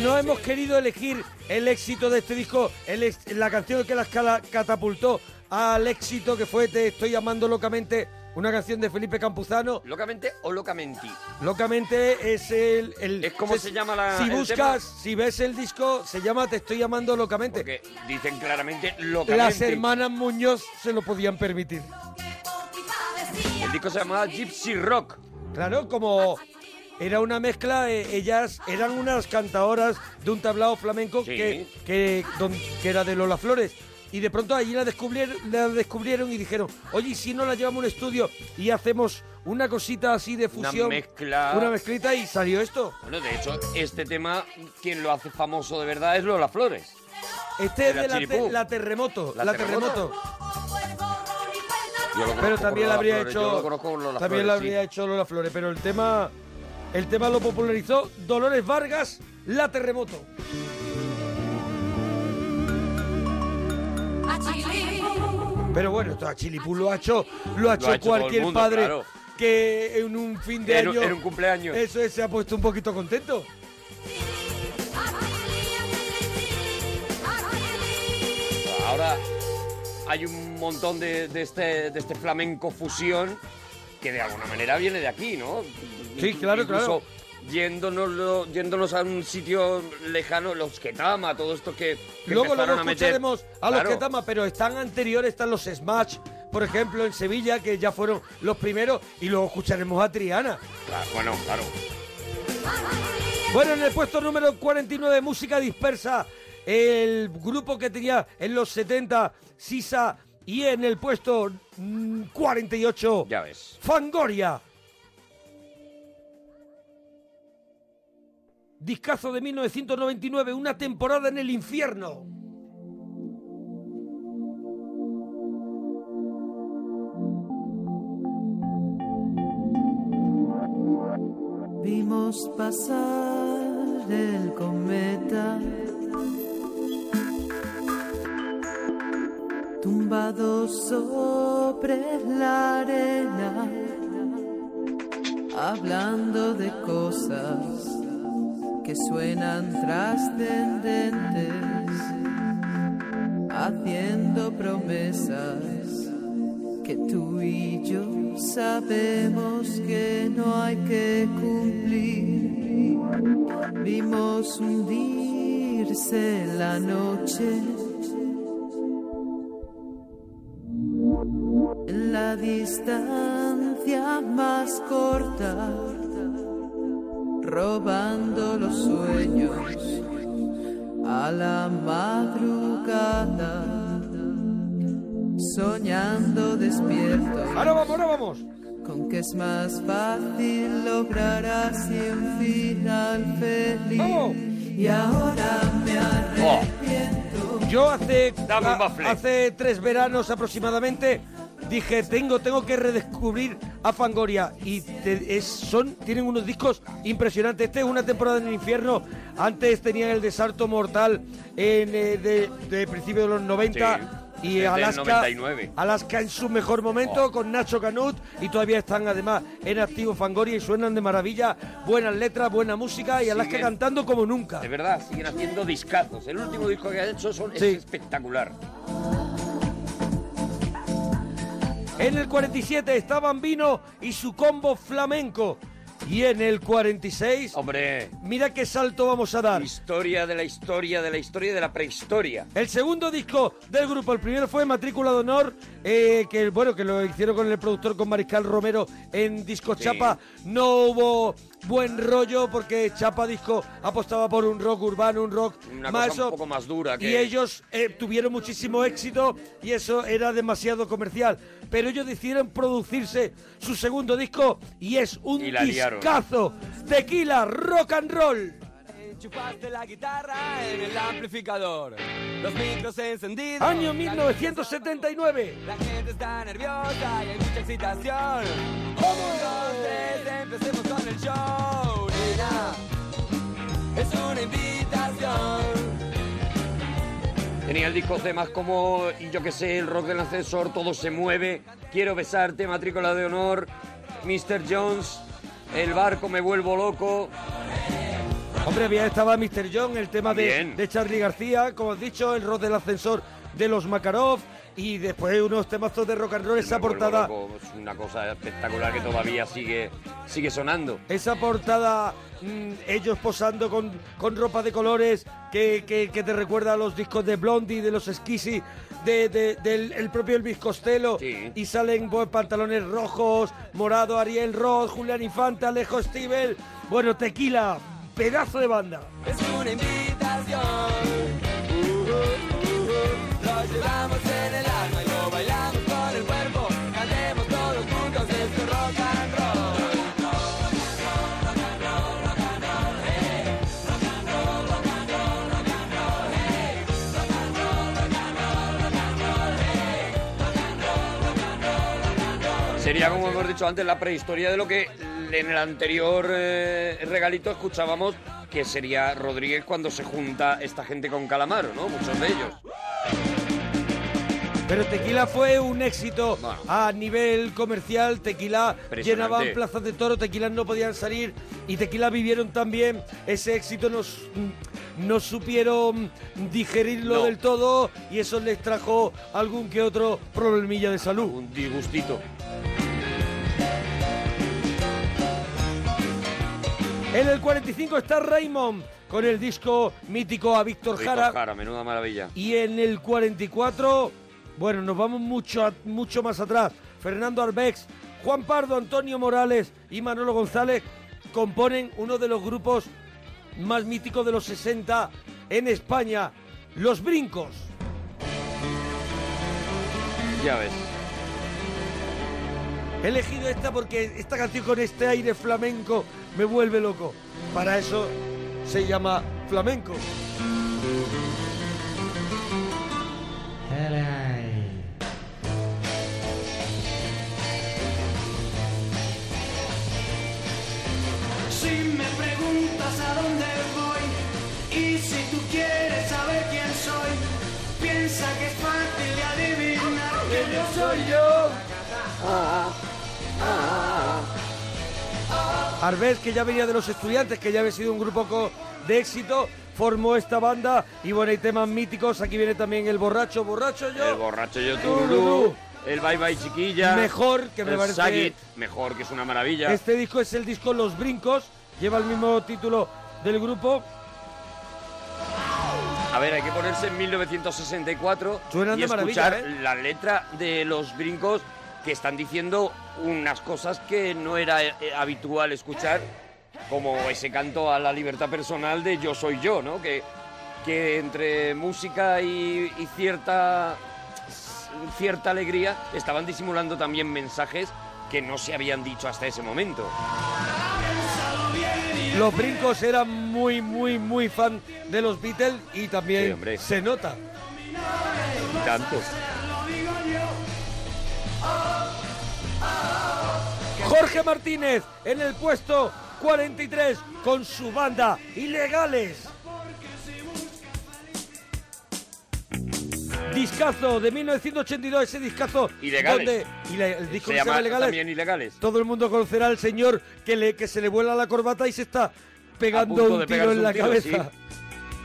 [SPEAKER 4] no em- hemos querido elegir el éxito de este disco, el ex- la canción que las cala- catapultó al éxito que fue Te estoy llamando locamente, una canción de Felipe Campuzano.
[SPEAKER 3] ¿Locamente o locamenti?
[SPEAKER 4] Locamente es el...
[SPEAKER 3] ¿Es como se llama la-
[SPEAKER 4] Si
[SPEAKER 3] el
[SPEAKER 4] buscas, si ves el disco, se llama Te estoy llamando locamente.
[SPEAKER 3] Porque dicen claramente locamente.
[SPEAKER 4] Las hermanas Muñoz se lo podían permitir.
[SPEAKER 3] El disco se llamaba Gypsy Rock.
[SPEAKER 4] Claro, como era una mezcla, eh, ellas eran unas cantadoras de un tablao flamenco que, que, don- que era de Lola Flores. Y de pronto allí la descubrieron, la descubrieron y dijeron, oye, ¿y si no la llevamos a un estudio y hacemos una cosita así de
[SPEAKER 3] Una
[SPEAKER 4] fusión.
[SPEAKER 3] mezcla.
[SPEAKER 4] Una mezclita y salió esto.
[SPEAKER 3] Bueno, de hecho, este tema, quien lo hace famoso de verdad es Lola Flores.
[SPEAKER 4] Este es
[SPEAKER 3] Era
[SPEAKER 4] de la, te-
[SPEAKER 3] Chiripú.
[SPEAKER 4] la terremoto.
[SPEAKER 3] La
[SPEAKER 4] La,
[SPEAKER 3] Terremoto.
[SPEAKER 4] terremoto.
[SPEAKER 3] Yo lo conozco
[SPEAKER 4] Pero
[SPEAKER 3] por
[SPEAKER 4] también la
[SPEAKER 3] Lola
[SPEAKER 4] habría
[SPEAKER 3] Flores,
[SPEAKER 4] hecho.
[SPEAKER 3] yo lo conozco por Lola
[SPEAKER 4] también la
[SPEAKER 3] Flores,
[SPEAKER 4] habría hecho Lola Flores. Pero el tema. El tema lo popularizó Dolores Vargas, la terremoto.
[SPEAKER 1] achilipu,
[SPEAKER 4] Pero bueno, esto a Chilipú lo ha hecho, lo
[SPEAKER 3] Lo
[SPEAKER 4] ha hecho,
[SPEAKER 3] ha hecho todo el
[SPEAKER 4] cualquier
[SPEAKER 3] mundo,
[SPEAKER 4] padre
[SPEAKER 3] claro.
[SPEAKER 4] que en un fin de
[SPEAKER 3] En un-
[SPEAKER 4] año.
[SPEAKER 3] en un cumpleaños.
[SPEAKER 4] Eso es, se ha puesto un poquito contento.
[SPEAKER 3] Ahora hay un montón de, de este, de este flamenco fusión que de alguna manera viene de aquí, ¿no?
[SPEAKER 4] Sí, claro,
[SPEAKER 3] Incluso Yéndonos, lo- yéndonos a un sitio lejano, los Ketama, todo esto que, que
[SPEAKER 4] Luego,
[SPEAKER 3] empezaron
[SPEAKER 4] luego
[SPEAKER 3] a meter.
[SPEAKER 4] escucharemos a,
[SPEAKER 3] Claro.
[SPEAKER 4] los que tama, pero están anteriores, están los Smash, por ejemplo, en Sevilla, que ya fueron los primeros, y luego escucharemos a Triana.
[SPEAKER 3] Claro, Ah, bueno, claro.
[SPEAKER 4] Bueno, en el puesto número 49, música dispersa, el grupo que tenía en los 70, Sisa, y en el puesto mm, 48,
[SPEAKER 3] ya ves.
[SPEAKER 4] Fangoria. Discazo de 1999, una temporada en el infierno.
[SPEAKER 30] Vimos pasar el cometa, tumbado sobre la arena, hablando de cosas que suenan trascendentes, haciendo promesas que tú y yo sabemos que no hay que cumplir. Vimos hundirse la noche en la distancia más corta, robando los sueños a la madrugada soñando despierto.
[SPEAKER 4] Ahora vamos, ahora vamos.
[SPEAKER 30] Con que es más fácil lograr así un final feliz. Y ahora me
[SPEAKER 3] Oh.
[SPEAKER 4] Yo hace, hace tres veranos aproximadamente dije, tengo, tengo que redescubrir a Fangoria. Y te- es- son, tienen unos discos impresionantes. Este es una temporada en el infierno. Antes tenían el Desarto Mortal en, eh, de, de principio de los 90.
[SPEAKER 3] Sí,
[SPEAKER 4] Y
[SPEAKER 3] desde el
[SPEAKER 4] Alaska,
[SPEAKER 3] 99.
[SPEAKER 4] Alaska en su mejor momento con Nacho Canut y todavía están además en activo Fangoria y suenan de maravilla, buenas letras, buena música y Alaska
[SPEAKER 3] Siguen-
[SPEAKER 4] cantando como nunca.
[SPEAKER 3] De verdad, siguen haciendo discazos. El último disco que ha hecho son, es
[SPEAKER 4] Sí.
[SPEAKER 3] espectacular.
[SPEAKER 4] En el 47 está Bambino y su combo flamenco. Y en el 46...
[SPEAKER 3] Hombre.
[SPEAKER 4] Mira qué salto vamos a dar.
[SPEAKER 3] Historia de la historia de la historia de la prehistoria.
[SPEAKER 4] El segundo disco del grupo, el primero fue Matrícula de Honor, eh, que bueno, que lo hicieron con el productor, con Mariscal Romero en Disco
[SPEAKER 3] Sí.
[SPEAKER 4] Chapa. No hubo buen rollo porque Chapa Disco apostaba por un rock urbano, un rock
[SPEAKER 3] Una
[SPEAKER 4] más
[SPEAKER 3] cosa
[SPEAKER 4] eso,
[SPEAKER 3] un poco más dura que...
[SPEAKER 4] y ellos eh, tuvieron muchísimo éxito y eso era demasiado comercial. Pero ellos decidieron producirse su segundo disco y es un
[SPEAKER 3] Y la liaron.
[SPEAKER 4] discazo. Tequila, rock and roll.
[SPEAKER 6] Chupaste la guitarra en el amplificador. Los micros encendidos.
[SPEAKER 3] Ah.
[SPEAKER 4] Año
[SPEAKER 6] La
[SPEAKER 4] 1979.
[SPEAKER 6] La gente está nerviosa y hay mucha excitación. Un, dos, tres, empecemos con el show. Nena, es una invitación.
[SPEAKER 3] Tenía el disco temas como, y yo que sé, el rock del ascensor, todo se mueve, quiero besarte, matrícula de honor, Mr. Jones, el barco me vuelvo loco.
[SPEAKER 4] Hombre, bien estaba Mr. John, el tema de,
[SPEAKER 3] Bien.
[SPEAKER 4] de Charlie García, como has dicho, el rock del ascensor de los Makarov y después unos temazos de rock and roll, esa
[SPEAKER 3] Me vuelvo
[SPEAKER 4] portada,
[SPEAKER 3] loco, Es una cosa espectacular que todavía sigue, sigue sonando.
[SPEAKER 4] esa portada, mm, ellos posando con, con ropa de colores que, que- que te recuerda a los discos de Blondie, de los Skissy, de, de- del el propio Elvis Costello y salen pues, pantalones rojos, morado, Ariel Ross, Julián Infante, Alejo Stivel, bueno, tequila, pedazo de banda.
[SPEAKER 6] Es una invitación. Uh, uh, uh. Lo llevamos en el alma y lo bailamos con el cuerpo. Cantemos todos juntos este rock and roll. eh.
[SPEAKER 3] Sería, como hemos dicho antes, la prehistoria de lo que en el anterior eh, regalito escuchábamos, que sería Rodríguez cuando se junta esta gente con Calamaro, ¿no? Muchos de ellos.
[SPEAKER 4] Pero Tequila fue un éxito a nivel comercial. Tequila
[SPEAKER 3] Impresionante.
[SPEAKER 4] llenaban plazas de toro, Tequila no podían salir y Tequila vivieron también ese éxito. Nos, no supieron digerirlo del todo y eso les trajo algún que otro problemilla de salud.
[SPEAKER 3] Un disgustito.
[SPEAKER 4] En el 45 está Raymond con el disco mítico a Víctor
[SPEAKER 3] Víctor
[SPEAKER 4] Jara.
[SPEAKER 3] Jara, menuda maravilla.
[SPEAKER 4] Y en el 44, bueno, nos vamos mucho, a- mucho más atrás. Fernando Arbex, Juan Pardo, Antonio Morales y Manolo González componen uno de los grupos más míticos de los 60 en España, Los Brincos.
[SPEAKER 3] Ya ves.
[SPEAKER 4] He elegido esta porque esta canción con este aire flamenco me vuelve loco. Para eso se llama flamenco.
[SPEAKER 7] Si me preguntas a dónde voy y si tú quieres saber quién soy, piensa que es fácil de adivinar que yo soy yo.
[SPEAKER 4] ah. Arbés, que ya venía de los estudiantes, que ya había sido un grupo co- de éxito, formó esta banda y bueno, hay temas míticos. Aquí viene también el borracho, borracho yo.
[SPEAKER 3] El borracho yo tururú, el bye bye chiquilla.
[SPEAKER 4] Mejor, que me
[SPEAKER 3] el
[SPEAKER 4] parece-
[SPEAKER 3] Sagit, mejor que es una maravilla.
[SPEAKER 4] Este disco es el disco Los Brincos, lleva el mismo título del grupo.
[SPEAKER 3] A ver, hay que ponerse en 1964
[SPEAKER 4] Suenan
[SPEAKER 3] y
[SPEAKER 4] de maravilla, ¿eh?
[SPEAKER 3] escuchar la letra de los brincos que están diciendo unas cosas que no era eh, habitual escuchar, como ese canto a la libertad personal de yo soy yo, ¿no? Que, que entre música y, y cierta cierta alegría estaban disimulando también mensajes que no se habían dicho hasta ese momento.
[SPEAKER 4] Los Brincos eran muy, muy, muy fan de los Beatles y también se nota.
[SPEAKER 3] Tanto.
[SPEAKER 7] Lo digo yo. Oh,
[SPEAKER 4] Jorge Martínez en el puesto 43 con su banda Ilegales. Discazo de 1982, ese discazo
[SPEAKER 3] Ilegales.
[SPEAKER 4] donde ile- el disco
[SPEAKER 3] Se
[SPEAKER 4] que
[SPEAKER 3] llama
[SPEAKER 4] se llama Ilegales.
[SPEAKER 3] también Ilegales.
[SPEAKER 4] Todo el mundo conocerá al señor que, le, que se le vuela la corbata y se está
[SPEAKER 3] A
[SPEAKER 4] pegando
[SPEAKER 3] punto
[SPEAKER 4] un
[SPEAKER 3] de
[SPEAKER 4] tiro
[SPEAKER 3] pegarse
[SPEAKER 4] en
[SPEAKER 3] un
[SPEAKER 4] la
[SPEAKER 3] tiro,
[SPEAKER 4] cabeza.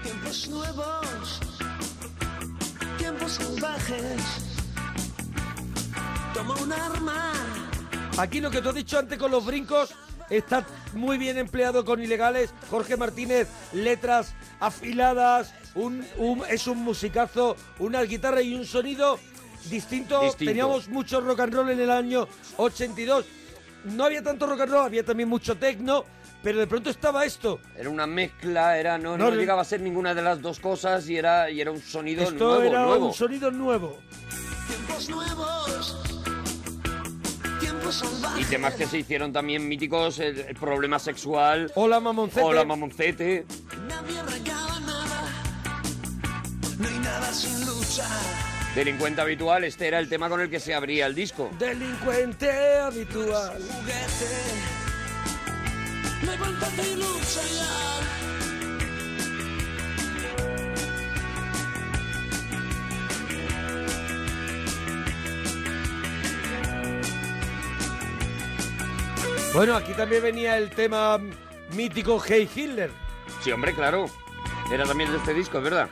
[SPEAKER 7] Tiempos nuevos, tiempos salvajes. Toma un arma.
[SPEAKER 4] Aquí lo que tú has dicho antes con los brincos está muy bien empleado con ilegales. Jorge Martínez, letras afiladas, un, un- es un musicazo, una guitarra y un sonido distinto.
[SPEAKER 3] Distinto.
[SPEAKER 4] Teníamos mucho rock and roll en el año 82. No había tanto rock and roll, había también mucho techno, pero de pronto estaba esto.
[SPEAKER 3] Era una mezcla, era no, no,
[SPEAKER 4] No, no.
[SPEAKER 3] llegaba a ser ninguna de las dos cosas y era, y era un sonido
[SPEAKER 4] Esto
[SPEAKER 3] nuevo,
[SPEAKER 4] era
[SPEAKER 3] nuevo.
[SPEAKER 4] un sonido nuevo.
[SPEAKER 7] Tiempos nuevos, tiempos salvajes.
[SPEAKER 3] Y temas que se hicieron también míticos, el, el problema sexual.
[SPEAKER 4] Hola mamoncete.
[SPEAKER 3] Hola mamoncete.
[SPEAKER 7] Nadie regala nada. No hay nada sin luchar.
[SPEAKER 3] Delincuente habitual, este era el tema con el que se abría el disco.
[SPEAKER 4] Delincuente habitual.
[SPEAKER 7] Juguete. Levántate y lucha ya.
[SPEAKER 4] Bueno, aquí también venía el tema mítico Hey Hitler.
[SPEAKER 3] Sí, hombre, claro. Era también de este disco, es verdad.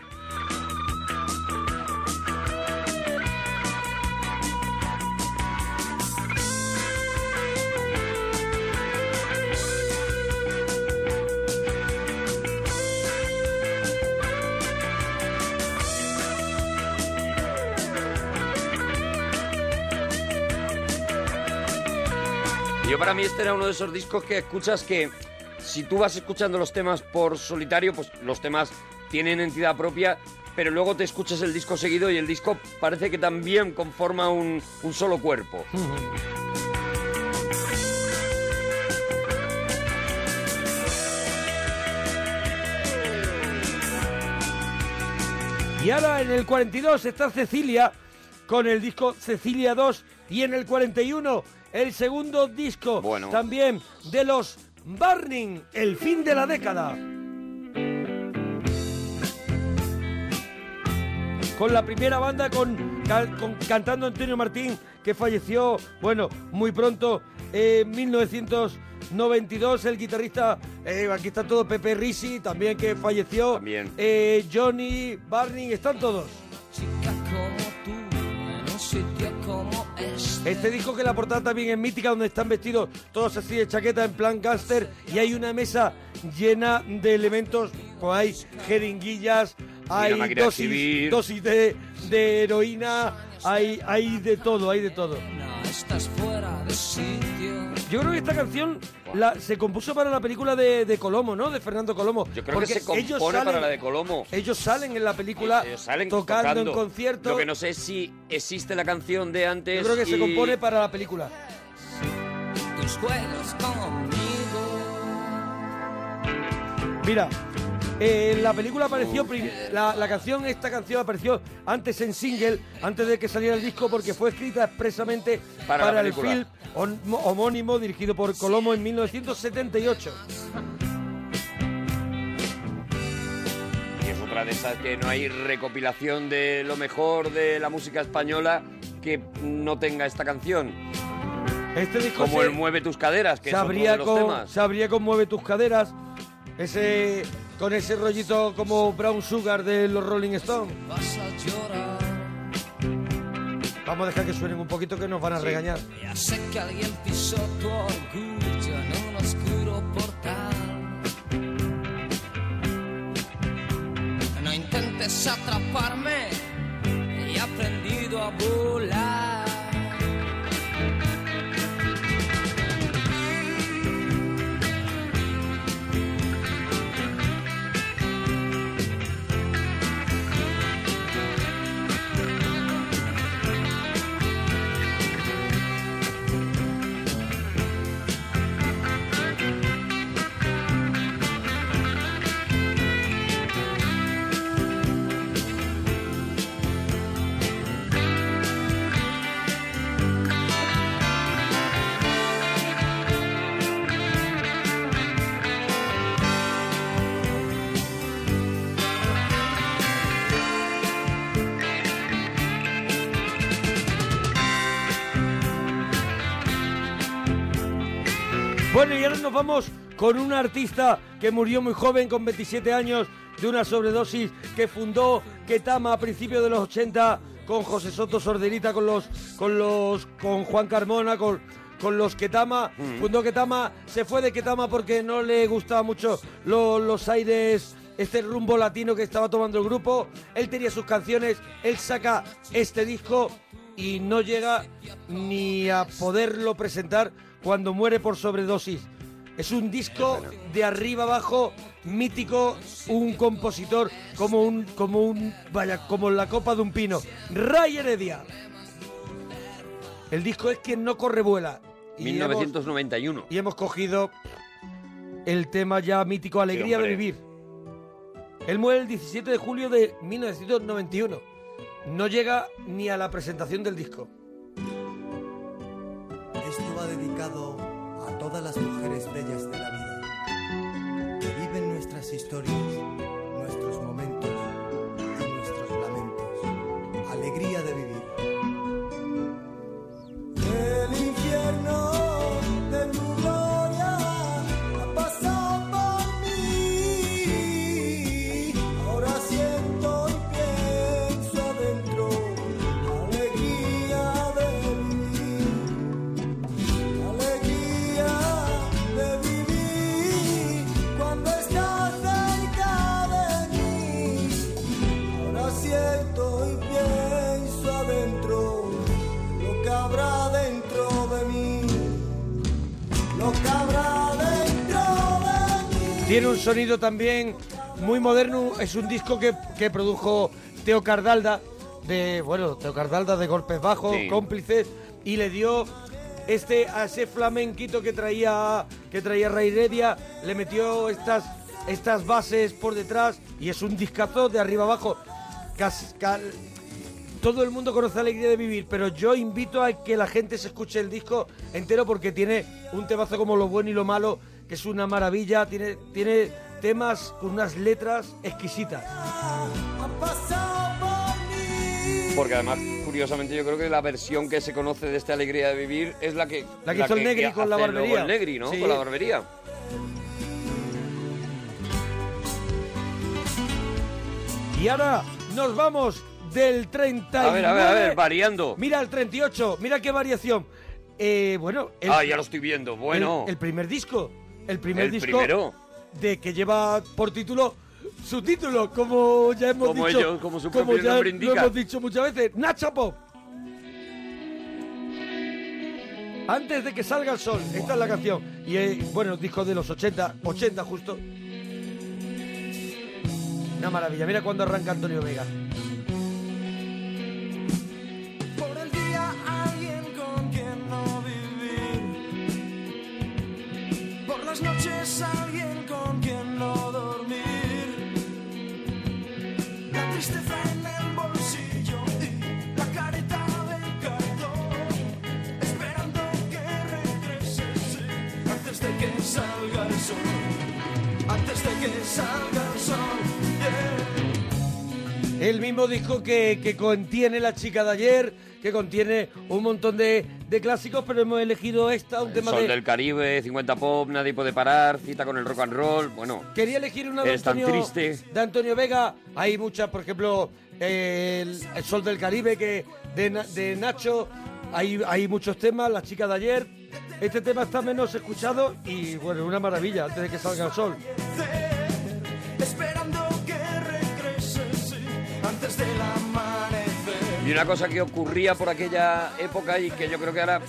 [SPEAKER 3] Yo para mí este era uno de esos discos que escuchas que si tú vas escuchando los temas por solitario, pues los temas tienen entidad propia, pero luego te escuchas el disco seguido y el disco parece que también conforma un, un solo cuerpo.
[SPEAKER 4] Y ahora en el 42 está Cecilia con el disco Cecilia 2 y en el 41 el segundo disco también de los Burning, el fin de la década. Con la primera banda con, ca- con- cantando Antonio Martín que falleció, bueno, muy pronto en 1992 el guitarrista eh, aquí está todo Pepe Risi también que falleció eh, Johnny Burning están todos Este disco que la portada también es mítica, donde están vestidos todos así de chaqueta en plan gánster y hay una mesa llena de elementos, pues hay jeringuillas,
[SPEAKER 3] una
[SPEAKER 4] hay
[SPEAKER 3] máquina de
[SPEAKER 4] dosis,
[SPEAKER 3] escribir.
[SPEAKER 4] dosis de, de heroína, hay, hay de todo, hay de todo.
[SPEAKER 7] Estás fuera de sitio.
[SPEAKER 4] Yo creo que esta canción la- se compuso para la película de, de Colomo, ¿no? De Fernando Colomo. Yo
[SPEAKER 3] Creo que se compone para la de Colomo.
[SPEAKER 4] Ellos salen en la película
[SPEAKER 3] Ellos salen
[SPEAKER 4] tocando,
[SPEAKER 3] tocando,
[SPEAKER 4] en conciertos.
[SPEAKER 3] Lo que no sé es si existe la canción de antes.
[SPEAKER 4] Yo creo que se
[SPEAKER 3] y-
[SPEAKER 4] compone para la película.
[SPEAKER 7] Tus juegos conmigo.
[SPEAKER 4] Mira, eh, en la película apareció, prim- la, la canción, esta canción apareció antes en single, antes de que saliera el disco, porque fue escrita expresamente
[SPEAKER 3] Para
[SPEAKER 4] para,
[SPEAKER 3] la
[SPEAKER 4] el
[SPEAKER 3] película.
[SPEAKER 4] film hom- homónimo dirigido por Colomo en 1978.
[SPEAKER 3] Y es otra de esas que no hay recopilación de lo mejor de la música española que no tenga esta canción.
[SPEAKER 4] Este disco
[SPEAKER 3] Como
[SPEAKER 4] se-
[SPEAKER 3] el Mueve tus caderas, que
[SPEAKER 4] Se
[SPEAKER 3] es otro
[SPEAKER 4] abría
[SPEAKER 3] de los
[SPEAKER 4] con,
[SPEAKER 3] temas.
[SPEAKER 4] se abría con Mueve tus caderas, ese, con ese rollito como Brown Sugar de los Rolling Stones.
[SPEAKER 7] Vas a llorar.
[SPEAKER 4] Vamos a dejar que suenen un poquito que nos van a
[SPEAKER 7] Sí.
[SPEAKER 4] regañar.
[SPEAKER 7] Ya sé que alguien pisó tu orgullo en un oscuro portal. No intentes atraparme, he aprendido a volar.
[SPEAKER 4] Bueno, y ahora nos vamos con un artista que murió muy joven, con 27 años, de una sobredosis, que fundó Ketama a principios de los 80 con José Soto Sorderita, con los, con los, con Juan Carmona, con, con los Ketama,
[SPEAKER 1] Mm.
[SPEAKER 4] fundó Ketama, se fue de Ketama porque no le gustaba mucho lo- los aires, este rumbo latino que estaba tomando el grupo. Él tenía sus canciones, él saca este disco y no llega ni a poderlo presentar cuando muere por sobredosis. Es un disco de arriba abajo mítico, un compositor como un como un vaya como la copa de un pino. Ray Heredia. El disco es Quien no corre vuela. Y hemos-
[SPEAKER 3] 1991.
[SPEAKER 4] y hemos cogido el tema ya mítico Alegría de
[SPEAKER 3] hombre.
[SPEAKER 4] Vivir. Él muere el 17 de julio de 1991. No llega ni a la presentación del disco.
[SPEAKER 31] Esto va dedicado a todas las mujeres bellas de la vida, que viven nuestras historias, nuestros momentos y nuestros lamentos. Alegría de vivir.
[SPEAKER 1] El infierno de tu gloria ha pasado por mí. Ahora siento y pienso adentro la alegría de vivir. La alegría de vivir cuando estás cerca de mí. Ahora siento y pienso adentro lo que habrá dentro de mí, lo que habrá dentro de mí.
[SPEAKER 4] Tiene un sonido también muy moderno. Es un disco que, que produjo Teo Cardalda, de bueno, Teo Cardalda de Golpes Bajos,
[SPEAKER 32] Sí.
[SPEAKER 4] cómplices, y le dio este a ese flamenquito que traía que traía Ray Heredia, le metió estas estas bases por detrás y es un discazo de arriba abajo. Cas- cal- todo el mundo conoce Alegría de Vivir, pero yo invito a que la gente se escuche el disco entero porque tiene un temazo como Lo Bueno y Lo Malo, que es una maravilla, tiene, tiene temas con unas letras exquisitas.
[SPEAKER 3] Porque además, curiosamente, yo creo que la versión que se conoce de esta alegría de vivir es la que.
[SPEAKER 4] La que hizo el Negri con la
[SPEAKER 3] hace luego
[SPEAKER 4] barbería.
[SPEAKER 3] el Negri, ¿no?
[SPEAKER 4] Sí.
[SPEAKER 3] Con la barbería.
[SPEAKER 4] Y ahora nos vamos del 30
[SPEAKER 3] A ver, a ver, a ver, variando.
[SPEAKER 4] Mira el 38, mira qué variación. Eh, bueno, el-
[SPEAKER 3] ah, ya lo estoy viendo. Bueno.
[SPEAKER 4] El, el primer disco. El primer
[SPEAKER 3] El
[SPEAKER 4] disco.
[SPEAKER 3] primero.
[SPEAKER 4] De que lleva por título su título, como ya hemos
[SPEAKER 3] Como
[SPEAKER 4] dicho.
[SPEAKER 3] ellos, como su propio
[SPEAKER 4] ya
[SPEAKER 3] nombre
[SPEAKER 4] lo
[SPEAKER 3] indica.
[SPEAKER 4] hemos dicho muchas veces. Nacha Pop. Antes de que salga el sol, esta es la canción. Y eh, bueno, disco de los 80, 80 justo. Una maravilla, mira cuando arranca Antonio Vega.
[SPEAKER 1] Por el día alguien con quien no vivir. Por las noches alguien con quien no dormir. La tristeza en el bolsillo y la careta del cartón. Esperando que regreses sí, antes de que salga el sol. Antes de que salga el sol. yeah.
[SPEAKER 4] El mismo disco que, que contiene La chica de ayer, que contiene un montón de, de clásicos, pero hemos elegido esta, un
[SPEAKER 3] El
[SPEAKER 4] tema
[SPEAKER 3] Sol
[SPEAKER 4] de...
[SPEAKER 3] del Caribe, 50 Pop, Nadie puede parar, cita con el rock and roll. Bueno,
[SPEAKER 4] Quería elegir una de
[SPEAKER 3] eres tan
[SPEAKER 4] Antonio,
[SPEAKER 3] triste.
[SPEAKER 4] de Antonio Vega. Hay muchas, por ejemplo, eh, el, El Sol del Caribe que de, Na- de Nacho. Hay, hay muchos temas, La chica de ayer. Este tema está menos escuchado y, bueno, una maravilla antes de que salga el sol.
[SPEAKER 1] esperando que regreses sí, antes del amanecer.
[SPEAKER 3] Y una cosa que ocurría por aquella época y que yo creo que ahora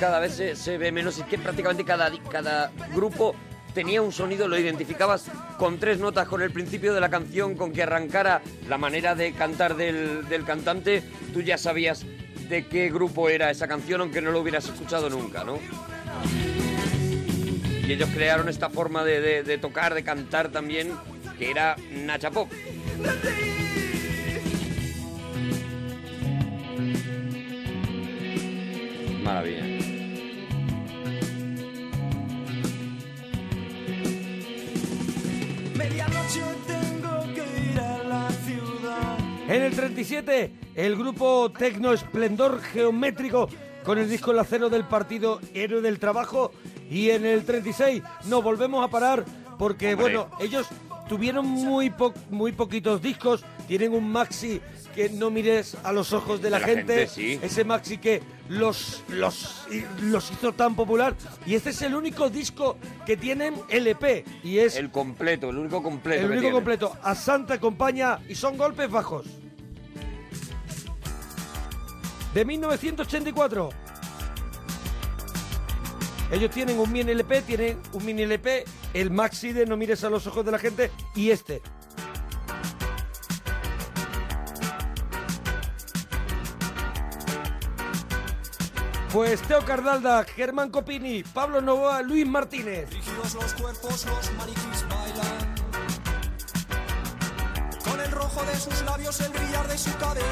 [SPEAKER 3] cada vez se, se ve menos es que prácticamente cada, di- cada grupo tenía un sonido, lo identificabas con tres notas, con el principio de la canción, con que arrancara la manera de cantar del, del cantante, tú ya sabías de qué grupo era esa canción, aunque no lo hubieras escuchado nunca, ¿no? Y ellos crearon esta forma de, de- de tocar, de cantar también, que era Nacha Pop. Maravilla.
[SPEAKER 1] Medianoche tengo que ir a la ciudad.
[SPEAKER 4] En el 37, el grupo Tecno Esplendor Geométrico con el disco El Acero del Partido Héroe del Trabajo y en el 36 nos volvemos a parar porque,
[SPEAKER 5] Hombre.
[SPEAKER 4] bueno, ellos tuvieron muy, po- muy poquitos discos, tienen un maxi que no mires a los ojos de la,
[SPEAKER 3] De la gente, sí.
[SPEAKER 4] ese maxi que los, los, los hizo tan popular y este es el único disco que tienen LP y es... El
[SPEAKER 3] completo, el único completo.
[SPEAKER 4] El
[SPEAKER 3] que
[SPEAKER 4] único
[SPEAKER 3] tiene.
[SPEAKER 4] completo, a Santa acompaña y son golpes bajos. De 1984. Ellos tienen un mini LP, tienen un mini LP, el maxi de No mires a los ojos de la gente y este. Pues Teo Cardalda, Germán Copini, Pablo Novoa, Luis Martínez.
[SPEAKER 13] Rígidos los cuerpos, los maniquís bailan. Con el rojo de sus labios, el brillar de su cabello.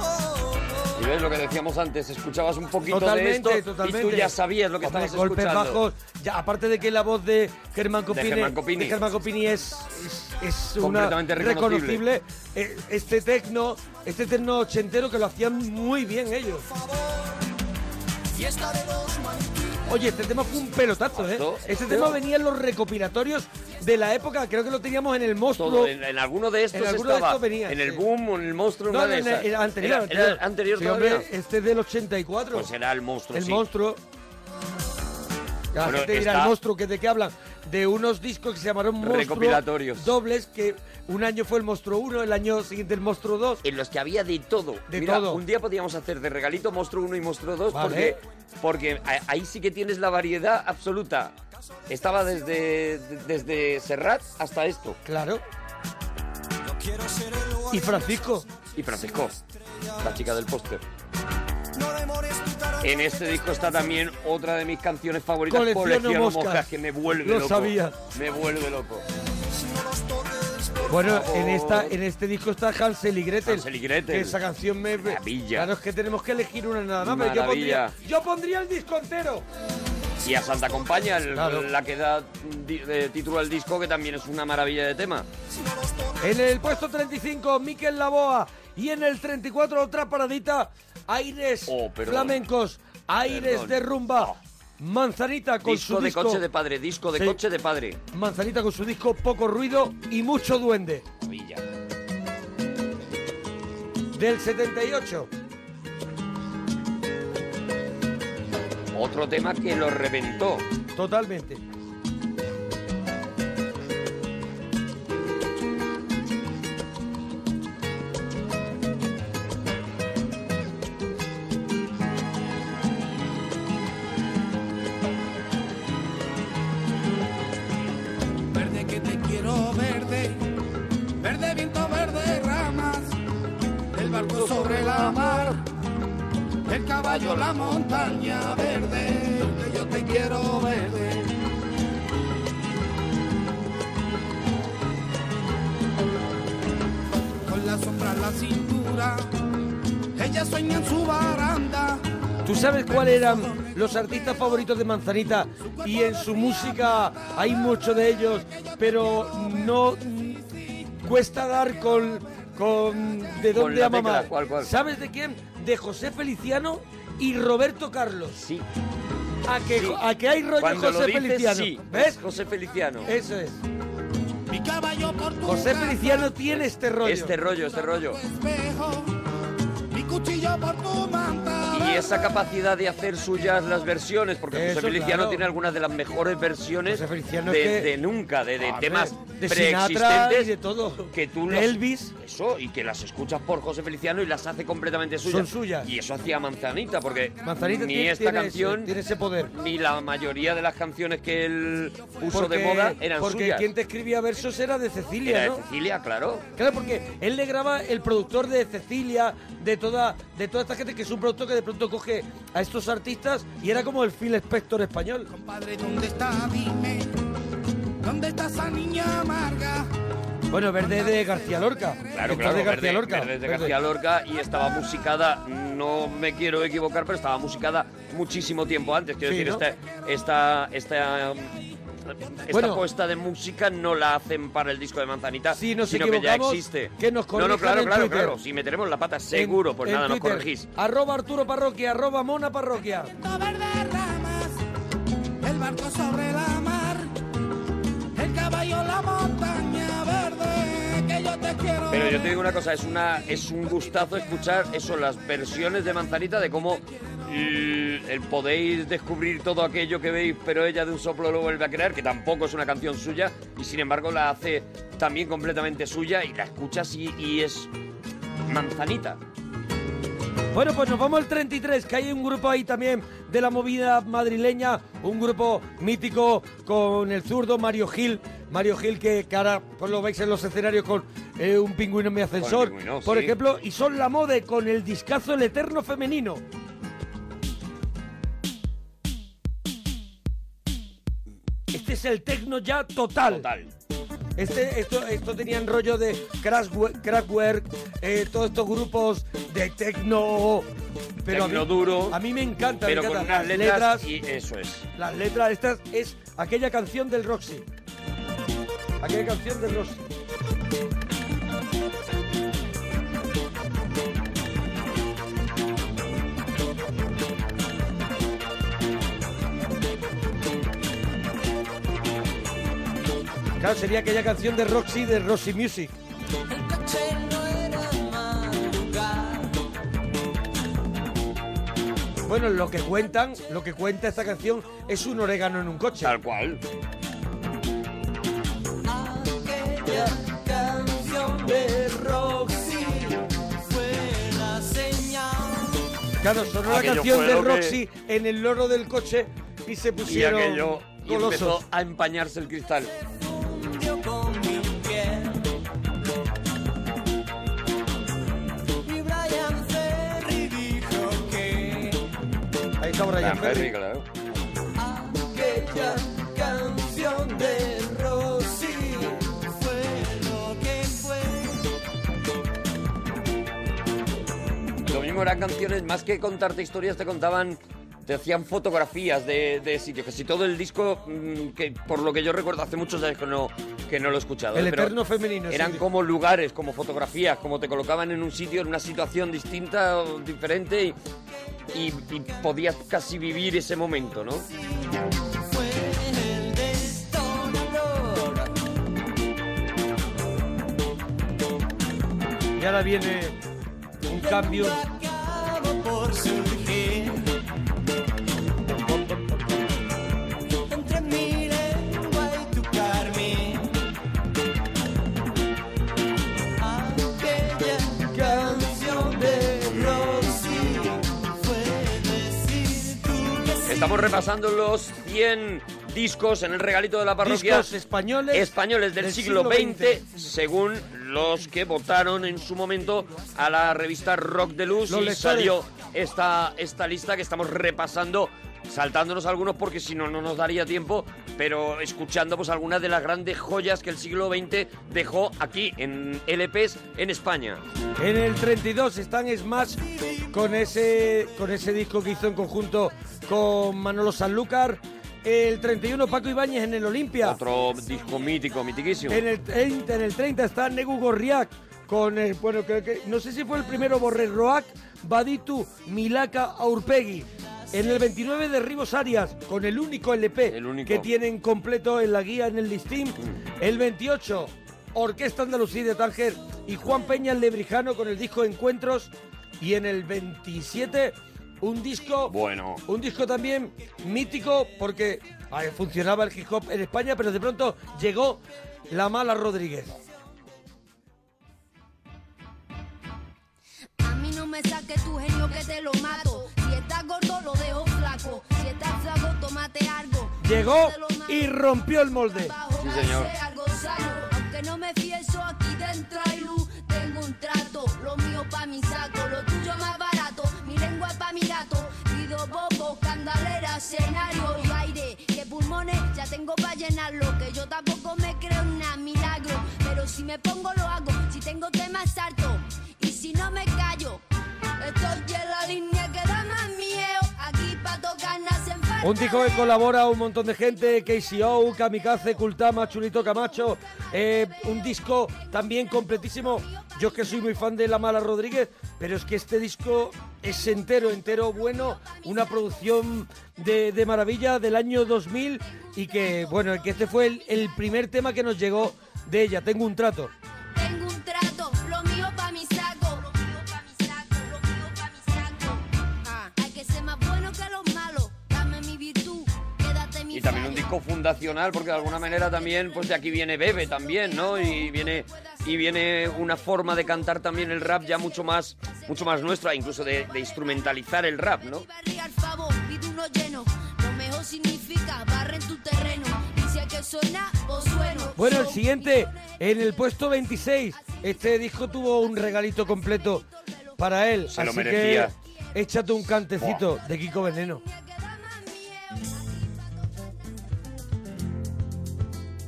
[SPEAKER 13] Oh, oh.
[SPEAKER 3] Y ves lo que decíamos antes, escuchabas un poquito
[SPEAKER 4] Totalmente,
[SPEAKER 3] de esto
[SPEAKER 4] totalmente.
[SPEAKER 3] y tú ya sabías lo que
[SPEAKER 4] Hombre,
[SPEAKER 3] estabas
[SPEAKER 4] golpes
[SPEAKER 3] escuchando.
[SPEAKER 4] bajos. Ya, aparte de que la voz de Germán Copini,
[SPEAKER 3] Germán Copini.
[SPEAKER 4] de Germán Copini es, es, es una
[SPEAKER 3] Completamente reconocible.
[SPEAKER 4] Eh, Este tecno, este tecno ochentero que lo hacían muy bien ellos.
[SPEAKER 13] Fiesta de los maniquíes.
[SPEAKER 4] Oye, este tema fue un pelotazo, ¿eh? Este tema venía en los recopilatorios de la época, creo que lo teníamos en el monstruo.
[SPEAKER 3] Todo, en, en alguno de estos
[SPEAKER 4] En alguno de
[SPEAKER 3] estaba,
[SPEAKER 4] estos venía,
[SPEAKER 3] en el
[SPEAKER 4] sí.
[SPEAKER 3] boom o en el monstruo.
[SPEAKER 4] No,
[SPEAKER 3] una
[SPEAKER 4] no,
[SPEAKER 3] de
[SPEAKER 4] en
[SPEAKER 3] esas.
[SPEAKER 4] el- era anterior.
[SPEAKER 3] Era- era anterior
[SPEAKER 4] Sí,
[SPEAKER 3] todavía.
[SPEAKER 4] hombre, este es del 84.
[SPEAKER 3] Pues era el monstruo,
[SPEAKER 4] El
[SPEAKER 3] sí.
[SPEAKER 4] monstruo. La
[SPEAKER 3] Bueno,
[SPEAKER 4] gente dirá,
[SPEAKER 3] está-
[SPEAKER 4] el monstruo, que ¿de qué hablan? De unos discos que se llamaron monstruo
[SPEAKER 3] Recopilatorios.
[SPEAKER 4] dobles, que un año fue el monstruo 1, el año siguiente el monstruo 2.
[SPEAKER 3] En los que había de todo.
[SPEAKER 4] De
[SPEAKER 3] Mira,
[SPEAKER 4] todo.
[SPEAKER 3] un día podíamos hacer de regalito Monstruo 1 y Monstruo 2
[SPEAKER 4] Vale.
[SPEAKER 3] porque, porque a- ahí sí que tienes la variedad absoluta. Estaba desde, de- desde Serrat hasta esto.
[SPEAKER 4] Claro.
[SPEAKER 13] No quiero ser el lugar.
[SPEAKER 4] Y Francisco.
[SPEAKER 3] Y Francisco, la chica del póster.
[SPEAKER 13] No demores tu cara.
[SPEAKER 3] En este disco está también otra de mis canciones favoritas,
[SPEAKER 4] Colecciono
[SPEAKER 3] Colecciono
[SPEAKER 4] moscas.
[SPEAKER 3] Moscas, que me vuelve
[SPEAKER 4] Lo
[SPEAKER 3] loco.
[SPEAKER 4] sabía.
[SPEAKER 3] Me vuelve loco.
[SPEAKER 4] Bueno,
[SPEAKER 3] favor.
[SPEAKER 4] en, esta, en este disco está Hansel y Gretel.
[SPEAKER 3] Hansel y Gretel.
[SPEAKER 4] Que esa canción me...
[SPEAKER 3] Maravilla.
[SPEAKER 4] Claro, es que tenemos que elegir una nada más. pero Yo
[SPEAKER 3] Maravilla.
[SPEAKER 4] pondría, yo pondría el disco entero.
[SPEAKER 3] Y a Santa Compaña, el-
[SPEAKER 4] Claro.
[SPEAKER 3] la que da di- de título al disco, que también es una maravilla de tema.
[SPEAKER 4] En el puesto 35, Miquel Laboa. Y en el 34, otra paradita. Aires
[SPEAKER 3] Oh, perdón.
[SPEAKER 4] flamencos. Aires
[SPEAKER 3] Perdón. Oh.
[SPEAKER 4] de rumba. Manzanita con
[SPEAKER 3] disco
[SPEAKER 4] su
[SPEAKER 3] de
[SPEAKER 4] disco.
[SPEAKER 3] coche de padre, disco de
[SPEAKER 4] Sí.
[SPEAKER 3] coche de padre.
[SPEAKER 4] Manzanita con su disco Poco Ruido y Mucho Duende.
[SPEAKER 3] Maravilla.
[SPEAKER 4] Del 78.
[SPEAKER 3] Otro tema que lo reventó.
[SPEAKER 4] Totalmente.
[SPEAKER 7] Verde que te quiero verde, verde viento, verde ramas, el barco sobre la mar, el caballo, la montaña verde, que yo te quiero verde. Con la sombra en la cintura, ella sueña en su baranda.
[SPEAKER 4] ¿Tú sabes cuáles eran los artistas favoritos de Manzanita? Y en su música hay mucho de ellos, pero no mm, cuesta dar con, con de
[SPEAKER 3] Con
[SPEAKER 4] dónde
[SPEAKER 3] la
[SPEAKER 4] a mamar.
[SPEAKER 3] tecla, ¿cuál, cuál?
[SPEAKER 4] ¿Sabes de quién? De José Feliciano y Roberto Carlos.
[SPEAKER 3] Sí.
[SPEAKER 4] A que,
[SPEAKER 3] Sí.
[SPEAKER 4] a que hay rollo
[SPEAKER 3] Cuando
[SPEAKER 4] José
[SPEAKER 3] lo dices,
[SPEAKER 4] Feliciano.
[SPEAKER 3] sí.
[SPEAKER 4] ¿Ves?
[SPEAKER 3] José Feliciano.
[SPEAKER 4] Eso es.
[SPEAKER 7] Mi caballo por tu
[SPEAKER 4] José
[SPEAKER 7] brazo
[SPEAKER 4] Feliciano tiene este rollo.
[SPEAKER 3] Este rollo, este rollo.
[SPEAKER 7] espejo, mi cuchillo por tu manta.
[SPEAKER 3] Y esa capacidad de hacer suyas las versiones, porque
[SPEAKER 4] Eso,
[SPEAKER 3] José Feliciano
[SPEAKER 4] claro.
[SPEAKER 3] tiene algunas de las mejores versiones
[SPEAKER 4] Feliciano
[SPEAKER 3] de,
[SPEAKER 4] es que-
[SPEAKER 3] de nunca, de, de
[SPEAKER 4] Hombre,
[SPEAKER 3] temas
[SPEAKER 4] de Sinatra
[SPEAKER 3] preexistentes
[SPEAKER 4] y de todo.
[SPEAKER 3] que tú
[SPEAKER 4] De
[SPEAKER 3] los-
[SPEAKER 4] Elvis.
[SPEAKER 3] Eso, y que las escuchas por José Feliciano y las hace completamente suyas.
[SPEAKER 4] Son suyas.
[SPEAKER 3] Y eso hacía Manzanita, porque
[SPEAKER 4] Manzanita
[SPEAKER 3] ni
[SPEAKER 4] tiene,
[SPEAKER 3] esta
[SPEAKER 4] tiene
[SPEAKER 3] canción
[SPEAKER 4] ese, tiene ese poder.
[SPEAKER 3] ni la mayoría de las canciones que él puso
[SPEAKER 4] Porque-
[SPEAKER 3] de moda eran
[SPEAKER 4] porque
[SPEAKER 3] suyas.
[SPEAKER 4] quien te escribía versos era de Cecilia,
[SPEAKER 3] Era de
[SPEAKER 4] ¿no?
[SPEAKER 3] Cecilia, claro.
[SPEAKER 4] Claro, porque él le graba el productor de Cecilia, de toda, de toda esta gente, que es un productor que de pronto coge a estos artistas y era como el Phil Spector español.
[SPEAKER 7] Padre, ¿dónde está? Dime, ¿dónde está esa niña amarga?
[SPEAKER 4] Bueno, Verde es de García Lorca.
[SPEAKER 3] Claro,
[SPEAKER 4] Esto
[SPEAKER 3] claro,
[SPEAKER 4] es de García
[SPEAKER 3] Verde-
[SPEAKER 4] Lorca.
[SPEAKER 3] Verde es de
[SPEAKER 4] Verde.
[SPEAKER 3] García Lorca y estaba musicada, no me quiero equivocar, pero estaba musicada muchísimo tiempo antes. Quiero
[SPEAKER 4] Sí,
[SPEAKER 3] decir,
[SPEAKER 4] ¿no?
[SPEAKER 3] esta, esta, esta, um, esta
[SPEAKER 4] Bueno.
[SPEAKER 3] puesta de música no la hacen para el disco de Manzanita,
[SPEAKER 4] Si nos
[SPEAKER 3] sino que ya
[SPEAKER 4] equivocamos,
[SPEAKER 3] existe.
[SPEAKER 4] que nos
[SPEAKER 3] no, no,
[SPEAKER 4] corrijan
[SPEAKER 3] claro,
[SPEAKER 4] en
[SPEAKER 3] claro,
[SPEAKER 4] Twitter.
[SPEAKER 3] claro. Si meteremos la pata, seguro, pues
[SPEAKER 4] En
[SPEAKER 3] nada, nos
[SPEAKER 4] Twitter,
[SPEAKER 3] corregís.
[SPEAKER 4] Arroba Arturo Parroquia, arroba Mona Parroquia.
[SPEAKER 7] El
[SPEAKER 1] barco sobre la mar, el caballo la montaña verde, que yo te quiero.
[SPEAKER 3] Pero yo te digo una cosa, es una es un gustazo escuchar eso, las versiones de Manzanita de cómo eh, el podéis descubrir todo aquello que veis, pero ella de un soplo lo vuelve a crear, que tampoco es una canción suya, y sin embargo la hace también completamente suya y la escuchas y, y es manzanita.
[SPEAKER 4] Bueno, pues nos vamos al 33, que hay un grupo ahí también de la movida madrileña, un grupo mítico con el zurdo Mario Gil. Mario Gil, que, que ahora pues, lo veis en los escenarios con eh, un pingüino en mi ascensor,
[SPEAKER 3] pingüino,
[SPEAKER 4] por
[SPEAKER 3] sí.
[SPEAKER 4] ejemplo, y son la mode con el discazo El Eterno Femenino. Este es el tecno ya total. Este, esto, esto tenían rollo de Kraftwerk, Kraftwerk, eh, todos estos grupos de tecno. Pero a mí-
[SPEAKER 3] Tecno duro.
[SPEAKER 4] A mí me encanta. me
[SPEAKER 3] Pero con
[SPEAKER 4] encantan
[SPEAKER 3] unas
[SPEAKER 4] las
[SPEAKER 3] letras, y eh, eso es.
[SPEAKER 4] Las letras, esta es aquella canción del Roxy. Aquella canción del Roxy. Claro, sería aquella canción de Roxy de Roxy Music.
[SPEAKER 1] El coche no era madrugar.
[SPEAKER 4] Bueno, lo que cuentan, lo que cuenta esta canción es un orégano en un coche. Tal
[SPEAKER 3] cual.
[SPEAKER 1] Aquella canción de Roxy fue la señal.
[SPEAKER 4] Claro, sonó
[SPEAKER 3] Aquello
[SPEAKER 4] la canción
[SPEAKER 3] fue
[SPEAKER 4] de
[SPEAKER 3] lo que-
[SPEAKER 4] Roxy en el loro del coche y se
[SPEAKER 3] Y
[SPEAKER 4] pusieron
[SPEAKER 3] aquello y
[SPEAKER 4] golosos.
[SPEAKER 3] empezó a empañarse el cristal.
[SPEAKER 1] Yo con mi piel. Y Brian Ferry dijo que
[SPEAKER 4] Ahí está Brian
[SPEAKER 3] Tan
[SPEAKER 4] Ferry.
[SPEAKER 3] Ferry, Ah, claro.
[SPEAKER 1] aquella canción de Rosy fue lo que fue.
[SPEAKER 3] Lo mismo eran canciones, más que contarte historias, te contaban, te hacían fotografías de, de sitios. Que si todo el disco, mm, que por lo que yo recuerdo hace muchos años que no, que no lo he escuchado.
[SPEAKER 4] El
[SPEAKER 3] ¿eh? pero
[SPEAKER 4] eterno femenino. sí.
[SPEAKER 3] Eran como lugares, como fotografías, como te colocaban en un sitio, en una situación distinta o diferente y, y- y podías casi vivir ese momento, ¿no?
[SPEAKER 1] Fue el destornador.
[SPEAKER 4] Y ahora viene un cambio.
[SPEAKER 1] acaba por surgir. Entre mi lengua y tu carmín. Aquella canción de Rosy fue decir tú que sí.
[SPEAKER 3] Estamos repasando los 100 discos en el regalito de la parroquia.
[SPEAKER 4] Discos españoles.
[SPEAKER 3] españoles del,
[SPEAKER 4] del
[SPEAKER 3] siglo,
[SPEAKER 4] siglo
[SPEAKER 3] XX, según los que votaron en su momento a la revista Rock de Luz
[SPEAKER 4] Los
[SPEAKER 3] y
[SPEAKER 4] lectores.
[SPEAKER 3] salió esta, esta lista que estamos repasando, saltándonos algunos porque si no, no nos daría tiempo, pero escuchando pues algunas de las grandes joyas que el siglo XX dejó aquí en LPs en España.
[SPEAKER 4] En el 32 están Smash con ese, con ese disco que hizo en conjunto con Manolo Sanlúcar. El 31 Paco Ibáñez en el Olimpia.
[SPEAKER 3] Otro disco mítico, mitiquísimo.
[SPEAKER 4] En el 30, en el 30 está Negu Gorriak con el, bueno, creo que, no sé si fue el primero Borre Roac, Baditu, Milaka, Aurpegui. En el 29 de Ribos Arias, con el único Mm. LP que tienen completo en la guía en el listín. El 28, Orquesta Andalucía de Tánger y Juan Peña el Lebrijano con el disco Encuentros. Y en el 27, un disco
[SPEAKER 3] Bueno.
[SPEAKER 4] un disco también mítico porque ay, funcionaba el hip hop en España, pero de pronto llegó la mala Rodríguez.
[SPEAKER 33] A mí no me saques tu genio que te lo mato. Si estás gordo, lo dejo flaco. Si estás flaco, tómate algo.
[SPEAKER 4] Llegó y rompió el molde.
[SPEAKER 3] Sí, señor.
[SPEAKER 33] Sé algo sano. Aunque no me fieso, aquí dentro hay luz. Tengo un trato. Lo mío pa' mi saco, lo tuyo más barato. Mi lengua pa' mi gato. Pido bobo, candelera, escenario y aire. Que pulmones ya tengo pa' llenarlo. Que yo tampoco me creo un milagro. Pero si me pongo, lo hago. Si tengo temas, salto. Y si no me callo, estoy en la línea que da más miedo. Aquí pa' tocar nacen falta.
[SPEAKER 4] Un disco que colabora un montón de gente, KCO, Kamikaze, Kultama, Chulito Camacho. eh, un disco también completísimo Yo es que soy muy fan de La Mala Rodríguez, pero es que este disco es entero, entero bueno, una producción de, de maravilla del año 2000 y que, bueno, el que este fue el, el primer tema que nos llegó de ella, Tengo un trato.
[SPEAKER 15] Tengo un trato, lo mío pa' mi saco. Lo mío pa' mi saco, lo mío pa' mi saco. Hay que ser más bueno que los malos. Dame mi virtud, quédate mi
[SPEAKER 3] Y también un disco fundacional, porque de alguna manera también, pues de aquí viene Bebe también, ¿no? Y viene, y viene una forma de cantar también el rap ya mucho más, mucho más nuestra, incluso de, de instrumentalizar el rap, ¿no?
[SPEAKER 15] barriga al favor, pide uno lleno. Lo mejor significa barren tu terreno. Y si hay que sonar, o sueno.
[SPEAKER 4] Bueno, el siguiente, en el puesto 26, este disco tuvo un regalito completo para él.
[SPEAKER 3] Se lo
[SPEAKER 4] así
[SPEAKER 3] merecía.
[SPEAKER 4] que échate un cantecito de Kiko Veneno.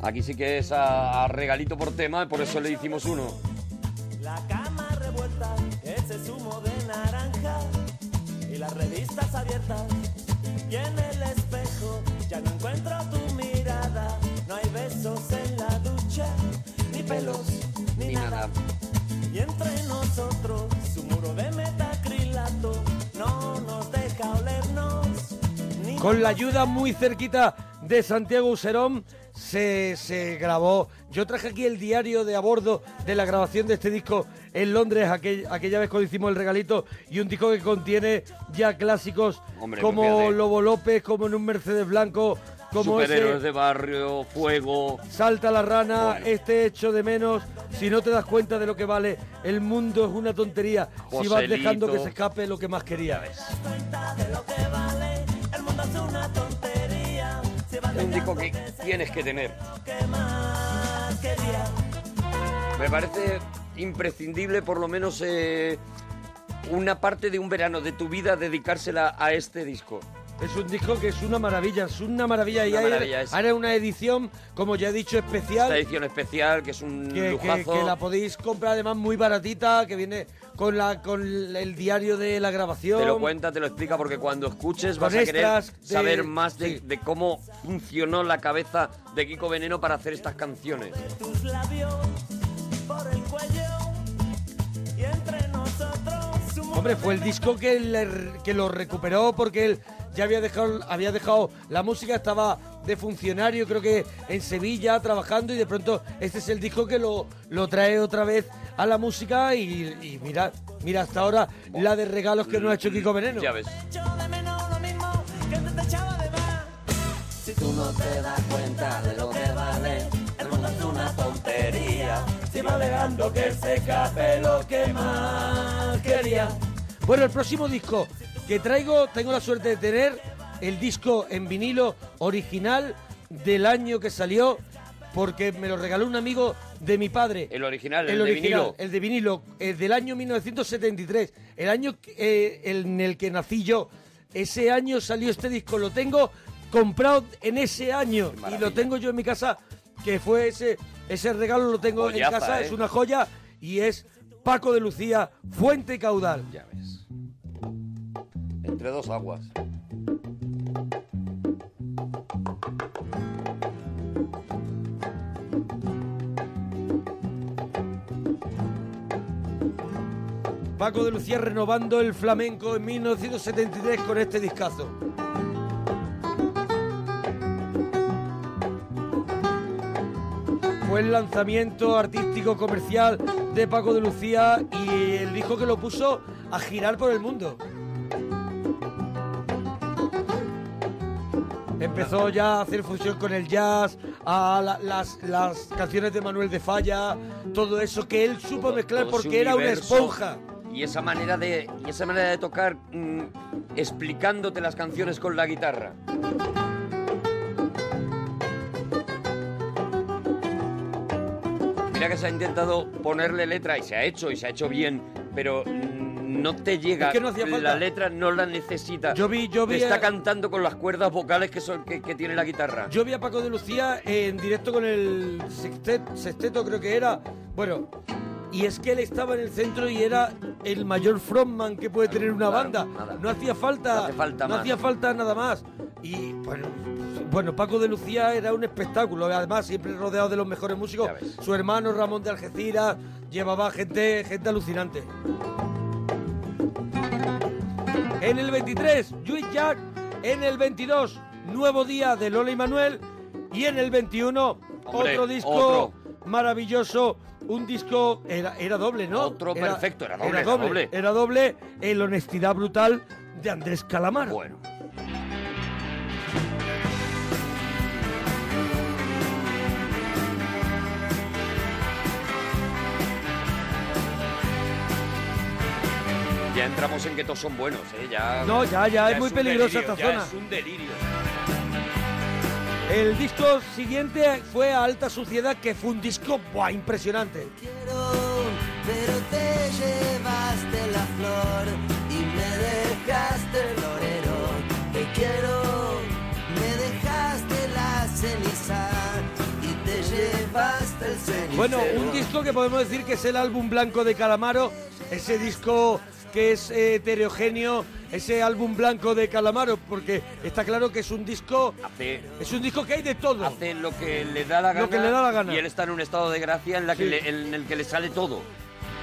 [SPEAKER 3] Aquí sí que es a, a regalito por tema, por eso le hicimos uno.
[SPEAKER 19] La cama revuelta, ese zumo de naranja y las revistas abiertas. Y en el espejo ya no encuentro tu mirada. No hay besos en la ducha, ni pelos, ni,
[SPEAKER 3] Ni
[SPEAKER 19] nada.
[SPEAKER 3] nada.
[SPEAKER 19] Y entre nosotros, su muro de metacrilato no nos deja olernos. Ni
[SPEAKER 4] Con la ayuda muy cerquita de Santiago Userón se, se grabó. Yo traje aquí el diario de a bordo de la grabación de este disco en Londres, aquel- aquella vez cuando hicimos el regalito, y un disco que contiene ya clásicos
[SPEAKER 3] Hombre,
[SPEAKER 4] como
[SPEAKER 3] no pierde.
[SPEAKER 4] Lobo López, como en un Mercedes Blanco, como
[SPEAKER 3] Superhéroes
[SPEAKER 4] ese
[SPEAKER 3] de barrio, fuego.
[SPEAKER 4] Salta la rana, este hecho de menos. Si no te das cuenta de lo que vale, el mundo es una tontería. Si vas
[SPEAKER 3] Joselito.
[SPEAKER 4] dejando que se escape lo que más querías.
[SPEAKER 3] Es un disco que tienes que tener. Me parece imprescindible por lo menos eh, una parte de un verano de tu vida dedicársela a este disco.
[SPEAKER 4] Es un disco que es una maravilla, es una maravilla. y
[SPEAKER 3] Una
[SPEAKER 4] hay-
[SPEAKER 3] maravilla, es-
[SPEAKER 4] ahora es una edición, como ya he dicho, especial.
[SPEAKER 3] Esta edición especial, que es un
[SPEAKER 4] que, que-
[SPEAKER 3] lujazo.
[SPEAKER 4] que la podéis comprar además muy baratita, que viene con la con el diario de la grabación.
[SPEAKER 3] Te lo cuenta, te lo explica, porque cuando escuches
[SPEAKER 4] Con
[SPEAKER 3] vas a querer
[SPEAKER 4] extras de-
[SPEAKER 3] saber más de, de cómo funcionó la cabeza de Kiko Veneno para hacer estas canciones.
[SPEAKER 19] tus labios por el cuello. Y entre nosotros, su muro
[SPEAKER 4] Hombre, fue el disco que, le- que lo recuperó porque él ya había dejado, había dejado la música, estaba de funcionario, creo que en Sevilla trabajando y de pronto este es el disco que lo, lo trae otra vez a la música y, y mira, mira hasta ahora la de regalos que nos ha hecho Kiko Veneno.
[SPEAKER 3] Ya ves.
[SPEAKER 19] que te echaba de más.
[SPEAKER 6] Si tú no te das cuenta de lo que vale, el mundo es una tontería. Si va dejando que se escape lo que más quería.
[SPEAKER 4] Bueno, el próximo disco que traigo, tengo la suerte de tener el disco en vinilo original del año que salió, porque me lo regaló un amigo de mi padre.
[SPEAKER 3] El original, el,
[SPEAKER 4] el
[SPEAKER 3] de
[SPEAKER 4] original,
[SPEAKER 3] vinilo.
[SPEAKER 4] el de vinilo, el del año 1973, el año que- eh, el- en el que nací yo. Ese año salió este disco, lo tengo comprado en ese año y lo tengo yo en mi casa, que fue ese ese regalo lo tengo
[SPEAKER 3] Joyaza,
[SPEAKER 4] en casa,
[SPEAKER 3] ¿eh?
[SPEAKER 4] es una joya y es Paco de Lucía, Fuente Caudal.
[SPEAKER 3] Entre dos aguas.
[SPEAKER 4] Paco de Lucía renovando el flamenco en 1973 con este discazo. Fue el lanzamiento artístico comercial de Paco de Lucía y el disco que lo puso a girar por el mundo. Empezó ya a hacer fusión con el jazz, a la- las, las canciones de Manuel de Falla, todo eso que él supo mezclar
[SPEAKER 3] todo ese
[SPEAKER 4] porque era una
[SPEAKER 3] universo.
[SPEAKER 4] esponja.
[SPEAKER 3] Y esa manera de, y esa manera de tocar mm, explicándote las canciones con la guitarra. Mira que se ha intentado ponerle letra y se ha hecho y se ha hecho bien, pero mm, no te llega.
[SPEAKER 4] Es que no hacía falta.
[SPEAKER 3] La letra no la necesita.
[SPEAKER 4] Yo vi- yo
[SPEAKER 3] Te
[SPEAKER 4] vi
[SPEAKER 3] está
[SPEAKER 4] a-
[SPEAKER 3] cantando con las cuerdas vocales que son que, que tiene la guitarra.
[SPEAKER 4] Yo vi a Paco de Lucía en directo con el sextet- sexteto, creo que era. Bueno, y es que él estaba en el centro y era el mayor frontman que puede tener una
[SPEAKER 3] claro,
[SPEAKER 4] banda.
[SPEAKER 3] nada.
[SPEAKER 4] No hacía falta,
[SPEAKER 3] No hace falta
[SPEAKER 4] no
[SPEAKER 3] más.
[SPEAKER 4] hacía falta nada más. Y bueno, bueno, Paco de Lucía era un espectáculo. Además, siempre rodeado de los mejores músicos. Su hermano Ramón de Algeciras, llevaba gente, gente alucinante. En el 23, Luis Jack. En el 22, Nuevo Día de Lola y Manuel. Y en el 21,
[SPEAKER 3] Hombre,
[SPEAKER 4] otro disco
[SPEAKER 3] otro.
[SPEAKER 4] maravilloso. Un disco era, era doble, ¿no? Otro
[SPEAKER 3] perfecto, era doble,
[SPEAKER 4] Era
[SPEAKER 3] era
[SPEAKER 4] doble,
[SPEAKER 3] doble.
[SPEAKER 4] era doble, el honestidad brutal de Andrés Calamar.
[SPEAKER 3] Bueno. Ya entramos en que todos son buenos, ¿eh? Ya,
[SPEAKER 4] No, ya, ya, es muy
[SPEAKER 3] un
[SPEAKER 4] peligrosa
[SPEAKER 3] delirio,
[SPEAKER 4] esta
[SPEAKER 3] ya
[SPEAKER 4] zona.
[SPEAKER 3] Es un delirio.
[SPEAKER 4] El disco siguiente fue a Alta Suciedad, que fue un disco ¡buah, impresionante.
[SPEAKER 20] pero te llevaste la flor y me dejaste el orero. Te quiero, me dejaste la ceniza y te llevaste el cenicero.
[SPEAKER 4] Bueno, un disco que podemos decir que es el álbum blanco de Calamaro, ese disco que es eh, heterogéneo, ese álbum blanco de Calamaro, porque está claro que es un disco, es un disco que hay de todo.
[SPEAKER 3] Hace lo que le da la gana.
[SPEAKER 4] Lo que le da la gana.
[SPEAKER 3] Y él está en un estado de gracia en, la que
[SPEAKER 4] Sí.
[SPEAKER 3] le- en el que le sale todo.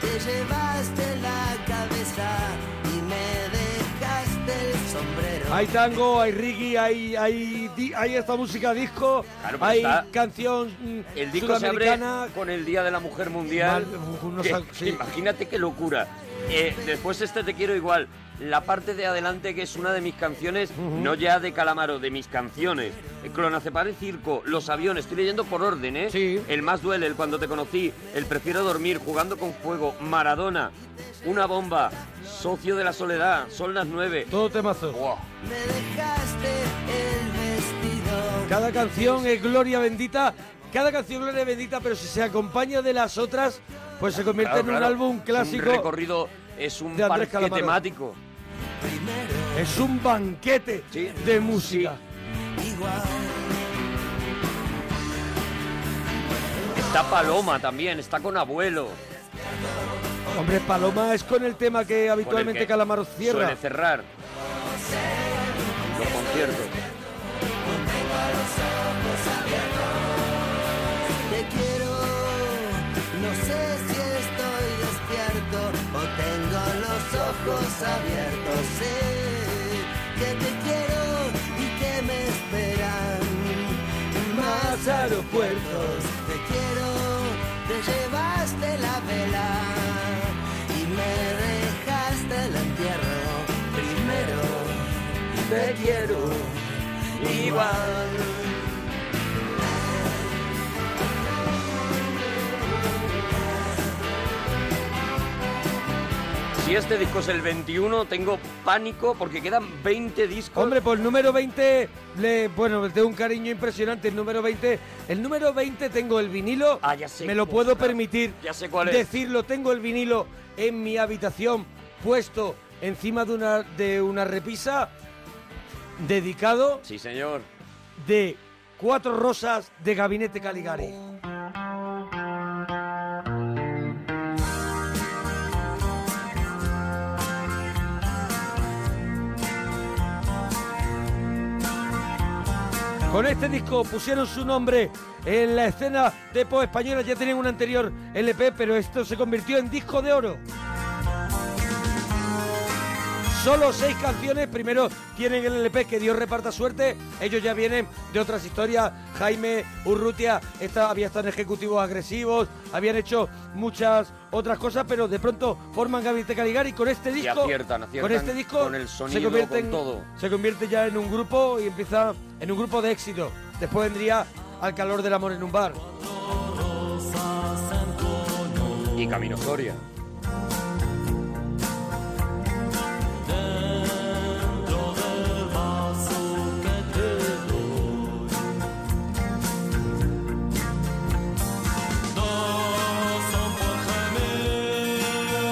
[SPEAKER 20] Te llevaste la cabeza y me dejaste el sombrero.
[SPEAKER 4] Hay tango, hay reggae, hay, hay, di- hay esta música disco,
[SPEAKER 3] Claro, pero
[SPEAKER 4] hay
[SPEAKER 3] está-
[SPEAKER 4] canción mm,
[SPEAKER 3] El disco se abre
[SPEAKER 4] sudamericana.
[SPEAKER 3] con el Día de la Mujer Mundial. Que- Imagínate qué locura. Eh, después este Te Quiero Igual. La parte de adelante que es una de mis canciones, no ya de Calamaro, de mis canciones. Eh, Clonazepam y Circo, Los Aviones, estoy leyendo por orden, ¿eh? El Más Duele, el Cuando Te Conocí, el Prefiero Dormir, Jugando con Fuego, Maradona, Una Bomba, Socio de la Soledad, Son las Nueve.
[SPEAKER 4] Todo temazo.
[SPEAKER 20] Me dejaste el vestido.
[SPEAKER 4] Cada canción es gloria bendita, cada canción gloria bendita, pero si se acompaña de las otras, pues se convierte
[SPEAKER 3] Claro,
[SPEAKER 4] en un
[SPEAKER 3] claro.
[SPEAKER 4] álbum
[SPEAKER 3] Es un
[SPEAKER 4] clásico.
[SPEAKER 3] recorrido, es un
[SPEAKER 4] de Andrés
[SPEAKER 3] parque
[SPEAKER 4] Calamaro.
[SPEAKER 3] temático.
[SPEAKER 4] Es un banquete de música.
[SPEAKER 3] Está Paloma también, está con Abuelo.
[SPEAKER 4] Hombre, Paloma es con el tema que
[SPEAKER 3] con el
[SPEAKER 4] habitualmente
[SPEAKER 3] que
[SPEAKER 4] Calamaro cierra.
[SPEAKER 3] Suele cerrar. Los conciertos.
[SPEAKER 20] Te quiero, no sé si estoy despierto o tengo los ojos abiertos. Sé que te quiero y que me esperan más aeropuertos. Te quiero, te llevaste la vela y me dejaste el entierro. Primero, te quiero igual.
[SPEAKER 3] Si este disco es el 21, tengo pánico porque quedan 20 discos.
[SPEAKER 4] Hombre, pues el número 20, le, bueno, le tengo un cariño impresionante. El número 20, el número 20 tengo el vinilo.
[SPEAKER 3] Ah,
[SPEAKER 4] Me lo puedo permitir.
[SPEAKER 3] Ya sé cuál es.
[SPEAKER 4] Decirlo, tengo el vinilo en mi habitación, puesto encima de una, de una repisa, dedicado
[SPEAKER 3] Sí, señor.
[SPEAKER 4] de Cuatro Rosas de Gabinete Caligari. Con este disco pusieron su nombre en la escena de pop española. Ya tenían un anterior LP, pero esto se convirtió en disco de oro. Solo seis canciones. Primero tienen el LP que Dios reparta suerte. Ellos ya vienen de otras historias. Jaime Urrutia esta, había estado en ejecutivos agresivos, habían hecho muchas otras cosas, pero de pronto forman Gabinete Caligari y con este
[SPEAKER 3] Y
[SPEAKER 4] disco.
[SPEAKER 3] aciertan, aciertan.
[SPEAKER 4] con este disco
[SPEAKER 3] Con el
[SPEAKER 4] se
[SPEAKER 3] sonido,
[SPEAKER 4] convierte
[SPEAKER 3] con
[SPEAKER 4] en-
[SPEAKER 3] todo.
[SPEAKER 4] se convierte ya en un grupo y empieza en un grupo de éxito. Después vendría Al calor del amor en un bar.
[SPEAKER 3] Y Camino Soria.
[SPEAKER 6] Dentro del vaso que te doy Dos son por gemer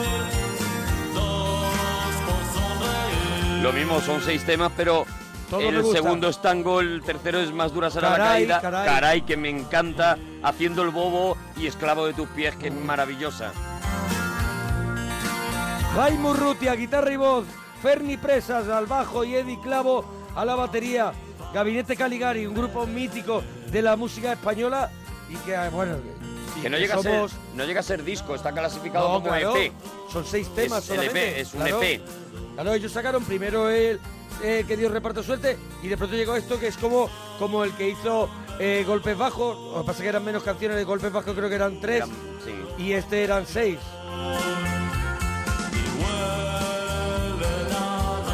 [SPEAKER 6] Dos por sonreír
[SPEAKER 3] Lo mismo, son seis temas, pero
[SPEAKER 6] Todo me
[SPEAKER 3] el
[SPEAKER 6] gusta.
[SPEAKER 3] segundo es tango, el tercero es más dura será
[SPEAKER 6] Caray,
[SPEAKER 3] la caída.
[SPEAKER 6] caray.
[SPEAKER 3] que me encanta. Haciendo el bobo y esclavo de tus pies, que es maravillosa.
[SPEAKER 4] Jaime Urrutia, guitarra y voz. Ferni Presas al bajo y Eddie Clavo a la batería. Gabinete Caligari, un grupo mítico de la música española y que, eh, bueno, y
[SPEAKER 3] Que no llega,
[SPEAKER 4] somos-
[SPEAKER 3] a ser, no llega a ser disco, está clasificado
[SPEAKER 4] No,
[SPEAKER 3] como
[SPEAKER 4] claro,
[SPEAKER 3] EP.
[SPEAKER 4] Son seis temas
[SPEAKER 3] Es el EP,
[SPEAKER 4] solamente.
[SPEAKER 3] es un E
[SPEAKER 4] claro.
[SPEAKER 3] EP.
[SPEAKER 4] Claro, ellos sacaron primero el, el que Dios reparto suerte y de pronto llegó esto que es como, como el que hizo eh, Golpes Bajos. Lo que pasa es que eran menos canciones de Golpes Bajos, creo que eran tres.
[SPEAKER 3] Eran- sí.
[SPEAKER 4] Y este eran seis.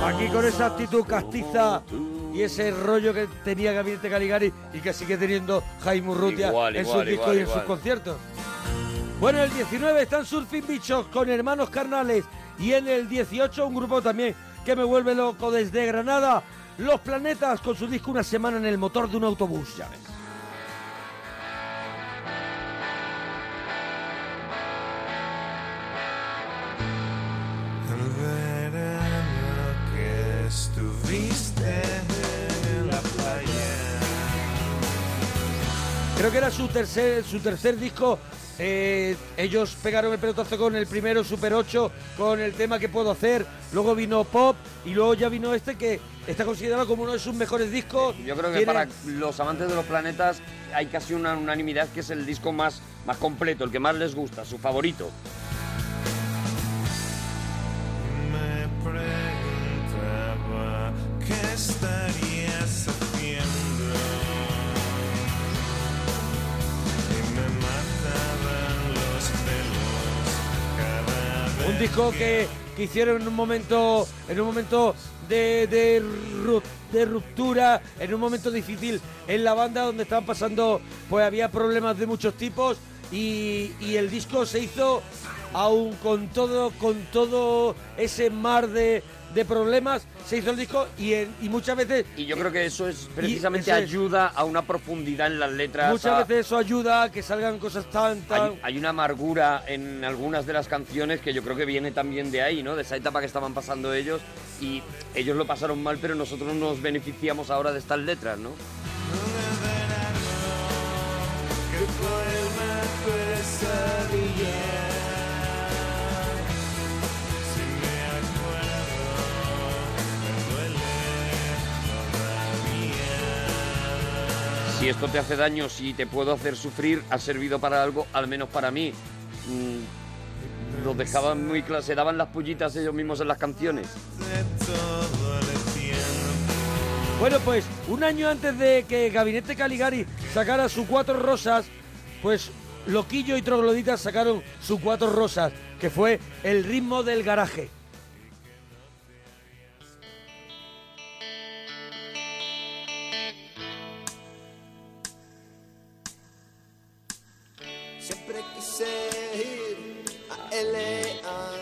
[SPEAKER 4] Aquí con esa actitud castiza y ese rollo que tenía Gabinete Caligari y que sigue teniendo Jaime Urrutia
[SPEAKER 3] Igual,
[SPEAKER 4] en sus
[SPEAKER 3] igual,
[SPEAKER 4] discos
[SPEAKER 3] igual,
[SPEAKER 4] y en
[SPEAKER 3] igual.
[SPEAKER 4] sus conciertos. Bueno, el 19 están Surfing Bichos con Hermanos Carnales y en el 18 un grupo también que me vuelve loco desde Granada, Los Planetas con su disco Una semana en el motor de un autobús.
[SPEAKER 15] El verano que estuviste en la playa.
[SPEAKER 4] Creo que era su tercer, su tercer disco. Eh, ellos pegaron el pelotazo con el primero, Super 8, con el tema que puedo hacer. Luego vino Pop y luego ya vino este que está considerado como uno de sus mejores discos.
[SPEAKER 3] Yo creo que
[SPEAKER 4] Tiene-
[SPEAKER 3] para los amantes de los planetas hay casi una unanimidad que es el disco más, más completo, el que más les gusta, su favorito.
[SPEAKER 15] Me preguntaba qué estarías haciendo. Y me mataban los celos cada vez.
[SPEAKER 4] Un disco que, que hicieron en un momento, en un momento de, de ru- de ruptura, en un momento difícil en la banda donde estaban pasando, pues había problemas de muchos tipos y, y el disco se hizo aún con todo, con todo ese mar de, de problemas, se hizo el disco y, en- y muchas veces...
[SPEAKER 3] Y yo creo que eso es precisamente
[SPEAKER 4] eso es.
[SPEAKER 3] ayuda a una profundidad en las letras.
[SPEAKER 4] Muchas
[SPEAKER 3] a-
[SPEAKER 4] veces eso ayuda a que salgan cosas tan, tan...
[SPEAKER 3] Hay, hay una amargura en algunas de las canciones que yo creo que viene también de ahí, ¿no? De esa etapa que estaban pasando ellos y ellos lo pasaron mal, pero nosotros nos beneficiamos ahora de estas letras, ¿no?
[SPEAKER 15] que fue una pesadilla. Si me acuerdo, me duele todavía.
[SPEAKER 3] Si esto te hace daño, si te puedo hacer sufrir, ha servido para algo, al menos para mí. Mm, Nos dejaban muy claro, se daban las pullitas ellos mismos en las canciones.
[SPEAKER 4] Bueno, pues un año antes de que Gabinete Caligari sacara sus cuatro rosas, pues Loquillo y Trogloditas sacaron sus cuatro rosas, que fue el ritmo del garaje.
[SPEAKER 1] Siempre quise ir a LA,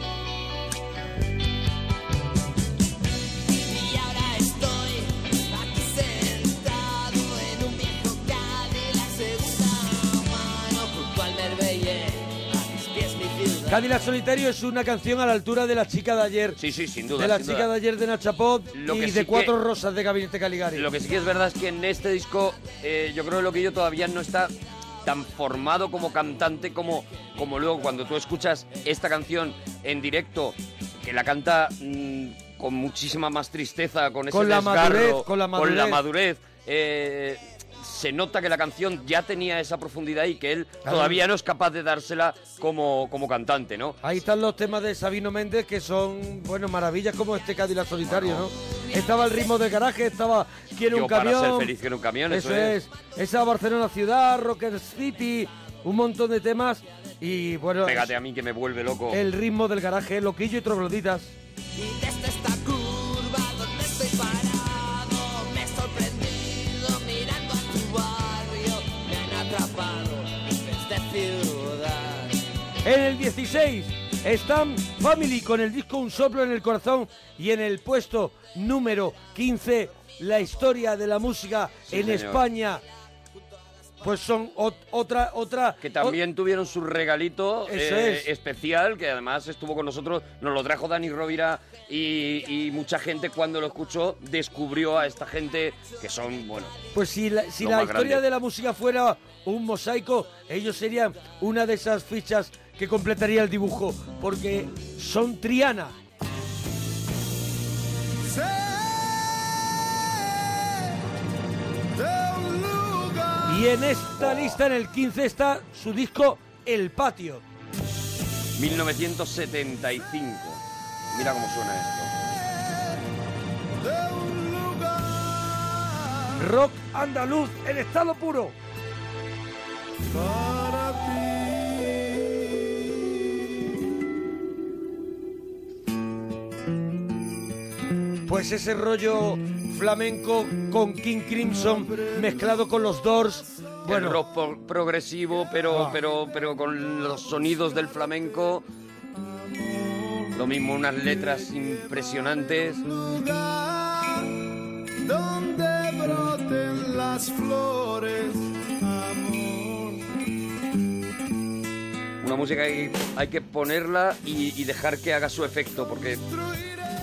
[SPEAKER 1] Y ahora estoy aquí sentado en un viejo Cadillac segunda mano junto al Merveillé. A mis pies mi ciudad.
[SPEAKER 4] Cadillac Solitario es una canción a la altura de la chica de ayer.
[SPEAKER 3] Sí, sí, sin duda.
[SPEAKER 4] de la
[SPEAKER 3] sin
[SPEAKER 4] chica
[SPEAKER 3] duda.
[SPEAKER 4] de ayer de Nachapod
[SPEAKER 3] Lo
[SPEAKER 4] y
[SPEAKER 3] que
[SPEAKER 4] de
[SPEAKER 3] sí que-
[SPEAKER 4] cuatro rosas de Gabinete Caligari.
[SPEAKER 3] Lo que sí que es verdad es que en este disco eh, yo creo que Loquillo todavía no está tan formado como cantante como, como luego cuando tú escuchas esta canción en directo, que la canta mm, con muchísima más tristeza, con ese
[SPEAKER 4] Con la
[SPEAKER 3] desgarro,
[SPEAKER 4] madurez, con la madurez.
[SPEAKER 3] madurez, eh, se nota que la canción ya tenía esa profundidad y que él
[SPEAKER 4] Claro.
[SPEAKER 3] todavía no es capaz de dársela como, como cantante, ¿no?
[SPEAKER 4] Ahí están los temas de Sabino Méndez que son, bueno, maravillas como este Cadillac Solitario, ¿no? Estaba el ritmo del garaje, estaba Quiero
[SPEAKER 3] Yo
[SPEAKER 4] un camión.
[SPEAKER 3] para ser feliz quiero un camión, eso, es.
[SPEAKER 4] Esa Barcelona ciudad, Rocker City, un montón de temas y bueno,
[SPEAKER 3] Pégate a mí que me vuelve loco.
[SPEAKER 4] el ritmo del garaje, loquillo y trogloditas.
[SPEAKER 1] Y desde esta curva donde estoy parado me he sorprendido mirando a tu barrio. Me han atrapado luces de ciudad.
[SPEAKER 4] En el 16 están Family con el disco Un soplo en el corazón y en el puesto número 15 la historia de la música
[SPEAKER 3] Sí,
[SPEAKER 4] en
[SPEAKER 3] señor.
[SPEAKER 4] España. pues son ot- otra otra
[SPEAKER 3] que también tuvieron su regalito
[SPEAKER 4] Eso
[SPEAKER 3] eh,
[SPEAKER 4] es.
[SPEAKER 3] especial, que además estuvo con nosotros, nos lo trajo Dani Rovira y, y mucha gente cuando lo escuchó descubrió a esta gente que son, bueno,
[SPEAKER 4] Pues si la, si
[SPEAKER 3] Lo
[SPEAKER 4] la
[SPEAKER 3] más
[SPEAKER 4] historia
[SPEAKER 3] grande.
[SPEAKER 4] de la música fuera un mosaico, ellos serían una de esas fichas que completaría el dibujo, porque son Triana.
[SPEAKER 13] Sé de un lugar.
[SPEAKER 4] Y en esta lista, en el 15, está su disco El Patio.
[SPEAKER 3] 1975. Mira cómo suena esto.
[SPEAKER 4] Rock andaluz en estado puro.
[SPEAKER 13] para
[SPEAKER 4] Pues ese rollo flamenco con King Crimson mezclado con los Doors. Bueno, Ah.
[SPEAKER 3] El rock pro- progresivo, pero, pero, pero con los sonidos del flamenco. Lo mismo, unas letras impresionantes.
[SPEAKER 13] lugar donde broten las flores, amor.
[SPEAKER 3] Una música que hay que ponerla y, y dejar que haga su efecto, porque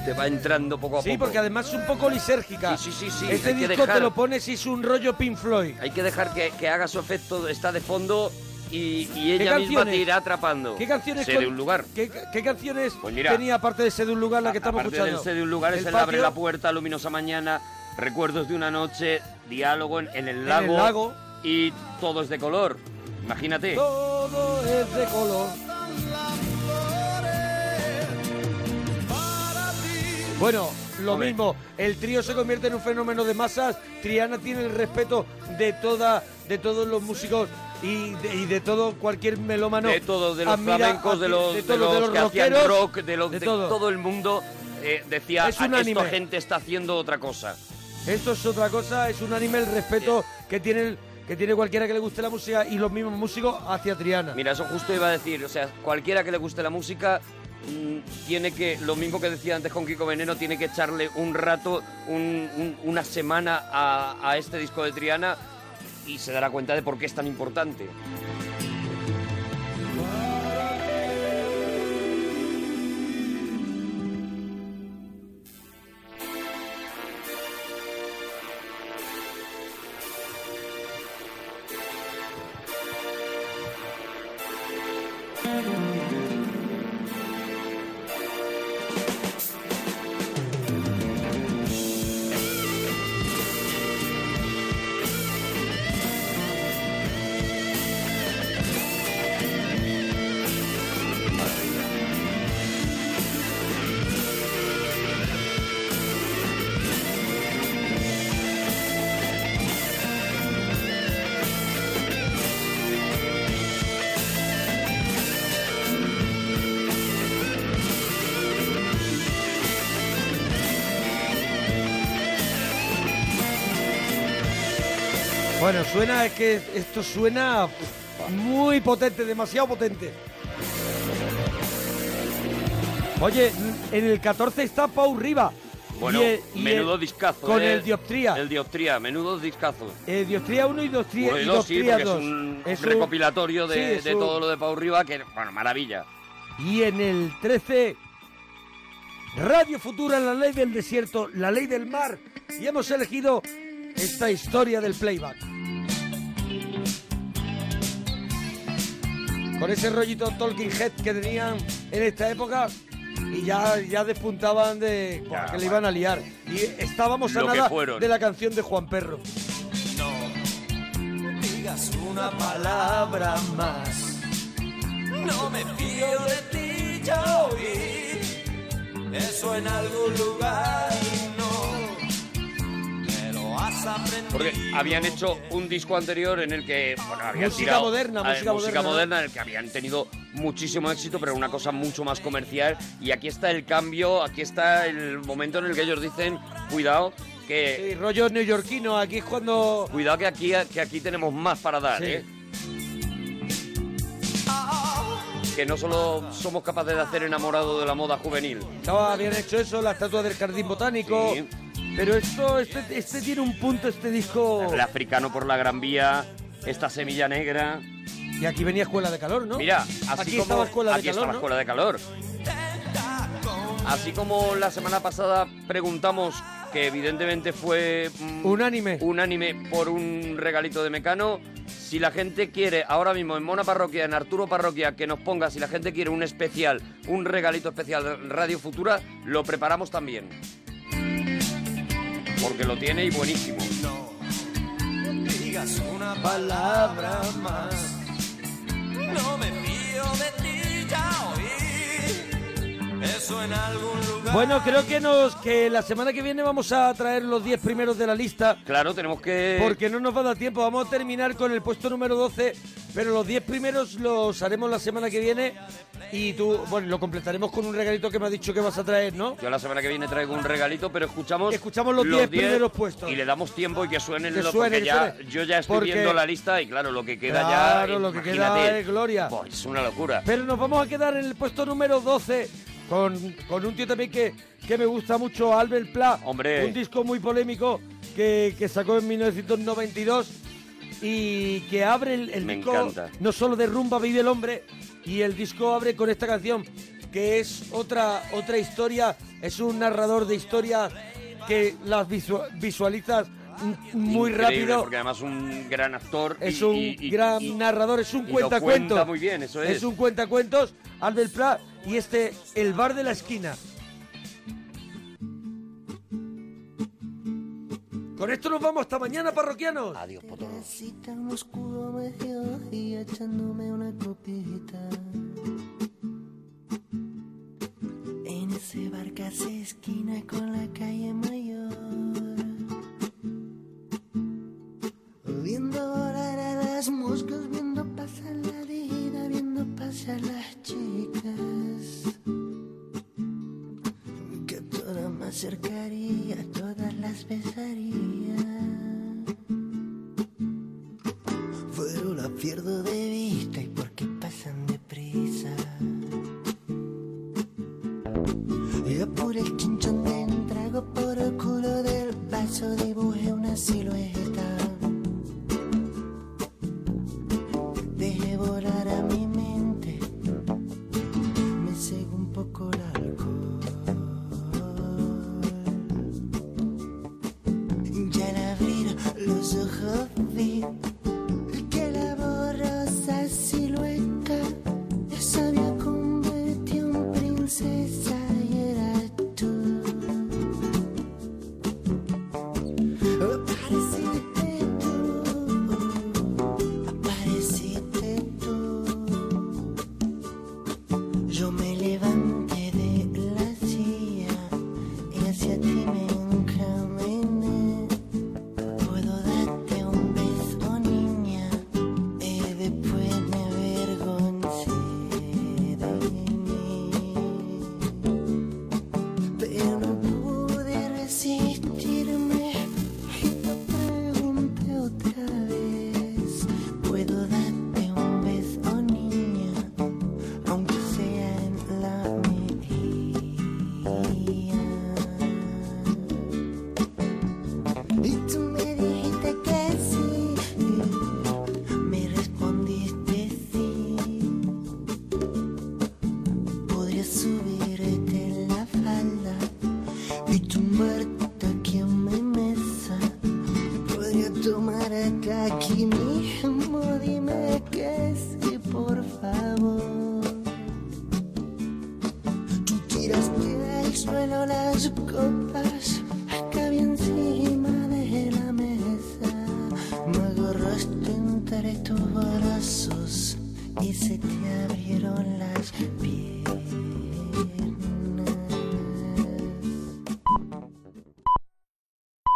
[SPEAKER 3] te va entrando poco a
[SPEAKER 4] sí,
[SPEAKER 3] poco.
[SPEAKER 4] porque además es un poco lisérgica.
[SPEAKER 3] Sí, sí, sí, sí,
[SPEAKER 4] Este
[SPEAKER 3] hay que
[SPEAKER 4] disco te
[SPEAKER 3] dejar.
[SPEAKER 4] lo pones y es un rollo Pink Floyd.
[SPEAKER 3] Hay que dejar que, que haga su efecto, está de fondo y, y
[SPEAKER 4] ¿Qué
[SPEAKER 3] ella misma
[SPEAKER 4] canciones?
[SPEAKER 3] te irá atrapando.
[SPEAKER 4] ¿Qué canciones
[SPEAKER 3] Sé
[SPEAKER 4] con-
[SPEAKER 3] de un lugar. Pues
[SPEAKER 4] ¿Qué, qué canciones
[SPEAKER 3] mira,
[SPEAKER 4] tenía aparte de ese de un lugar la que estamos
[SPEAKER 3] Aparte del
[SPEAKER 4] escuchando?
[SPEAKER 3] sé de un lugar es el,
[SPEAKER 4] patio,
[SPEAKER 3] abre la puerta, luminosa mañana, recuerdos de una noche, diálogo en, en el
[SPEAKER 4] el
[SPEAKER 3] lago.
[SPEAKER 4] lago.
[SPEAKER 3] Y todo es de color. Imagínate.
[SPEAKER 4] Todo es de color. Bueno, lo mismo, el trío se convierte en un fenómeno de masas, Triana tiene el respeto de toda, de todos los músicos y de, y de todo cualquier melómano.
[SPEAKER 3] de todo, de los
[SPEAKER 4] Admira
[SPEAKER 3] flamencos,
[SPEAKER 4] a-
[SPEAKER 3] de los, de los
[SPEAKER 4] todos, Ah, de
[SPEAKER 3] que hacían
[SPEAKER 4] rockeros,
[SPEAKER 3] rock, de, los, de todo.
[SPEAKER 4] todo.
[SPEAKER 3] el mundo eh, decía,
[SPEAKER 4] Es
[SPEAKER 3] "Ah,
[SPEAKER 4] unánime".
[SPEAKER 3] esta gente está haciendo otra cosa.
[SPEAKER 4] Esto es otra cosa, es unánime el respeto que tiene el- que tiene cualquiera que le guste la música y los mismos músicos hacia Triana.
[SPEAKER 3] Mira, eso justo iba a decir, o sea, cualquiera que le guste la música mm, tiene que, lo mismo que decía antes con Kiko Veneno, tiene que echarle un rato, un- un- una semana a, a este disco de Triana y se dará cuenta de por qué es tan importante.
[SPEAKER 4] Bueno, suena, es que esto suena muy potente, demasiado potente. Oye, en el 14 está Pau Riva.
[SPEAKER 3] Bueno,
[SPEAKER 4] Y el- y
[SPEAKER 3] menudo
[SPEAKER 4] el-
[SPEAKER 3] discazo.
[SPEAKER 4] Con
[SPEAKER 3] ¿eh?
[SPEAKER 4] el dioptría.
[SPEAKER 3] El dioptría, menudo discazo.
[SPEAKER 4] eh, dioptría 1 y dioptría
[SPEAKER 3] Bueno,
[SPEAKER 4] y
[SPEAKER 3] y dos, sí,
[SPEAKER 4] dioptría
[SPEAKER 3] porque es
[SPEAKER 4] 2.
[SPEAKER 3] un
[SPEAKER 4] Es un-
[SPEAKER 3] recopilatorio de,
[SPEAKER 4] sí, es
[SPEAKER 3] de
[SPEAKER 4] un-
[SPEAKER 3] todo lo de Pau Riva, que, bueno, maravilla.
[SPEAKER 4] Y en el 13, Radio Futura, la ley del desierto, la ley del mar. Y hemos elegido esta historia del playback. Con ese rollito Talking Head que tenían en esta época. Y ya, ya despuntaban de buah, que le iban a liar. Y estábamos a
[SPEAKER 13] Lo que
[SPEAKER 4] nada
[SPEAKER 13] fueron.
[SPEAKER 4] de la canción de Juan Perro.
[SPEAKER 13] No digas una palabra más. No me fío de ti, ya oí. Eso en algún lugar no. Me lo has aprendido.
[SPEAKER 3] Porque habían hecho un disco anterior en el que, bueno, habían
[SPEAKER 4] Música
[SPEAKER 3] tirado,
[SPEAKER 4] moderna,
[SPEAKER 3] eh,
[SPEAKER 4] música moderna.
[SPEAKER 3] moderna, en el que habían tenido muchísimo éxito, pero una cosa mucho más comercial. Y aquí está el cambio, aquí está el momento en el que ellos dicen, cuidado, que
[SPEAKER 4] Sí, rollo neoyorquino, aquí es cuando...
[SPEAKER 3] cuidado que aquí, que aquí tenemos más para dar,
[SPEAKER 4] Sí.
[SPEAKER 3] ¿eh? Que no solo somos capaces de hacer enamorado de la moda juvenil.
[SPEAKER 4] Estaba bien hecho eso, la estatua del jardín botánico. Pero esto, este, este tiene un punto, este disco.
[SPEAKER 3] El africano por la Gran Vía, esta semilla negra.
[SPEAKER 4] Y aquí venía escuela de calor, ¿no?
[SPEAKER 3] Mira, así
[SPEAKER 4] aquí
[SPEAKER 3] como
[SPEAKER 4] estaba escuela de
[SPEAKER 3] aquí
[SPEAKER 4] calor.
[SPEAKER 3] estaba
[SPEAKER 4] ¿no?
[SPEAKER 3] escuela de calor. Así como la semana pasada preguntamos que evidentemente fue mm,
[SPEAKER 4] unánime
[SPEAKER 3] unánime por un regalito de Mecano, si la gente quiere ahora mismo en Mona Parroquia, en Arturo Parroquia, que nos ponga, si la gente quiere un especial, un regalito especial Radio Futura, lo preparamos también. Porque lo tiene y buenísimo.
[SPEAKER 13] digas una palabra más. No me fío de ti, ya oí. Eso en algún lugar.
[SPEAKER 4] Bueno, creo que nos que la semana que viene vamos a traer los 10 primeros de la lista.
[SPEAKER 3] Claro, tenemos que
[SPEAKER 4] Porque no nos va a dar tiempo, vamos a terminar con el puesto número 12, pero los 10 primeros los haremos la semana que viene y tú, bueno, lo completaremos con un regalito que me has dicho que vas a traer, ¿no?
[SPEAKER 3] Yo la semana que viene traigo un regalito, pero escuchamos
[SPEAKER 4] Escuchamos los 10 primeros puestos.
[SPEAKER 3] y le damos tiempo y que suenen
[SPEAKER 4] Que
[SPEAKER 3] los
[SPEAKER 4] suene,
[SPEAKER 3] porque
[SPEAKER 4] que
[SPEAKER 3] ya
[SPEAKER 4] suene.
[SPEAKER 3] yo ya estoy
[SPEAKER 4] Porque-
[SPEAKER 3] viendo la lista y claro, lo que queda ya
[SPEAKER 4] Claro, lo que queda
[SPEAKER 3] imagínate,
[SPEAKER 4] es gloria.
[SPEAKER 3] pues, es una locura.
[SPEAKER 4] Pero nos vamos a quedar en el puesto número 12 con, con un tío también que, que me gusta mucho, Albert Pla.
[SPEAKER 3] Hombre.
[SPEAKER 4] Un disco muy polémico que, que sacó en 1992 y que abre el, el
[SPEAKER 3] Me
[SPEAKER 4] disco.
[SPEAKER 3] encanta.
[SPEAKER 4] No solo de rumba vive el hombre, y el disco abre con esta canción, que es otra, otra historia, es un narrador de historia que las visua- visualizas mm, muy
[SPEAKER 3] Increíble,
[SPEAKER 4] rápido.
[SPEAKER 3] porque además un gran actor y-
[SPEAKER 4] Es un
[SPEAKER 3] y- y-
[SPEAKER 4] gran
[SPEAKER 3] y-
[SPEAKER 4] narrador, es un
[SPEAKER 3] y lo cuenta
[SPEAKER 4] cuentacuentos.
[SPEAKER 3] muy bien, eso es.
[SPEAKER 4] un cuentacuentos, Albert Pla y este, El Bar de la Esquina. Con esto nos vamos hasta mañana, parroquianos.
[SPEAKER 3] Adiós,
[SPEAKER 22] Cita un oscuro me dio y echándome una copita. En ese bar que hace esquina con la calle mayor. Viendo volar a las moscas, viendo pasar la vida, viendo pasar las chicas. Que todas me acercaría, todas las besaría. Pero la pierdo de vista y porque pasan deprisa. Y apuré el chinchón de un trago por el culo del vaso, dibujé una silueta. Dejé volar a mi mente, me cegó un poco el alcohol. Y al abrir los ojos vi que la borrosa silueta se había convertido en princesa y eras tú. Apareciste tú, apareciste tú. Yo me levanté de la silla y hacia ti me encaminé. Puedo darte un beso, niña. Y después me avergoncé de mí. Pero no pude resistirme y te pregunté otra vez. ¿Puedo darte un beso, niña? Aunque sea en la medida. Y tú me dijiste que sí. Me respondiste sí. Podría subirte la falda y tumbarte aquí en mi mesa. Podría tomar acá aquí mismo. Dime que sí, por favor. Tú tiraste al suelo las copas que había encima de la mesa. Me agarraste entre tus brazos y se te abrieron las piernas.